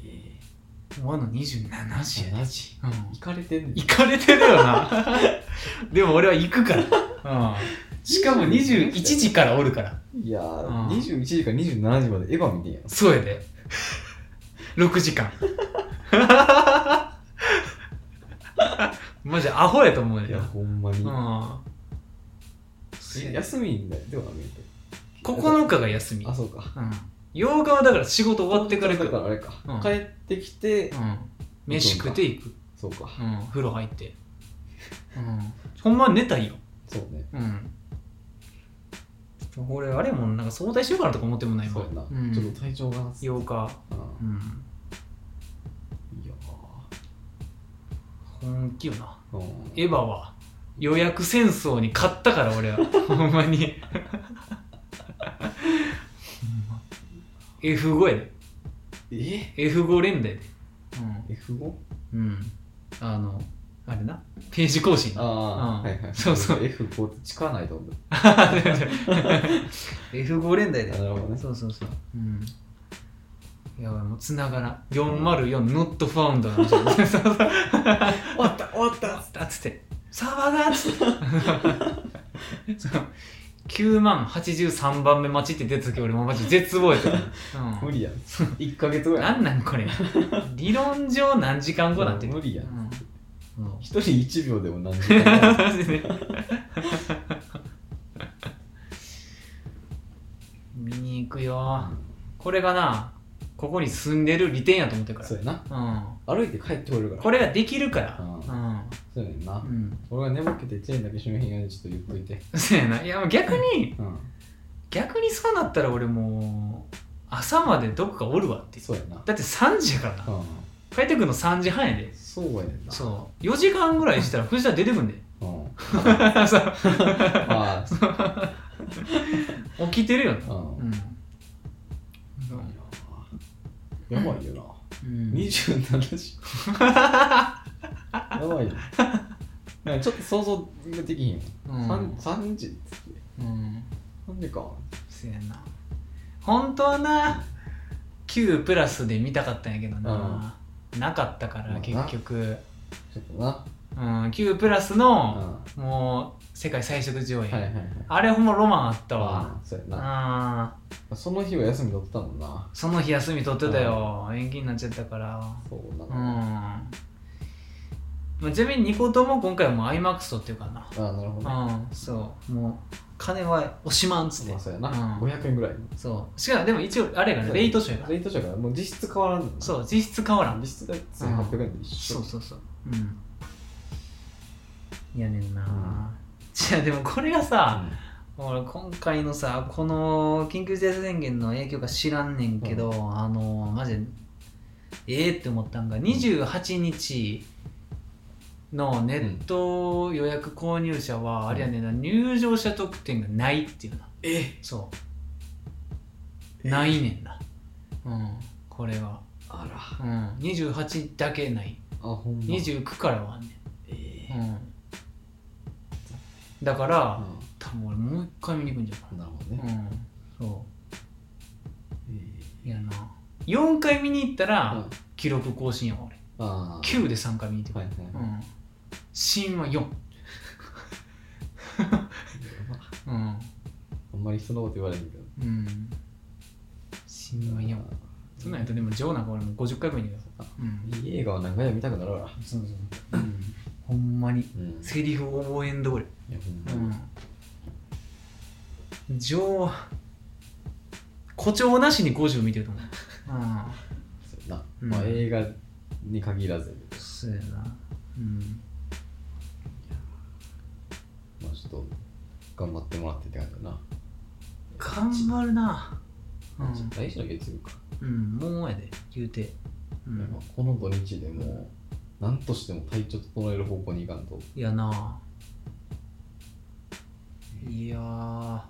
[SPEAKER 1] 終わんの27時やで、
[SPEAKER 2] マジ
[SPEAKER 1] うん、
[SPEAKER 2] 行かれてんねん
[SPEAKER 1] 行かれてるよ [laughs] なでも俺は行くから、うん、しかも21時からおるから
[SPEAKER 2] いやー、
[SPEAKER 1] うん
[SPEAKER 2] 21時から27時までエヴァ見てんやん
[SPEAKER 1] そうやで6時間マジアホやと思うよ
[SPEAKER 2] いやほんまに、
[SPEAKER 1] うん
[SPEAKER 2] え休みだよではなくて
[SPEAKER 1] 9日が休み、う
[SPEAKER 2] あ
[SPEAKER 1] ん、
[SPEAKER 2] そうか
[SPEAKER 1] 8日はだから仕事終わってから行く
[SPEAKER 2] だからあれか、
[SPEAKER 1] うん
[SPEAKER 2] 帰ってきて、
[SPEAKER 1] うん、飯食って行く、
[SPEAKER 2] そうか
[SPEAKER 1] うん、風呂入って、うん、ほんま寝たいよ、
[SPEAKER 2] そうね
[SPEAKER 1] うん、ちょっと俺あれやもんなんか早退しようかなとか思ってもないも
[SPEAKER 2] そ
[SPEAKER 1] ん
[SPEAKER 2] うやな、
[SPEAKER 1] ん、
[SPEAKER 2] ちょっと体調がうんいや
[SPEAKER 1] 8日、うん、
[SPEAKER 2] ー
[SPEAKER 1] 本気よな
[SPEAKER 2] うん
[SPEAKER 1] エヴァは予約戦争に勝ったから俺はほんまにほんま F5 やで
[SPEAKER 2] え
[SPEAKER 1] F5 連打やで
[SPEAKER 2] F5?
[SPEAKER 1] うん、うん、あのあれなページ更
[SPEAKER 2] [laughs]
[SPEAKER 1] 新 [laughs]
[SPEAKER 2] ああ、
[SPEAKER 1] うん
[SPEAKER 2] はいはい
[SPEAKER 1] そうそう
[SPEAKER 2] F5 って近ないと思う
[SPEAKER 1] F5 連打やで
[SPEAKER 2] なるほどね
[SPEAKER 1] そうそうそううんやばいもう繋がらん404 not found なんじゃん終わった終わった終わったっつってサーバーだっつってそう9万83番目待ちって出た時俺もマジ絶望やった、う
[SPEAKER 2] 無
[SPEAKER 1] ん
[SPEAKER 2] 理やん1ヶ月ぐらい
[SPEAKER 1] なんなんこれ理論上何時間後なんて
[SPEAKER 2] 無理やん
[SPEAKER 1] うんもう
[SPEAKER 2] 一人一秒でも何時 [laughs] 間
[SPEAKER 1] マジで見に行くよこれがなここに住んでる利点やと思ってるか
[SPEAKER 2] そうやな
[SPEAKER 1] ら、
[SPEAKER 2] 歩いて帰ってこれ
[SPEAKER 1] う
[SPEAKER 2] る
[SPEAKER 1] ん、
[SPEAKER 2] から
[SPEAKER 1] これができるから
[SPEAKER 2] う
[SPEAKER 1] う
[SPEAKER 2] そうやねんな、
[SPEAKER 1] ん、うん、
[SPEAKER 2] 俺が寝ぼけてチェーンだけ周辺にちょっと言っといて
[SPEAKER 1] そうやないやもう逆に
[SPEAKER 2] うん
[SPEAKER 1] 逆にそうなったら俺もう朝までどこかおるわって
[SPEAKER 2] そうやな
[SPEAKER 1] だって3時やからな
[SPEAKER 2] う
[SPEAKER 1] 帰ってくるの3時半やで
[SPEAKER 2] んそうやねんな
[SPEAKER 1] そう4時間ぐらいしたら藤田出てくんで [laughs]
[SPEAKER 2] うん
[SPEAKER 1] そう
[SPEAKER 2] ああ
[SPEAKER 1] 起きてるよな
[SPEAKER 2] うん
[SPEAKER 1] うん
[SPEAKER 2] やばいよな。
[SPEAKER 1] うん
[SPEAKER 2] 27時。 [laughs] やばいよ。なんかちょっと想像できひんよ。
[SPEAKER 1] うん
[SPEAKER 2] 三三時って。
[SPEAKER 1] うん
[SPEAKER 2] 三時か。
[SPEAKER 1] そうやな本当はな9プラスで見たかったんやけどな、なかったから
[SPEAKER 2] まあな
[SPEAKER 1] 結局、
[SPEAKER 2] ちょっとな。
[SPEAKER 1] うん、9プラス
[SPEAKER 2] うん。
[SPEAKER 1] の、
[SPEAKER 2] は
[SPEAKER 1] もう世界最速上映、
[SPEAKER 2] いはいはい。
[SPEAKER 1] あれほんまロマンあったわ、
[SPEAKER 2] うんそうや
[SPEAKER 1] うん
[SPEAKER 2] な。その日は休み取ってたもんな。
[SPEAKER 1] その日休み取ってたよ、延期になっちゃったから
[SPEAKER 2] そうな
[SPEAKER 1] うん、
[SPEAKER 2] あ
[SPEAKER 1] まあ、ちなみにニコ動も今回はもう IMAX 取っていうから
[SPEAKER 2] あ、なるほどね。
[SPEAKER 1] なうんそうもう金は惜しまんっつって、
[SPEAKER 2] まあそうやな。
[SPEAKER 1] うん
[SPEAKER 2] 500円ぐらい。
[SPEAKER 1] そうしかもでも一応あれがねレイトショーやから
[SPEAKER 2] レイトショーからもう実質変わらんの。。
[SPEAKER 1] そうう実質変わらん
[SPEAKER 2] 実質だって1800円で一緒。
[SPEAKER 1] そうそうそううんいやねんなじゃあでもこれがさ、俺今回のさこの緊急事態宣言の影響か知らんねんけど、あのマジでええって思ったんが28日のネット予約購入者は、
[SPEAKER 2] ん
[SPEAKER 1] あれやねんな入場者特典がないっていうな
[SPEAKER 2] え
[SPEAKER 1] そう
[SPEAKER 2] え
[SPEAKER 1] ないねんなうんこれは
[SPEAKER 2] あら。
[SPEAKER 1] うん28だけない
[SPEAKER 2] あ、ほんま。
[SPEAKER 1] 29からはあんねん
[SPEAKER 2] ええ
[SPEAKER 1] うんだから、
[SPEAKER 2] うん
[SPEAKER 1] 多分俺もう一回見に行くんじゃない
[SPEAKER 2] なるほどね。
[SPEAKER 1] かなうんそう
[SPEAKER 2] え
[SPEAKER 1] いやな4回見に行った
[SPEAKER 2] え
[SPEAKER 1] ら
[SPEAKER 2] あ
[SPEAKER 1] 記録更新やわ俺
[SPEAKER 2] あー。
[SPEAKER 1] 9で3回見に行ってく
[SPEAKER 2] は
[SPEAKER 1] る、
[SPEAKER 2] いはい。
[SPEAKER 1] うん新は4うん
[SPEAKER 2] あんまり人のこと言われへんけど。
[SPEAKER 1] うん新は4そんなんやったらでもジョーなんか俺もう50回もいいんだよ
[SPEAKER 2] あ
[SPEAKER 1] うん
[SPEAKER 2] いい映画は何回も見たくなるわ。
[SPEAKER 1] そうそう
[SPEAKER 2] うん。
[SPEAKER 1] ほんまに
[SPEAKER 2] うん。い
[SPEAKER 1] セリフ応援どれ
[SPEAKER 2] や、ほんまに
[SPEAKER 1] うん、上誇張なしに50見てると思う、う
[SPEAKER 2] そうやな。
[SPEAKER 1] うん
[SPEAKER 2] まあ、映画に限らず、
[SPEAKER 1] ん、そうやな、うん、
[SPEAKER 2] まあ、ちょっと、頑張ってもらってって感じだな。
[SPEAKER 1] 頑張るなうん
[SPEAKER 2] 来週の月曜日か、
[SPEAKER 1] うんもうやで言うて、うん
[SPEAKER 2] やっぱこの土日でもう何としても体調整える方向にいかんと
[SPEAKER 1] いやなあいやー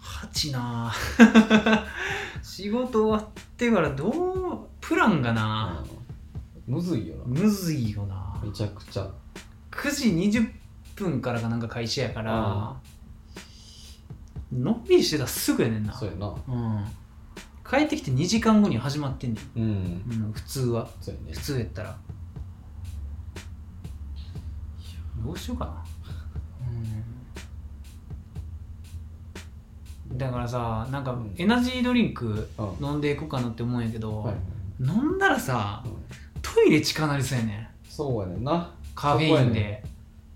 [SPEAKER 1] 8な [laughs] あ仕事終わってからどうプランがな
[SPEAKER 2] うんむずいよな
[SPEAKER 1] むずいよな
[SPEAKER 2] めちゃくちゃ
[SPEAKER 1] 9時20分からがなんか会社やからのんびりしてたらすぐやねんな
[SPEAKER 2] そうやな
[SPEAKER 1] うん帰ってきて2時間後に始まってんね
[SPEAKER 2] うん
[SPEAKER 1] ん、うん、普通は
[SPEAKER 2] そうやね
[SPEAKER 1] 普通やったらどうしようかなうんだからさなんか
[SPEAKER 2] うん
[SPEAKER 1] エナジードリンク
[SPEAKER 2] うん
[SPEAKER 1] 飲んでいこうかなって思うんやけど、
[SPEAKER 2] はいはい
[SPEAKER 1] 飲んだらさ
[SPEAKER 2] うん
[SPEAKER 1] トイレ近なりそうやね
[SPEAKER 2] そうやねんな
[SPEAKER 1] カフェインで、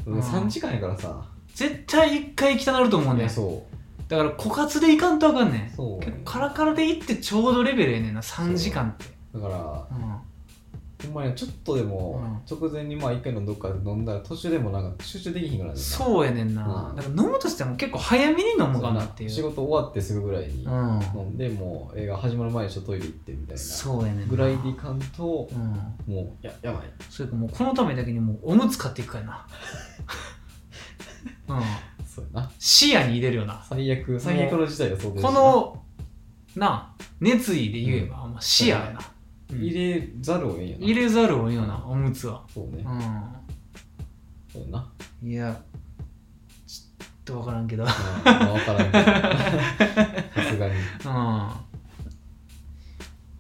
[SPEAKER 2] うん
[SPEAKER 1] うん
[SPEAKER 2] 3時間やからさ
[SPEAKER 1] 絶対一回行きたなると思う
[SPEAKER 2] い
[SPEAKER 1] ね
[SPEAKER 2] や
[SPEAKER 1] ん
[SPEAKER 2] そ
[SPEAKER 1] だから枯渇でいかんとあかんねん
[SPEAKER 2] うそう
[SPEAKER 1] 結構カラカラで行ってちょうどレベルやねんな3時間って
[SPEAKER 2] だから
[SPEAKER 1] うん
[SPEAKER 2] ほんまにちょっとでも直前にまあ一回のどっかで飲んだら途中でもなんか集中できひんくなるねんな
[SPEAKER 1] そうやねんな、
[SPEAKER 2] うん
[SPEAKER 1] だから飲むとしても結構早めに飲むかなっていう
[SPEAKER 2] 仕事終わってすぐぐらいに
[SPEAKER 1] うん
[SPEAKER 2] 飲んでもう映画始まる前にちょっとトイレ行ってみたいな
[SPEAKER 1] そうやねんな
[SPEAKER 2] ぐらいでいかんと
[SPEAKER 1] うん
[SPEAKER 2] もうややばい
[SPEAKER 1] それかもうこのためだけにもうおむつ買っていくから
[SPEAKER 2] [laughs]
[SPEAKER 1] なうん
[SPEAKER 2] そうやな
[SPEAKER 1] 視野に入れるよな
[SPEAKER 2] 最悪最悪の事態を想定して
[SPEAKER 1] このなあ熱意で言えば、もう視野やな、うん
[SPEAKER 2] 入れざるをえんやな
[SPEAKER 1] 入れざるを得んよなおむつは
[SPEAKER 2] そう
[SPEAKER 1] う
[SPEAKER 2] ねそうやなん
[SPEAKER 1] いやちょっと分からんけどうん
[SPEAKER 2] まあまあわからん
[SPEAKER 1] [laughs]
[SPEAKER 2] けどさすが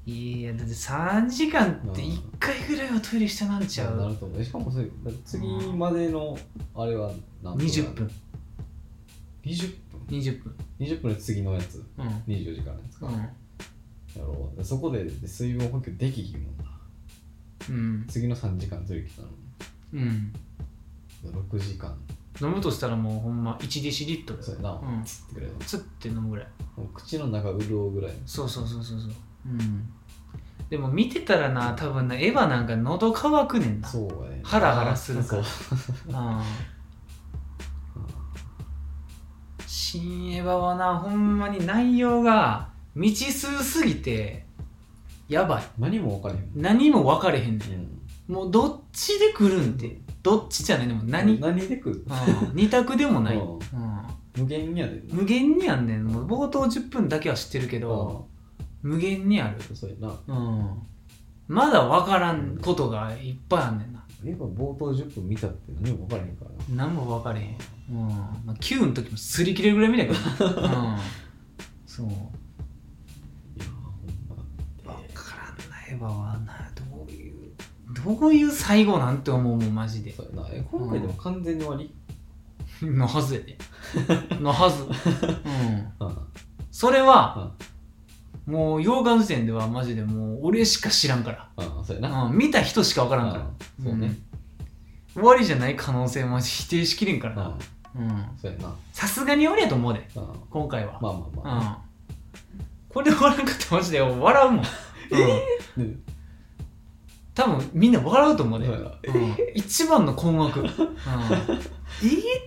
[SPEAKER 2] に
[SPEAKER 1] いやだって3時間って1回ぐらいはトイレしたなんちゃ
[SPEAKER 2] な
[SPEAKER 1] う
[SPEAKER 2] ると思うしかもそれだって次までのあれは何分
[SPEAKER 1] 20分
[SPEAKER 2] 20分
[SPEAKER 1] 20分
[SPEAKER 2] 20分の次のやつ
[SPEAKER 1] うん
[SPEAKER 2] 24時間のやつか、
[SPEAKER 1] うん
[SPEAKER 2] やろうでそこで水分補給できひんもんな
[SPEAKER 1] うん
[SPEAKER 2] 次の3時間ずれきたの
[SPEAKER 1] うん
[SPEAKER 2] 6時間
[SPEAKER 1] 飲むとしたらもうほんま1デシリットル
[SPEAKER 2] そうやな、
[SPEAKER 1] うん
[SPEAKER 2] つってくれる
[SPEAKER 1] つって飲むぐらい
[SPEAKER 2] もう口の中潤うぐらい
[SPEAKER 1] そうそうそうそうそううんでも見てたらな多分なエヴァなんか喉乾くねんなう、
[SPEAKER 2] そうやね
[SPEAKER 1] ハラハラするから、
[SPEAKER 2] そうん
[SPEAKER 1] 新エヴァはなほんまに内容が未知数すぎてやばい
[SPEAKER 2] 何も分からへんもん
[SPEAKER 1] 何も分かれへんね
[SPEAKER 2] うん
[SPEAKER 1] んもうどっちで来るんってどっちじゃないでも何、うん、
[SPEAKER 2] 何で食う
[SPEAKER 1] 二択でもない、
[SPEAKER 2] う
[SPEAKER 1] う
[SPEAKER 2] ん
[SPEAKER 1] ん
[SPEAKER 2] 無限やでな
[SPEAKER 1] 無限にあんねんもう冒頭10分だけは知ってるけど、無限にある
[SPEAKER 2] うんそうやな
[SPEAKER 1] うんまだ分からんことがいっぱいあんねんな
[SPEAKER 2] やっぱ冒頭10分見たって何も分からへんからな
[SPEAKER 1] 何も分かれへん、うんまあ、9の時も擦り切れるぐらい見たけどな、うん、そう
[SPEAKER 2] いやーほんまだ
[SPEAKER 1] 分
[SPEAKER 2] って
[SPEAKER 1] からないわはなどういうどういう最後なんて思うもんマジ
[SPEAKER 2] [laughs]
[SPEAKER 1] で
[SPEAKER 2] そうやなえ今回でも完全に終わり、
[SPEAKER 1] のはずやでのはず、うん、
[SPEAKER 2] うん
[SPEAKER 1] それは、もう洋画の時点ではマジでもう俺しか知らんから
[SPEAKER 2] うんそうやな、
[SPEAKER 1] うん、見た人しか分からんから、
[SPEAKER 2] うんそうね、
[SPEAKER 1] 終わりじゃない可能性も否定しきれんか
[SPEAKER 2] う
[SPEAKER 1] ら
[SPEAKER 2] ん
[SPEAKER 1] なうん
[SPEAKER 2] そうやな、
[SPEAKER 1] さすがに俺やと思うで
[SPEAKER 2] うん
[SPEAKER 1] 今回は、
[SPEAKER 2] まあまあまあ、
[SPEAKER 1] うん、これで終わらんかったらマジで笑
[SPEAKER 2] [laughs]
[SPEAKER 1] うもん、うん、
[SPEAKER 2] で
[SPEAKER 1] 多分みんな笑うと思うで、
[SPEAKER 2] そう
[SPEAKER 1] う
[SPEAKER 2] や
[SPEAKER 1] ん
[SPEAKER 2] な
[SPEAKER 1] 一番の困
[SPEAKER 2] [laughs]
[SPEAKER 1] 惑、うん、えーって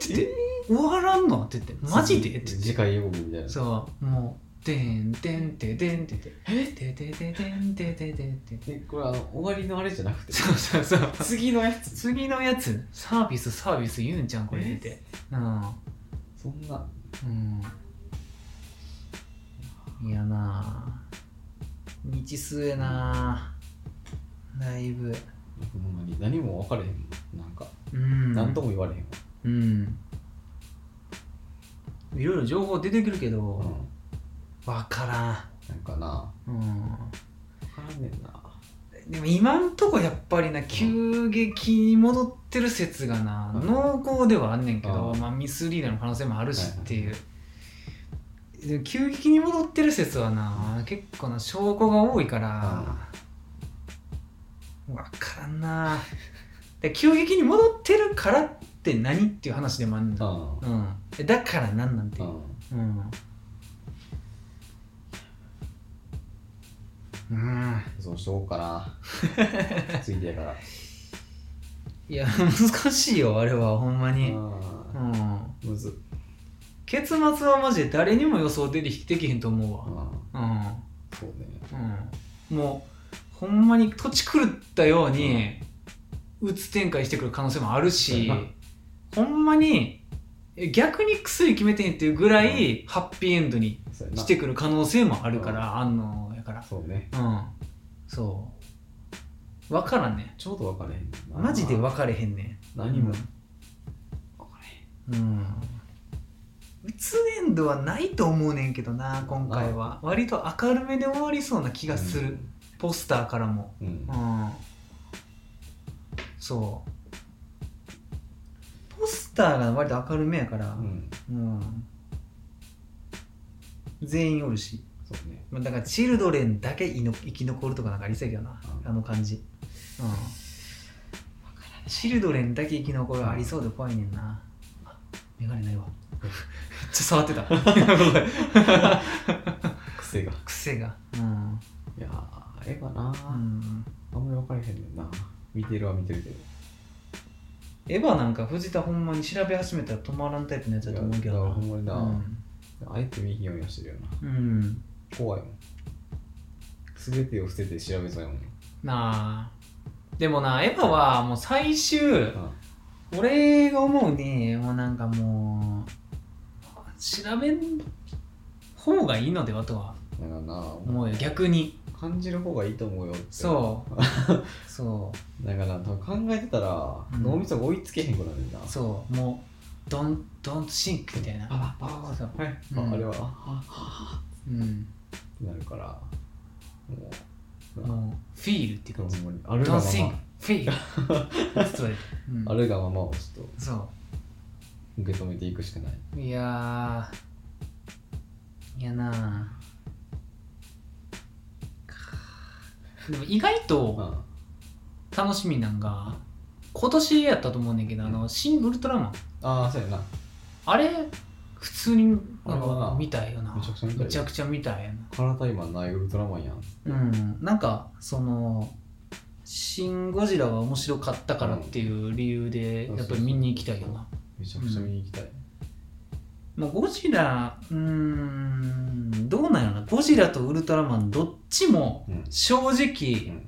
[SPEAKER 1] 言って終わらんのって言ってマジでって言って
[SPEAKER 2] 次回予告みたいな
[SPEAKER 1] そうもう「でんでんてでんてで」てでででんてででで
[SPEAKER 2] でこれあの終わりのあれじゃなくて
[SPEAKER 1] そうそうそう
[SPEAKER 2] 次のやつ
[SPEAKER 1] 次のやつサービスサービス言うんじゃんこれ見てうん
[SPEAKER 2] そんな
[SPEAKER 1] うんいやなあ未知数やなあだいぶ
[SPEAKER 2] ほんまに何も分かれへんもんなんか、
[SPEAKER 1] うん
[SPEAKER 2] 何とも言われへんわ
[SPEAKER 1] うんいろいろ情報出てくるけ
[SPEAKER 2] う
[SPEAKER 1] ど
[SPEAKER 2] ん
[SPEAKER 1] わから
[SPEAKER 2] なんかなん
[SPEAKER 1] うん
[SPEAKER 2] 分からんねんな
[SPEAKER 1] でも今んとこやっぱりな急激に戻ってる説がな、
[SPEAKER 2] うん
[SPEAKER 1] 濃厚ではあんねんけど、
[SPEAKER 2] うん
[SPEAKER 1] まあ、ミスリードの可能性もある
[SPEAKER 2] は
[SPEAKER 1] し
[SPEAKER 2] いはい
[SPEAKER 1] っていう、でも急激に戻ってる説はな、結構な証拠が多いから、わからんなで急激に戻ってるからって何っていう話でもあん
[SPEAKER 2] う
[SPEAKER 1] の、
[SPEAKER 2] んうん
[SPEAKER 1] うんえだから何なんていう、うんうん
[SPEAKER 2] そうしようか [laughs] なついてやから
[SPEAKER 1] [laughs] いや難しいよあれはほんまに
[SPEAKER 2] あ
[SPEAKER 1] うん
[SPEAKER 2] ーむず
[SPEAKER 1] け結末はマジで誰にも予想できできへんと
[SPEAKER 2] あ
[SPEAKER 1] 思
[SPEAKER 2] あ
[SPEAKER 1] うわ
[SPEAKER 2] そうね
[SPEAKER 1] うん、うん、もうほんまに土地狂ったように鬱展開してくる可能性もあるしほんまにえ逆に薬決めてへんっていうぐらいハッピーエンドに
[SPEAKER 2] そうやな
[SPEAKER 1] してくる可能性もあるからあんのやから
[SPEAKER 2] そうね
[SPEAKER 1] うんそう分からんね
[SPEAKER 2] ちょうど分かれへんな
[SPEAKER 1] マジで分かれへんね
[SPEAKER 2] 何も
[SPEAKER 1] 分かれへんうん鬱エンドはないと思うねんけどな今回は割と明るめで終わりそうな気がする、ポスターからも
[SPEAKER 2] うん、うん
[SPEAKER 1] うんそうポスターが割と明るめやから
[SPEAKER 2] うん
[SPEAKER 1] うん、全員おるし
[SPEAKER 2] そうね
[SPEAKER 1] まあだからチルドレンだけいの生き残るとかなんかありそうやけどな
[SPEAKER 2] うん
[SPEAKER 1] あの感じ、うん、チルドレンだけ生き残るはありそうで怖いねんなあメガネ
[SPEAKER 2] [laughs]
[SPEAKER 1] ないわめっちゃ触ってた
[SPEAKER 2] 癖が
[SPEAKER 1] 癖がうん、
[SPEAKER 2] いやーええかな、
[SPEAKER 1] うん、
[SPEAKER 2] あんまり分かれへんねんな見てるは見てるけど
[SPEAKER 1] エヴァなんか藤田ほんまに調べ始めたら止まらんタイプのやつだと思うけど
[SPEAKER 2] いや
[SPEAKER 1] な
[SPEAKER 2] ほんまにな、
[SPEAKER 1] うん
[SPEAKER 2] あえて見ひんようにはしてるよな
[SPEAKER 1] うん、
[SPEAKER 2] 怖いもん全てを捨てて調べそうやもん
[SPEAKER 1] なあでもなエヴァはもう最終、
[SPEAKER 2] あ
[SPEAKER 1] 俺が思うにもうなんかもう調べん方がいいのではとは
[SPEAKER 2] だからな
[SPEAKER 1] 思うよ逆に
[SPEAKER 2] 感じる方がいいと思うよって
[SPEAKER 1] そうそ
[SPEAKER 2] だから多分考えてたら、
[SPEAKER 1] うん
[SPEAKER 2] 脳みそが追いつけへんくなるんだ
[SPEAKER 1] うそうもうドンドンシンクみたいな
[SPEAKER 2] あああ
[SPEAKER 1] そう
[SPEAKER 2] はい、
[SPEAKER 1] うん
[SPEAKER 2] ああれはああああ
[SPEAKER 1] うん
[SPEAKER 2] ってなるからもうな
[SPEAKER 1] もうフィールっていう
[SPEAKER 2] ほ
[SPEAKER 1] 感じ
[SPEAKER 2] んまにあるが
[SPEAKER 1] ド
[SPEAKER 2] ま
[SPEAKER 1] ンシンク
[SPEAKER 2] ま
[SPEAKER 1] フィールストレート、うん
[SPEAKER 2] あるがままをちょっ
[SPEAKER 1] そ
[SPEAKER 2] と受け止めていくしかないう
[SPEAKER 1] いやーいやなあかあでも意外と、
[SPEAKER 2] あ
[SPEAKER 1] 楽しみなんが今年やったと思うねんけどあの「シン・ウルトラマン
[SPEAKER 2] ああそうやな」
[SPEAKER 1] あれ普通になん
[SPEAKER 2] あれは
[SPEAKER 1] か
[SPEAKER 2] な
[SPEAKER 1] 見たいよな
[SPEAKER 2] めちゃくちゃ見たいよ
[SPEAKER 1] めちゃくちゃ見たいよな
[SPEAKER 2] カラータイマンないウルトラマンやん
[SPEAKER 1] うんなんかその「シン・ゴジラ」が面白かったからっていう理由で
[SPEAKER 2] うん
[SPEAKER 1] やっぱり見に行きたいよな
[SPEAKER 2] めちゃくちゃ見に行きたい、
[SPEAKER 1] もうゴジラうーんどうなんやろなゴジラとウルトラマンどっちも
[SPEAKER 2] うん
[SPEAKER 1] 正
[SPEAKER 2] う
[SPEAKER 1] 直
[SPEAKER 2] ん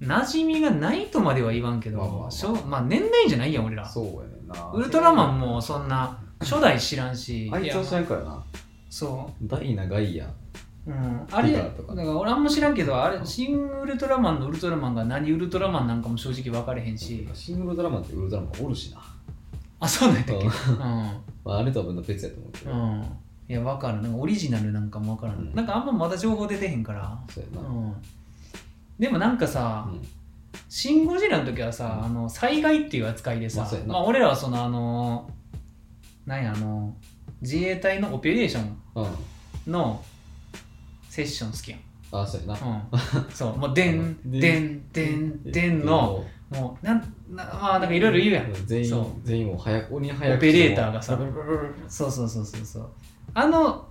[SPEAKER 1] 馴染みがないとまでは言わんけど
[SPEAKER 2] まあまあまあ
[SPEAKER 1] しょまあ年代じゃないやん俺ら
[SPEAKER 2] そうやねんな
[SPEAKER 1] ウルトラマンもそんな初代知らんし
[SPEAKER 2] あいつは知
[SPEAKER 1] い
[SPEAKER 2] ら
[SPEAKER 1] や
[SPEAKER 2] んからな
[SPEAKER 1] そ
[SPEAKER 2] ダイナガイア
[SPEAKER 1] う、うん、あれ
[SPEAKER 2] リ
[SPEAKER 1] だ
[SPEAKER 2] ガー
[SPEAKER 1] か
[SPEAKER 2] とから
[SPEAKER 1] 俺あんま知らんけどあ
[SPEAKER 2] う
[SPEAKER 1] れ
[SPEAKER 2] ん
[SPEAKER 1] シン・ウルトラマンのウルトラマンが何ウルトラマンなんかも正直分かれへんし
[SPEAKER 2] シングルドラマンってウルトラマンおるしな、
[SPEAKER 1] あそうなんだっけ
[SPEAKER 2] うん
[SPEAKER 1] うん、
[SPEAKER 2] まあ、あれとはまた別やと思うけど、
[SPEAKER 1] うん、いや分からんなんかオリジナルなんかも分からん、
[SPEAKER 2] うん
[SPEAKER 1] なんかあんままだ情報出てへんから、
[SPEAKER 2] そう
[SPEAKER 1] う
[SPEAKER 2] やな、
[SPEAKER 1] ん、でもなんかさ、
[SPEAKER 2] うん
[SPEAKER 1] シン・ゴジラの時はさ、
[SPEAKER 2] うん
[SPEAKER 1] あの災害っていう扱いでさ、
[SPEAKER 2] まあそうやな
[SPEAKER 1] まあ、俺らはそのあのなんやあの自衛隊のオペレーション
[SPEAKER 2] うん、
[SPEAKER 1] のセッション好きやん
[SPEAKER 2] あそうやな、
[SPEAKER 1] うん、そう、
[SPEAKER 2] [laughs]
[SPEAKER 1] もう、でん、でん、でん、でんの、もう、なん、なまあ、なんかいろいろ言うやん。
[SPEAKER 2] 全
[SPEAKER 1] そう
[SPEAKER 2] 員全員もう早く鬼早く
[SPEAKER 1] オペレーターがさ
[SPEAKER 2] ブルブルブルブルブル
[SPEAKER 1] そうそうそうそうそう。あの、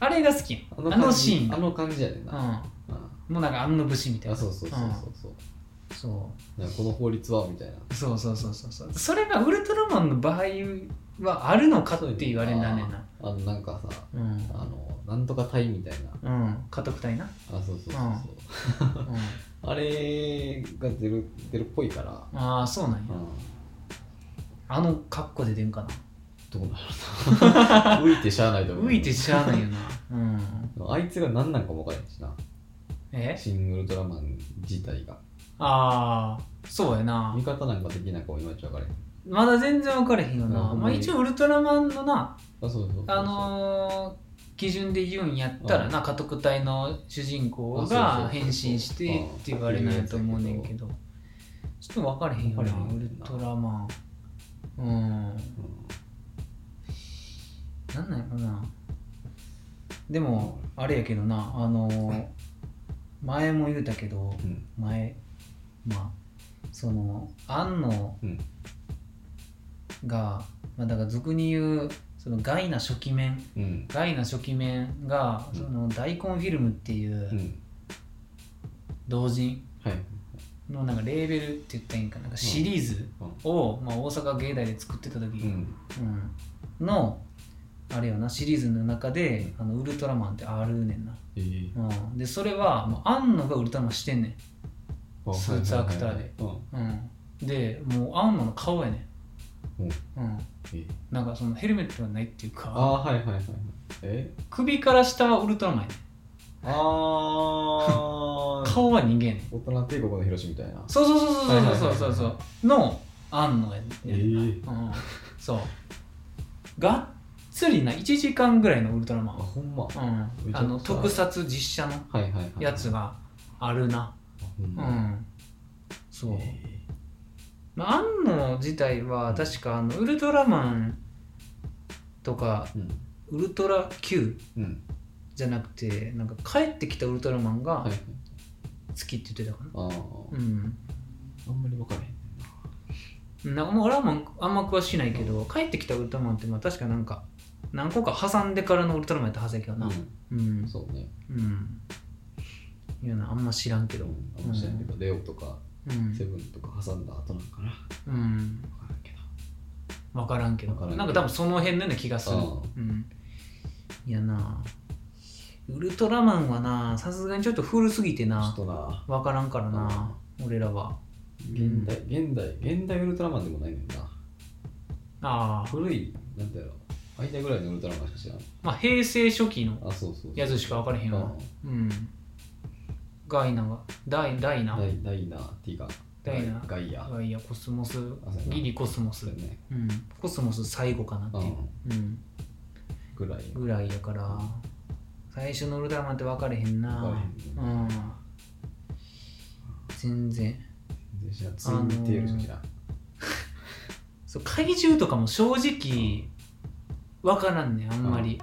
[SPEAKER 1] あれが好きやん。あの
[SPEAKER 2] 感じ
[SPEAKER 1] シーンが
[SPEAKER 2] あ。の感じやねんな、
[SPEAKER 1] う
[SPEAKER 2] うん
[SPEAKER 1] ん。もうなんか、あんの武士みたい
[SPEAKER 2] あ
[SPEAKER 1] な。そ
[SPEAKER 2] そうそうそうそうそう、
[SPEAKER 1] うそ
[SPEAKER 2] なんかこの法律はみたいな
[SPEAKER 1] うそうそうそうそう。それがウルトラマンの場合はあるのかって言われんだねんな。
[SPEAKER 2] あのなんかさ
[SPEAKER 1] うん。
[SPEAKER 2] あのなんとか隊みたいな
[SPEAKER 1] うん。家督隊な。
[SPEAKER 2] あそうそうそうそう、
[SPEAKER 1] うん、
[SPEAKER 2] あれが出る出るっぽいから、
[SPEAKER 1] ああ、そうなん
[SPEAKER 2] う
[SPEAKER 1] や。
[SPEAKER 2] ん、
[SPEAKER 1] あの格好で出んかな。
[SPEAKER 2] どうなるの [laughs] 浮いてしゃあないと思う
[SPEAKER 1] 浮いてしゃあないよな。うん。
[SPEAKER 2] あいつが何なんかも分からへんしな
[SPEAKER 1] え
[SPEAKER 2] シングルドラマン自体が
[SPEAKER 1] ああ、そうやな。
[SPEAKER 2] 味方なんかできないかもいまいち分からへん
[SPEAKER 1] まだ全然分かれへんよ
[SPEAKER 2] うん
[SPEAKER 1] な、
[SPEAKER 2] ほん
[SPEAKER 1] まあ、
[SPEAKER 2] まに
[SPEAKER 1] 一応ウルトラマンのな、
[SPEAKER 2] あそうそうそう
[SPEAKER 1] あのー基準で言うんやったらな家督隊の主人公
[SPEAKER 2] あそうそう
[SPEAKER 1] が
[SPEAKER 2] そう
[SPEAKER 1] 変身してって言われないと思うねんけどちょっと分かれへんよ
[SPEAKER 2] 分
[SPEAKER 1] な
[SPEAKER 2] かれへん
[SPEAKER 1] ウルトラマンうんなんなんやろなでもあれやけどなあのー前も言うたけど
[SPEAKER 2] うん、うん、
[SPEAKER 1] 前まあその庵野
[SPEAKER 2] うん
[SPEAKER 1] が、まあ、だから俗に言うそのガイナ初期面
[SPEAKER 2] うん
[SPEAKER 1] ガイナ初期面が
[SPEAKER 2] うん
[SPEAKER 1] その大根フィルムっていううん同人
[SPEAKER 2] はい
[SPEAKER 1] のなんかレーベルって言ったらいいんかななんかシリーズを、まあ、大阪芸大で作ってた時、
[SPEAKER 2] うん
[SPEAKER 1] うんのあれよなシリーズの中であのウルトラマンってあるねんな、
[SPEAKER 2] えー
[SPEAKER 1] うん、でそれはもう庵野がウルトラマンしてんね
[SPEAKER 2] あ
[SPEAKER 1] スーツアクターで
[SPEAKER 2] はいはいはい
[SPEAKER 1] ん、うん、でもう庵野の顔やね
[SPEAKER 2] うんうん
[SPEAKER 1] ん、うん、
[SPEAKER 2] えー
[SPEAKER 1] なんかそのヘルメットがないっていう
[SPEAKER 2] あ
[SPEAKER 1] か
[SPEAKER 2] あはいはいはいはいえ
[SPEAKER 1] 首から下はウルトラマンやね
[SPEAKER 2] あ
[SPEAKER 1] ん
[SPEAKER 2] ー
[SPEAKER 1] 顔は人間やねん
[SPEAKER 2] [laughs] 大人帝国の広島みたいな
[SPEAKER 1] そうそうそうそうそうそうそうそう、の庵野やねん、
[SPEAKER 2] えー
[SPEAKER 1] うん、そうがっつりな1時間ぐらいのウルトラマ
[SPEAKER 2] あ
[SPEAKER 1] ン
[SPEAKER 2] ほんまは
[SPEAKER 1] う
[SPEAKER 2] い
[SPEAKER 1] ん、
[SPEAKER 2] めちゃくちゃ
[SPEAKER 1] あの特撮実写の
[SPEAKER 2] はいはい
[SPEAKER 1] やつがあるな、
[SPEAKER 2] あほん
[SPEAKER 1] う
[SPEAKER 2] ま
[SPEAKER 1] ん、そう、
[SPEAKER 2] え
[SPEAKER 1] まあ、安野自体は確かあのウルトラマンとか
[SPEAKER 2] ーうん
[SPEAKER 1] ウルトラ Q
[SPEAKER 2] うん
[SPEAKER 1] じゃなくてなんか帰ってきたウルトラマンが
[SPEAKER 2] はいはい
[SPEAKER 1] 好きって言ってたかな、
[SPEAKER 2] ああ
[SPEAKER 1] うん
[SPEAKER 2] あんまり分からへん
[SPEAKER 1] なんかもう俺はもうあんま詳しいないけど帰ってきたウルトラマンってまあ確かなんか何個か挟んでからのウルトラマンやったはずやけどな
[SPEAKER 2] う
[SPEAKER 1] うん
[SPEAKER 2] んそうね
[SPEAKER 1] うんいうのはあんま知らんけ
[SPEAKER 2] で
[SPEAKER 1] ど
[SPEAKER 2] もあんま知らんけどレオとか
[SPEAKER 1] うん
[SPEAKER 2] セブンとか挟んだ後なんかな
[SPEAKER 1] うん
[SPEAKER 2] 分からんけど
[SPEAKER 1] 分からんけど
[SPEAKER 2] わからんけ
[SPEAKER 1] な
[SPEAKER 2] ど
[SPEAKER 1] んか多分その辺のような気がする
[SPEAKER 2] ああ
[SPEAKER 1] うんいやなウルトラマンはなさすがにちょっと古すぎて
[SPEAKER 2] ちょ
[SPEAKER 1] な
[SPEAKER 2] っとな
[SPEAKER 1] 分からんからな俺らは
[SPEAKER 2] 現代現代現代ウルトラマンでもないねんな
[SPEAKER 1] ああ
[SPEAKER 2] 古いなんだろう間ぐらいのウルトラマンしか知らん
[SPEAKER 1] まあ平成初期の
[SPEAKER 2] あそうそうそう
[SPEAKER 1] やつしか分からへんわ
[SPEAKER 2] うん
[SPEAKER 1] うんガイナがダイダイナ
[SPEAKER 2] ダイダイナティガ
[SPEAKER 1] ダイナ
[SPEAKER 2] ガイア
[SPEAKER 1] ガイアコスモス
[SPEAKER 2] あそうやな
[SPEAKER 1] ギリコスモ
[SPEAKER 2] そ
[SPEAKER 1] ス
[SPEAKER 2] れね
[SPEAKER 1] うんコスモス最後かなって
[SPEAKER 2] う
[SPEAKER 1] い
[SPEAKER 2] ん
[SPEAKER 1] ううん
[SPEAKER 2] ぐらい
[SPEAKER 1] ぐらいやから最初のウルトラマンって分かれへん
[SPEAKER 2] 分
[SPEAKER 1] な
[SPEAKER 2] か
[SPEAKER 1] うん全然
[SPEAKER 2] 全然知らんツインテールしか知らん
[SPEAKER 1] そう怪獣とかも正直分からんねんあんまり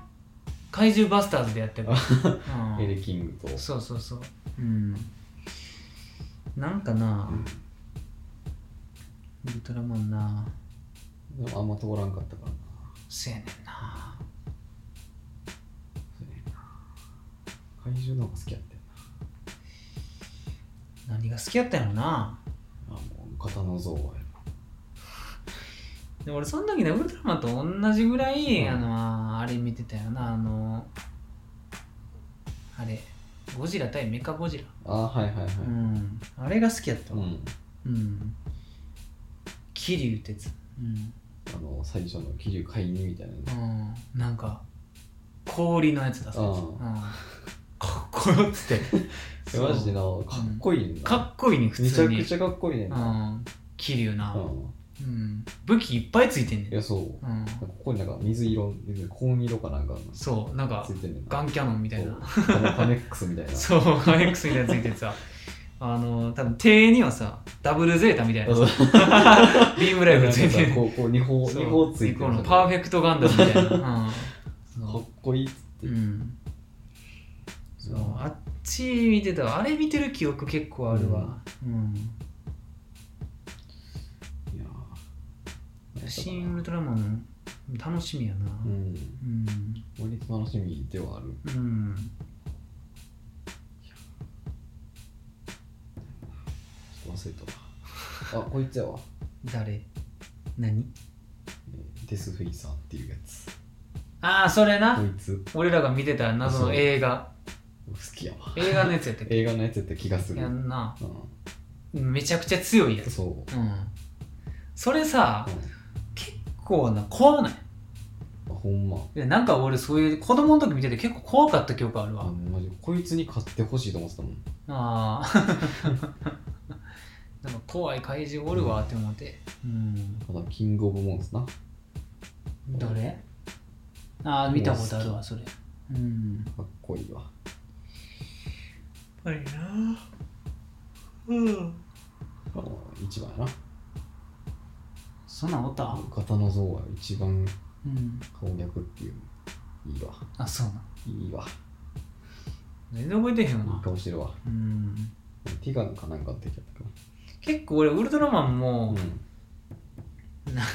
[SPEAKER 1] 怪獣バスターズでや [laughs] ってるから、う
[SPEAKER 2] エレ
[SPEAKER 1] ん、
[SPEAKER 2] キングと
[SPEAKER 1] そうそうそううんなんかなウルトラマンな
[SPEAKER 2] でもあんま通らんかったからな
[SPEAKER 1] せやねんな
[SPEAKER 2] そうやねんな怪獣の方が好きやったよ
[SPEAKER 1] 何が好きやったんやろな
[SPEAKER 2] なあもう型の像はや
[SPEAKER 1] で俺その時ねウルトラマンと同じぐらい、
[SPEAKER 2] うん
[SPEAKER 1] あのあれ見てたよなあのあれゴジラ対メカゴジラ、
[SPEAKER 2] なあはいはいはい
[SPEAKER 1] うんあれが好きやった
[SPEAKER 2] う
[SPEAKER 1] わ
[SPEAKER 2] ん
[SPEAKER 1] うん桐生ってやつうん
[SPEAKER 2] あの最初の桐生海にみたいな
[SPEAKER 1] うんなんか氷のやつだそうです、
[SPEAKER 2] うん
[SPEAKER 1] うんかっこよっ [laughs] つって
[SPEAKER 2] マジでなかっこいいねん
[SPEAKER 1] そう
[SPEAKER 2] な
[SPEAKER 1] かっこいいね普
[SPEAKER 2] めちゃ
[SPEAKER 1] 通に
[SPEAKER 2] くちゃかっこいいねんな
[SPEAKER 1] うん桐生な、
[SPEAKER 2] う
[SPEAKER 1] うん、武器いっぱいついてんね
[SPEAKER 2] んい
[SPEAKER 1] ん、
[SPEAKER 2] やそう
[SPEAKER 1] うん、
[SPEAKER 2] ここになんか水色水紺色かなんか
[SPEAKER 1] そうなんか
[SPEAKER 2] ついてんねんな
[SPEAKER 1] ガンキャノンみたいな
[SPEAKER 2] そうあのファネックスみたいな
[SPEAKER 1] そうガン X みたいなのついててさあの多分手にはさダブルゼータみたいなさビームライフルついてる
[SPEAKER 2] こう、こう、二方、
[SPEAKER 1] そう
[SPEAKER 2] 二方ついて
[SPEAKER 1] このパーフ
[SPEAKER 2] ェ
[SPEAKER 1] ェクトガンダムみたいな、うん
[SPEAKER 2] か
[SPEAKER 1] そう
[SPEAKER 2] っこいいっつって。
[SPEAKER 1] うんそうあっち見てたわあれ見てる記憶結構あるわうん、
[SPEAKER 2] いやー
[SPEAKER 1] 新ウルトラマン楽しみやな
[SPEAKER 2] うん。
[SPEAKER 1] うん
[SPEAKER 2] 割と楽しみではある。
[SPEAKER 1] うん
[SPEAKER 2] ちょっと忘れたわ。あ、こいつやわ。
[SPEAKER 1] 誰何
[SPEAKER 2] デスフェイサーっていうやつ。
[SPEAKER 1] ああそれな、
[SPEAKER 2] こいつ、
[SPEAKER 1] 俺らが見てた謎の映画
[SPEAKER 2] 好きやわ。
[SPEAKER 1] 映画のやつやったっけ
[SPEAKER 2] 映画のやつやった気がする。
[SPEAKER 1] や
[SPEAKER 2] [laughs] うんん。
[SPEAKER 1] なめちゃくちゃ強いやつ
[SPEAKER 2] そう。
[SPEAKER 1] うんそれさ
[SPEAKER 2] うん
[SPEAKER 1] 結構な怖ない
[SPEAKER 2] あ、ほんま。
[SPEAKER 1] いやなんか俺そういう子供の時見てて結構怖かった記憶あるわ、
[SPEAKER 2] あの、マジこいつに買ってほしいと思ってたもん。
[SPEAKER 1] ああ [laughs] なんか怖い怪獣おるわって思って、うん、
[SPEAKER 2] ただ、キングオブモンスな。
[SPEAKER 1] どれああ見たことあるわそれうん
[SPEAKER 2] かっこいいわ。
[SPEAKER 1] やっぱりなうん
[SPEAKER 2] あの一番やな。
[SPEAKER 1] そんなんおった
[SPEAKER 2] 型の像は一番
[SPEAKER 1] うん
[SPEAKER 2] 翻訳っていう。いいわ。
[SPEAKER 1] あそうなん
[SPEAKER 2] いいわ。
[SPEAKER 1] 全然覚えてへんよ
[SPEAKER 2] いい
[SPEAKER 1] な
[SPEAKER 2] 顔してるわ。
[SPEAKER 1] うん
[SPEAKER 2] ティガンかなんかって言っちゃったか
[SPEAKER 1] 結構俺ウルトラマン
[SPEAKER 2] な。
[SPEAKER 1] も
[SPEAKER 2] ん。、
[SPEAKER 1] なんか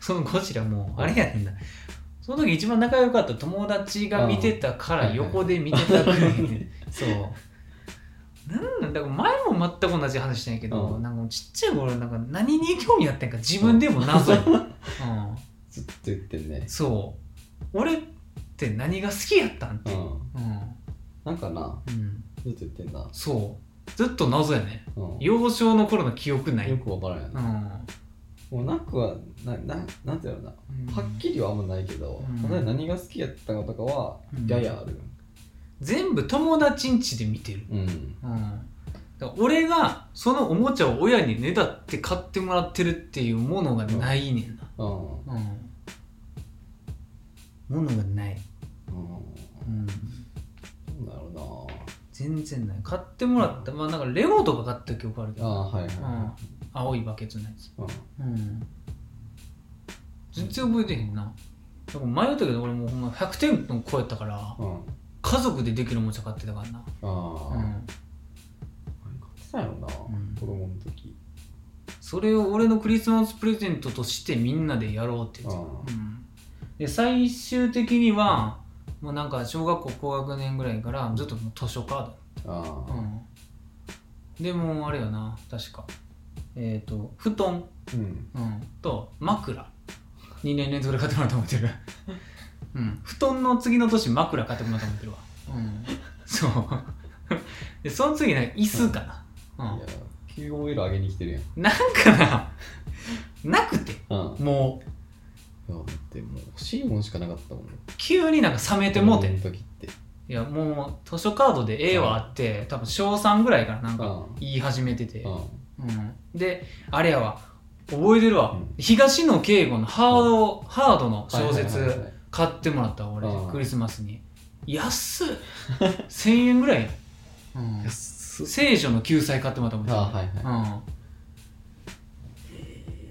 [SPEAKER 1] そのゴジラもあれやねんなその時一番仲良かった友達が見てたから
[SPEAKER 2] うん
[SPEAKER 1] 横で見てたくらい
[SPEAKER 2] [laughs]
[SPEAKER 1] でそうなんなんだから前も全く同じ話したんやけど、
[SPEAKER 2] うん
[SPEAKER 1] なんかもうちっちゃい頃なんか何に興味あったんか自分でも謎や、うん
[SPEAKER 2] ずっと言ってんね。
[SPEAKER 1] そ俺って何が好きやったんって
[SPEAKER 2] う
[SPEAKER 1] いう、
[SPEAKER 2] ん
[SPEAKER 1] う
[SPEAKER 2] なんかなん
[SPEAKER 1] うん、
[SPEAKER 2] ずっと言ってんだ、
[SPEAKER 1] そうずっと謎やね
[SPEAKER 2] うん、よ
[SPEAKER 1] 幼少の頃の記憶ない、うん
[SPEAKER 2] くわからんや
[SPEAKER 1] う
[SPEAKER 2] な、
[SPEAKER 1] ん、
[SPEAKER 2] もうなくはなななんていうのかなはっきりはあんまないけど、
[SPEAKER 1] うん
[SPEAKER 2] 例えば何が好きやったかとかは
[SPEAKER 1] うん
[SPEAKER 2] ややある
[SPEAKER 1] 全部友達ん家で見てる、
[SPEAKER 2] うん
[SPEAKER 1] うん、だから俺がそのおもちゃを親にねだって買ってもらってるっていうものがないねんな、
[SPEAKER 2] うん、うん
[SPEAKER 1] うん、ものがない、うん、
[SPEAKER 2] なんだろ
[SPEAKER 1] 全然ない買ってもらったまあなんかレゴとか買った記憶ある
[SPEAKER 2] う
[SPEAKER 1] け
[SPEAKER 2] な
[SPEAKER 1] ど、
[SPEAKER 2] ああーはいはい、
[SPEAKER 1] うん
[SPEAKER 2] は、
[SPEAKER 1] 青いバケツのやつ
[SPEAKER 2] いうん
[SPEAKER 1] うん全然覚えてへんなでも迷ったけど俺もうほんま100点の超えたから
[SPEAKER 2] うん、
[SPEAKER 1] 家族でできるおもちゃ買ってたからな
[SPEAKER 2] ああ、
[SPEAKER 1] う
[SPEAKER 2] 何買
[SPEAKER 1] ん
[SPEAKER 2] ってたんやろな、
[SPEAKER 1] ん
[SPEAKER 2] 子供の時
[SPEAKER 1] それを俺のクリスマスプレゼントとしてみんなでやろうって言って
[SPEAKER 2] あ
[SPEAKER 1] たうんで最終的にはもうなんか小学校高学年ぐらいからずっともう図書カー
[SPEAKER 2] あ
[SPEAKER 1] ド、うん、でもうあれよな確かえっ、と布団
[SPEAKER 2] ーうん
[SPEAKER 1] うん、と枕2年連続で買ってもらったと思ってる、うん、布団の次の年枕買ってもらったと思ってるわ、うん、そうでその次ね椅子かな、うん
[SPEAKER 2] いや QOL 上げに来てるやん
[SPEAKER 1] なんかななくて
[SPEAKER 2] うん
[SPEAKER 1] もう
[SPEAKER 2] いやだってもう欲しいもんしかなかったもん
[SPEAKER 1] 急になんか冷めてもうて
[SPEAKER 2] 子供の時って
[SPEAKER 1] いやもう図書カードで絵はあって多分小3ぐらいからなんか
[SPEAKER 2] うん
[SPEAKER 1] 言い始めてて、
[SPEAKER 2] うん
[SPEAKER 1] うん、であれやわ覚えてるわ、
[SPEAKER 2] うん
[SPEAKER 1] 東野圭吾のハード、ハードの小説、
[SPEAKER 2] はいはいはい
[SPEAKER 1] 買ってもらったわ俺
[SPEAKER 2] うん
[SPEAKER 1] クリスマスに安っ1000円ぐらいや、うん
[SPEAKER 2] はい安っ
[SPEAKER 1] 聖女の救済買ってもらったもん
[SPEAKER 2] あはいは
[SPEAKER 1] うん、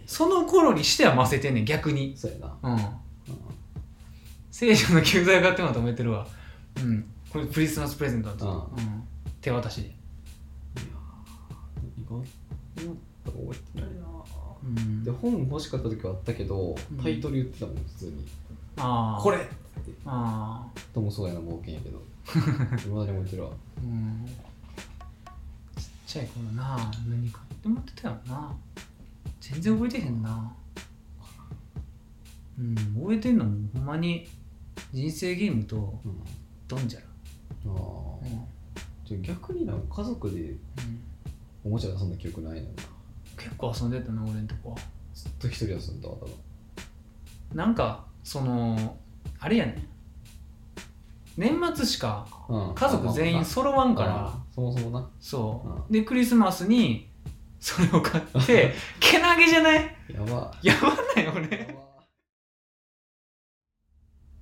[SPEAKER 1] その頃にしてはませてんねん逆に
[SPEAKER 2] い、そうやな、
[SPEAKER 1] うん、
[SPEAKER 2] う
[SPEAKER 1] 聖女の救済買ってもらったもんてるわ、うん、これクリスマスプレゼントだった、
[SPEAKER 2] うん
[SPEAKER 1] うん手渡しで、
[SPEAKER 2] ん、意外になったか覚えてないな
[SPEAKER 1] うん
[SPEAKER 2] で本欲しかった時はあったけど
[SPEAKER 1] うん
[SPEAKER 2] タイトル言ってたもん普通に、
[SPEAKER 1] ああ
[SPEAKER 2] これ
[SPEAKER 1] ああ
[SPEAKER 2] ともそうやな冒険やけ
[SPEAKER 1] [laughs]
[SPEAKER 2] どいまだに覚えてるわ
[SPEAKER 1] うんちっちゃい頃な何買ってもらってたよな全然覚えてへんなうん覚えてんのもほんまに人生ゲームと
[SPEAKER 2] うん
[SPEAKER 1] ドンジャラ
[SPEAKER 2] あ
[SPEAKER 1] う
[SPEAKER 2] ー
[SPEAKER 1] ん、
[SPEAKER 2] じゃあ逆になんか家族でおもちゃで遊んだ記憶ないのよな
[SPEAKER 1] 結構遊んでたな俺んとこは
[SPEAKER 2] ずっと一人で遊んだわ多分
[SPEAKER 1] なんかそのあれやねん年末しか
[SPEAKER 2] うん
[SPEAKER 1] 家族全員揃わんから
[SPEAKER 2] うんそもそもな
[SPEAKER 1] そううでクリスマスにそれを買
[SPEAKER 2] [laughs]
[SPEAKER 1] ってけなげじゃない
[SPEAKER 2] やば
[SPEAKER 1] やばない俺
[SPEAKER 2] や
[SPEAKER 1] [laughs]
[SPEAKER 2] ば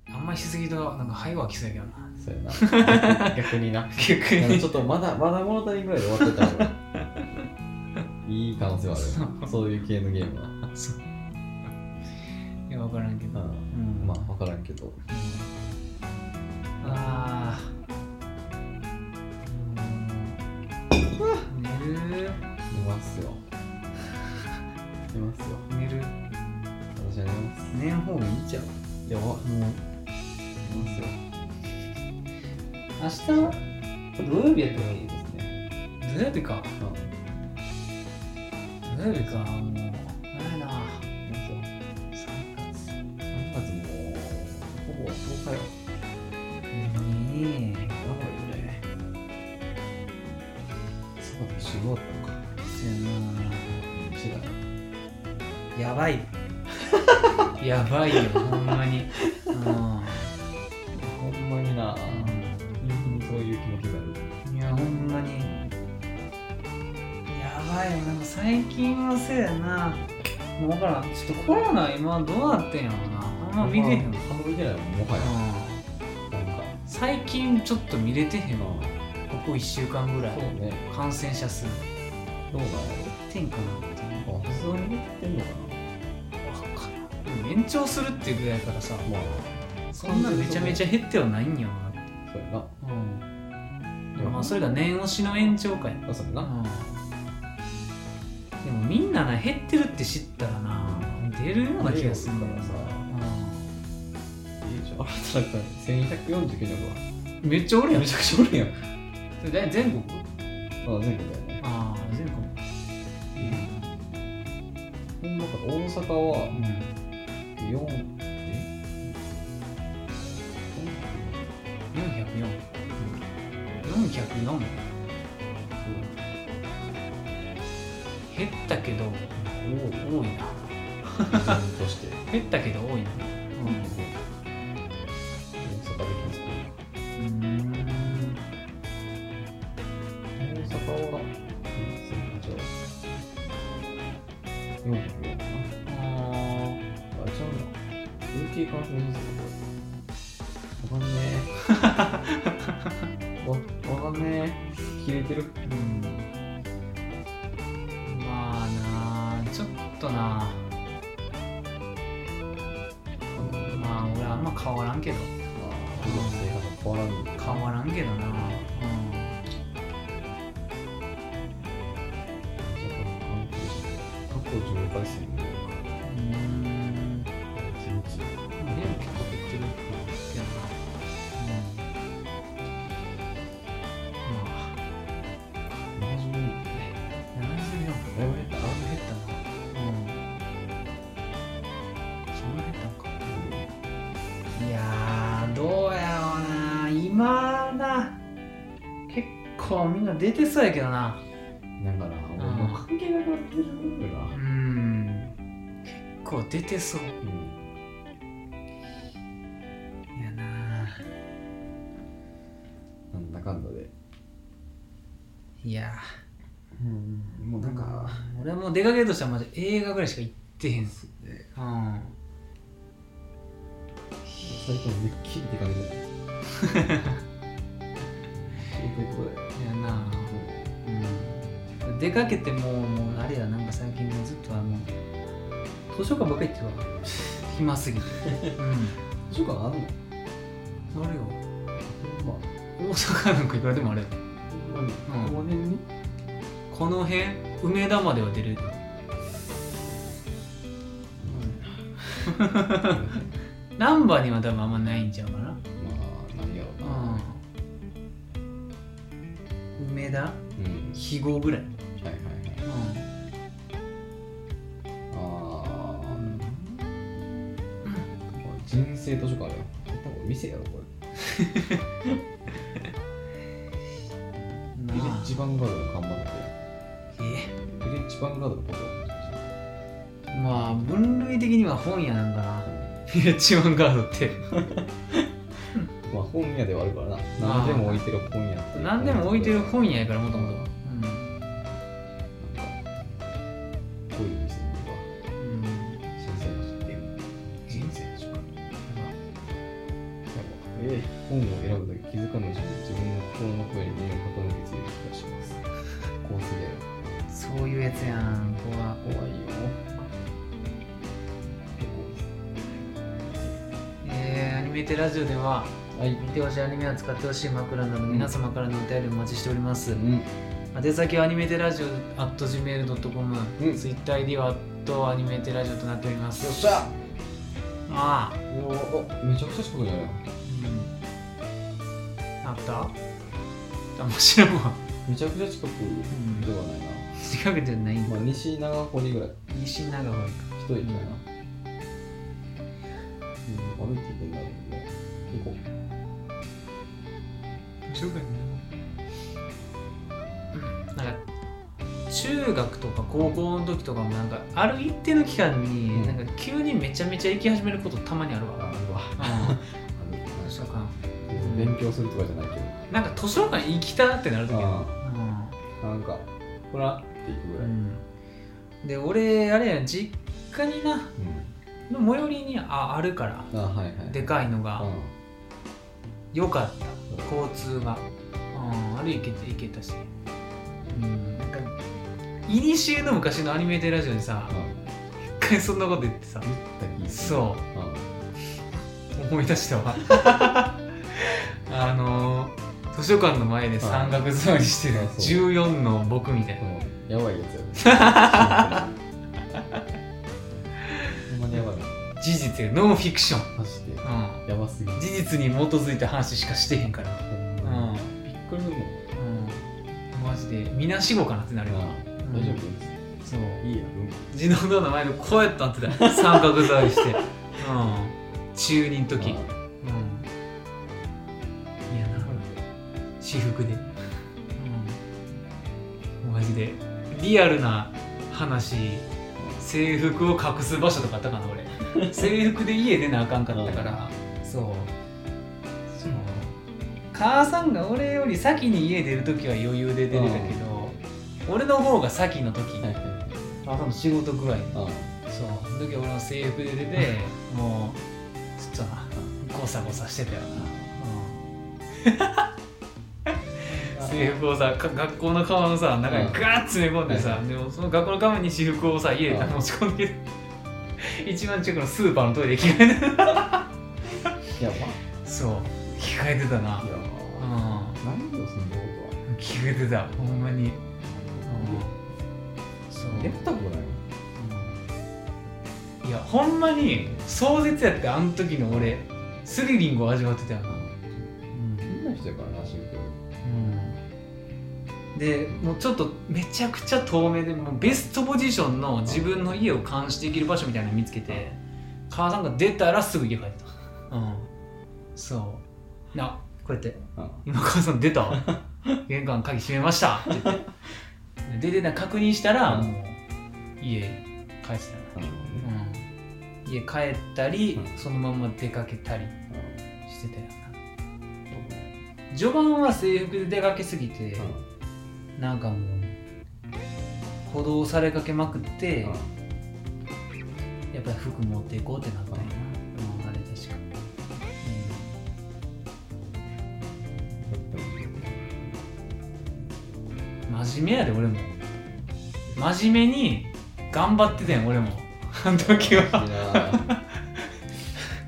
[SPEAKER 1] あんまりしすぎるとなんか肺はきそうやけどな
[SPEAKER 2] そうやな逆にな
[SPEAKER 1] [laughs] 逆
[SPEAKER 2] なんか
[SPEAKER 1] に
[SPEAKER 2] ちょっとまだまだ物足りんぐらいで終わってたら俺いい可能性はあるそういう系のゲームは、
[SPEAKER 1] いや分からんけど、
[SPEAKER 2] う
[SPEAKER 1] うん
[SPEAKER 2] ん、まあ分からんけど
[SPEAKER 1] ああ寝る
[SPEAKER 2] 寝ますよ寝ますよ
[SPEAKER 1] 寝る
[SPEAKER 2] 私は寝ます
[SPEAKER 1] 寝ん方がいいじゃんも
[SPEAKER 2] やば
[SPEAKER 1] う
[SPEAKER 2] 寝ますよ明日土曜日やったらいいですね
[SPEAKER 1] 土曜日か
[SPEAKER 2] うん
[SPEAKER 1] 土曜日かもうないな
[SPEAKER 2] 寝ますよ3月もうほぼ10日よ
[SPEAKER 1] いい
[SPEAKER 2] やばいよねそうだ仕事とか
[SPEAKER 1] せや
[SPEAKER 2] してたね
[SPEAKER 1] なや [laughs] ばいやばいよほんまにう
[SPEAKER 2] ほんまにな、
[SPEAKER 1] ん
[SPEAKER 2] そういう気持ちにな
[SPEAKER 1] いやほ
[SPEAKER 2] る。
[SPEAKER 1] んまにやばいよなんか最近のせいやなもう分からんちょっとコロナ今どうなってんやろなあんま見れへんわ
[SPEAKER 2] あんま見てないもん、もはや。
[SPEAKER 1] う
[SPEAKER 2] なんか。
[SPEAKER 1] ん最近ちょっと見れてへんわここ1週間ぐら
[SPEAKER 2] そう
[SPEAKER 1] い
[SPEAKER 2] ね。
[SPEAKER 1] 感染者数
[SPEAKER 2] どうな
[SPEAKER 1] 天かなっていう
[SPEAKER 2] のあ、普通に見てんのかな
[SPEAKER 1] 分からんでも延長するっていうぐらいからさ
[SPEAKER 2] ま
[SPEAKER 1] そんなめちゃめちゃ減ってはないんやろなって
[SPEAKER 2] あ、そうやな。
[SPEAKER 1] うんでもまあそれが年越しの延長かや
[SPEAKER 2] あ、そうやな。
[SPEAKER 1] うんでもみんなな減ってるって知ったらな出るような気がするんだよ
[SPEAKER 2] 出
[SPEAKER 1] さ
[SPEAKER 2] るようだからいいじゃん。あなたなんか1249人は。
[SPEAKER 1] うんめっちゃおるやん
[SPEAKER 2] めちゃくちゃおるやん。
[SPEAKER 1] それ全国
[SPEAKER 2] あ、全国だよね。
[SPEAKER 1] ああ全国
[SPEAKER 2] ほんまか、大阪は
[SPEAKER 1] うん
[SPEAKER 2] 4、え
[SPEAKER 1] 404減ったけどお多いな
[SPEAKER 2] 自分として
[SPEAKER 1] 減ったけど多いな
[SPEAKER 2] 大阪できますね
[SPEAKER 1] うんうん
[SPEAKER 2] 大阪はじゃあ4本か
[SPEAKER 1] あー
[SPEAKER 2] なあちゃうな累計感染者数わかんねえわわかんねえ切れてる
[SPEAKER 1] うんまあなあちょっとなあまあ俺あんま変わらんけど
[SPEAKER 2] ああ学生が変わらんの
[SPEAKER 1] 変わらんけどな
[SPEAKER 2] 過去10回戦も
[SPEAKER 1] うんうん
[SPEAKER 2] 1日
[SPEAKER 1] でも結構減ってるけどなうんまあ
[SPEAKER 2] 70人
[SPEAKER 1] 74
[SPEAKER 2] だいぶ減っ
[SPEAKER 1] だいぶ減っ
[SPEAKER 2] た
[SPEAKER 1] たなうんそんな減ったんかいやーどうやろうな今な結構みんな出てそうやけどな
[SPEAKER 2] なんかな、もう関係なくなってるよな
[SPEAKER 1] う。ん結構出てそう
[SPEAKER 2] うん。
[SPEAKER 1] やな
[SPEAKER 2] なんだかんだで。
[SPEAKER 1] いや
[SPEAKER 2] うん。もうなんか、
[SPEAKER 1] ー俺も出かけるとしたらまず映画ぐらいしか行ってへんす
[SPEAKER 2] ね
[SPEAKER 1] うん
[SPEAKER 2] 最近めっきり出かけてない。仕事行こうだよ。
[SPEAKER 1] やなうん出かけてももうあれやなんか最近ずっとあの図書館ばっかり行ってるわ [laughs] 暇すぎてうん
[SPEAKER 2] 図書館あるの
[SPEAKER 1] [laughs] あるよ
[SPEAKER 2] まあ、
[SPEAKER 1] 大阪なんかいくらでもあれ
[SPEAKER 2] ほんまに。この辺に
[SPEAKER 1] この辺梅田までは出れる
[SPEAKER 2] まあ、
[SPEAKER 1] 難波には多分あんまないんちゃうかな
[SPEAKER 2] なんやろうな。
[SPEAKER 1] うん梅田
[SPEAKER 2] うん。
[SPEAKER 1] 肥後ぐらい
[SPEAKER 2] はいはいはい。
[SPEAKER 1] う
[SPEAKER 2] ああ、
[SPEAKER 1] ん
[SPEAKER 2] 人生図書館あるよ。多分店やろ、これ。
[SPEAKER 1] な
[SPEAKER 2] ビレ
[SPEAKER 1] あ
[SPEAKER 2] ッジヴァンガードの看板だよ。
[SPEAKER 1] え
[SPEAKER 2] ビレッジヴァンガードのこと
[SPEAKER 1] まあ分類的には本屋なんかなヴィレッジマンガードって
[SPEAKER 2] まあ本屋ではあるからな。
[SPEAKER 1] まあ
[SPEAKER 2] 何でも置いてる本屋っていう
[SPEAKER 1] 何でも置いてる
[SPEAKER 2] なんか
[SPEAKER 1] 本屋やからもともと
[SPEAKER 2] こういう店には
[SPEAKER 1] うん
[SPEAKER 2] 新鮮なっていう人生でしょ。でもえー本を選ぶとき気づかぬうちに自分の心の声に耳を傾けている気がします。こうすり
[SPEAKER 1] そういうやつやんここは
[SPEAKER 2] ゃ怖いよ。
[SPEAKER 1] えー、アニメテラジオでは
[SPEAKER 2] はい。
[SPEAKER 1] 見てほしいアニメを使ってほしい枕など皆様からのお便りをお待ちしております、
[SPEAKER 2] うん。
[SPEAKER 1] 宛先はアニメテラジオ at gmail.com、
[SPEAKER 2] うん
[SPEAKER 1] TwitterID は at アニメテラジオとなっております
[SPEAKER 2] よっしゃ
[SPEAKER 1] ああ、
[SPEAKER 2] おおめちゃくちゃ近くじゃない
[SPEAKER 1] うん、あったあもう知らんわ
[SPEAKER 2] めちゃくちゃ近くではない
[SPEAKER 1] 近くじゃないん
[SPEAKER 2] な。ま
[SPEAKER 1] だ
[SPEAKER 2] あ西長堀ぐらい。
[SPEAKER 1] 西長堀か
[SPEAKER 2] 一駅かな、うん、歩いていけないんで結構
[SPEAKER 1] 中学なんか中学とか高校の時とかもなんかある一定の期間
[SPEAKER 2] う
[SPEAKER 1] に
[SPEAKER 2] ん
[SPEAKER 1] なんか急にめちゃめちゃ行き始めることたまにあるわ、
[SPEAKER 2] あるわ
[SPEAKER 1] う
[SPEAKER 2] ある
[SPEAKER 1] ん、図書館
[SPEAKER 2] うん勉強するとかじゃないけ
[SPEAKER 1] なんか図書館行きたってなる時
[SPEAKER 2] ど
[SPEAKER 1] あ
[SPEAKER 2] あ
[SPEAKER 1] るうん
[SPEAKER 2] あなんかほらっていくぐらい、
[SPEAKER 1] うん、で俺あれやん実家になの最寄りにああるから
[SPEAKER 2] あはいはい
[SPEAKER 1] でかいの
[SPEAKER 2] うん
[SPEAKER 1] が良かった交通が、うん、歩いて行けたし、うん、なんかいにしえの昔のアニメーテラジオでさ
[SPEAKER 2] うん
[SPEAKER 1] 一回そんなこと言ってさ
[SPEAKER 2] 言った気がする
[SPEAKER 1] そう
[SPEAKER 2] うん
[SPEAKER 1] 思い出した [laughs] わあのー図書館の前で山岳座りしてる
[SPEAKER 2] はいあそう
[SPEAKER 1] 14の僕みたいな
[SPEAKER 2] うんやばいやつ
[SPEAKER 1] [laughs]
[SPEAKER 2] やでほんまにやばい
[SPEAKER 1] 事実やノンフィクション、
[SPEAKER 2] マジで
[SPEAKER 1] う
[SPEAKER 2] やばすぎ
[SPEAKER 1] ん、事実に基づいた話しかしてへんから
[SPEAKER 2] ほん
[SPEAKER 1] う
[SPEAKER 2] ま
[SPEAKER 1] ん
[SPEAKER 2] にびっくりするもん
[SPEAKER 1] うんマジでみなしごかなってなるよ、
[SPEAKER 2] あ
[SPEAKER 1] うん
[SPEAKER 2] 大丈夫
[SPEAKER 1] そう
[SPEAKER 2] いいや
[SPEAKER 1] 自動ドアの前でこうやったんってたよ三角座りしてうん中二の時
[SPEAKER 2] う
[SPEAKER 1] うん
[SPEAKER 2] ん
[SPEAKER 1] いやな私服で、うん、マジでリアルな話制服を隠す場所とかあったかな [laughs] 俺制服で家出なあかんかったからそうそう母さんが俺より先に家出る時は余裕で出れたけど俺の方が先の時、
[SPEAKER 2] はい
[SPEAKER 1] 母さんの仕事具合
[SPEAKER 2] はい
[SPEAKER 1] そうその時俺の制服で出てもうちょっとなゴサゴサしてたよな、うん、制服をさか学校のカバンをさ中にガーッ詰め込んでさ、でもその学校のカバンに私服をさ家で
[SPEAKER 2] うん
[SPEAKER 1] 持ち込んで一番近くのスーパーのトイレ着替えて
[SPEAKER 2] いやば、
[SPEAKER 1] そう着替えてたない
[SPEAKER 2] や
[SPEAKER 1] う
[SPEAKER 2] 何よそんなこと
[SPEAKER 1] ん、着替えてたほんまに、うん、そう
[SPEAKER 2] はやったことない
[SPEAKER 1] いやほんまに壮絶やってあの時の俺スリリングを味わってたよな、
[SPEAKER 2] みんな人やからなシンプル
[SPEAKER 1] でもうちょっとめちゃくちゃ透明でもうベストポジションの自分の家を監視できる場所みたいなの見つけて母さんが出たらすぐ家帰ったうんそうなこうやって
[SPEAKER 2] うん
[SPEAKER 1] 「今母さん出
[SPEAKER 2] [laughs]
[SPEAKER 1] た玄関鍵閉めました」って言ってで出てな確認したら
[SPEAKER 2] うん
[SPEAKER 1] もう家帰ってたな
[SPEAKER 2] なるほどね
[SPEAKER 1] うん、家帰ったり、
[SPEAKER 2] うん
[SPEAKER 1] そのまま出かけたり
[SPEAKER 2] う
[SPEAKER 1] してたよなん序盤は制服で出かけすぎて、
[SPEAKER 2] うん
[SPEAKER 1] なんかもう補導されかけまくって、
[SPEAKER 2] うん
[SPEAKER 1] やっぱり服持っていこうってなったんやな、うんあれ確か、うん、真面目やで俺も真面目に頑張ってたんや俺もあの時は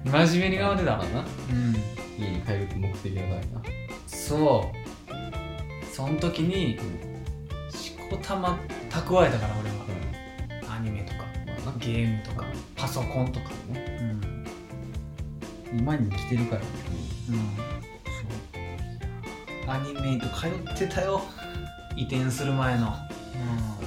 [SPEAKER 1] 真面目に頑張ってた、
[SPEAKER 2] な
[SPEAKER 1] うん
[SPEAKER 2] 家に帰る目的のないな
[SPEAKER 1] そうその時にしこたま蓄えたから俺はアニメとか
[SPEAKER 2] まあな
[SPEAKER 1] ゲームとかパソコンとか
[SPEAKER 2] ね
[SPEAKER 1] 今に来てるから
[SPEAKER 2] う
[SPEAKER 1] うんアニメイト通ってたよ移転する前の、うん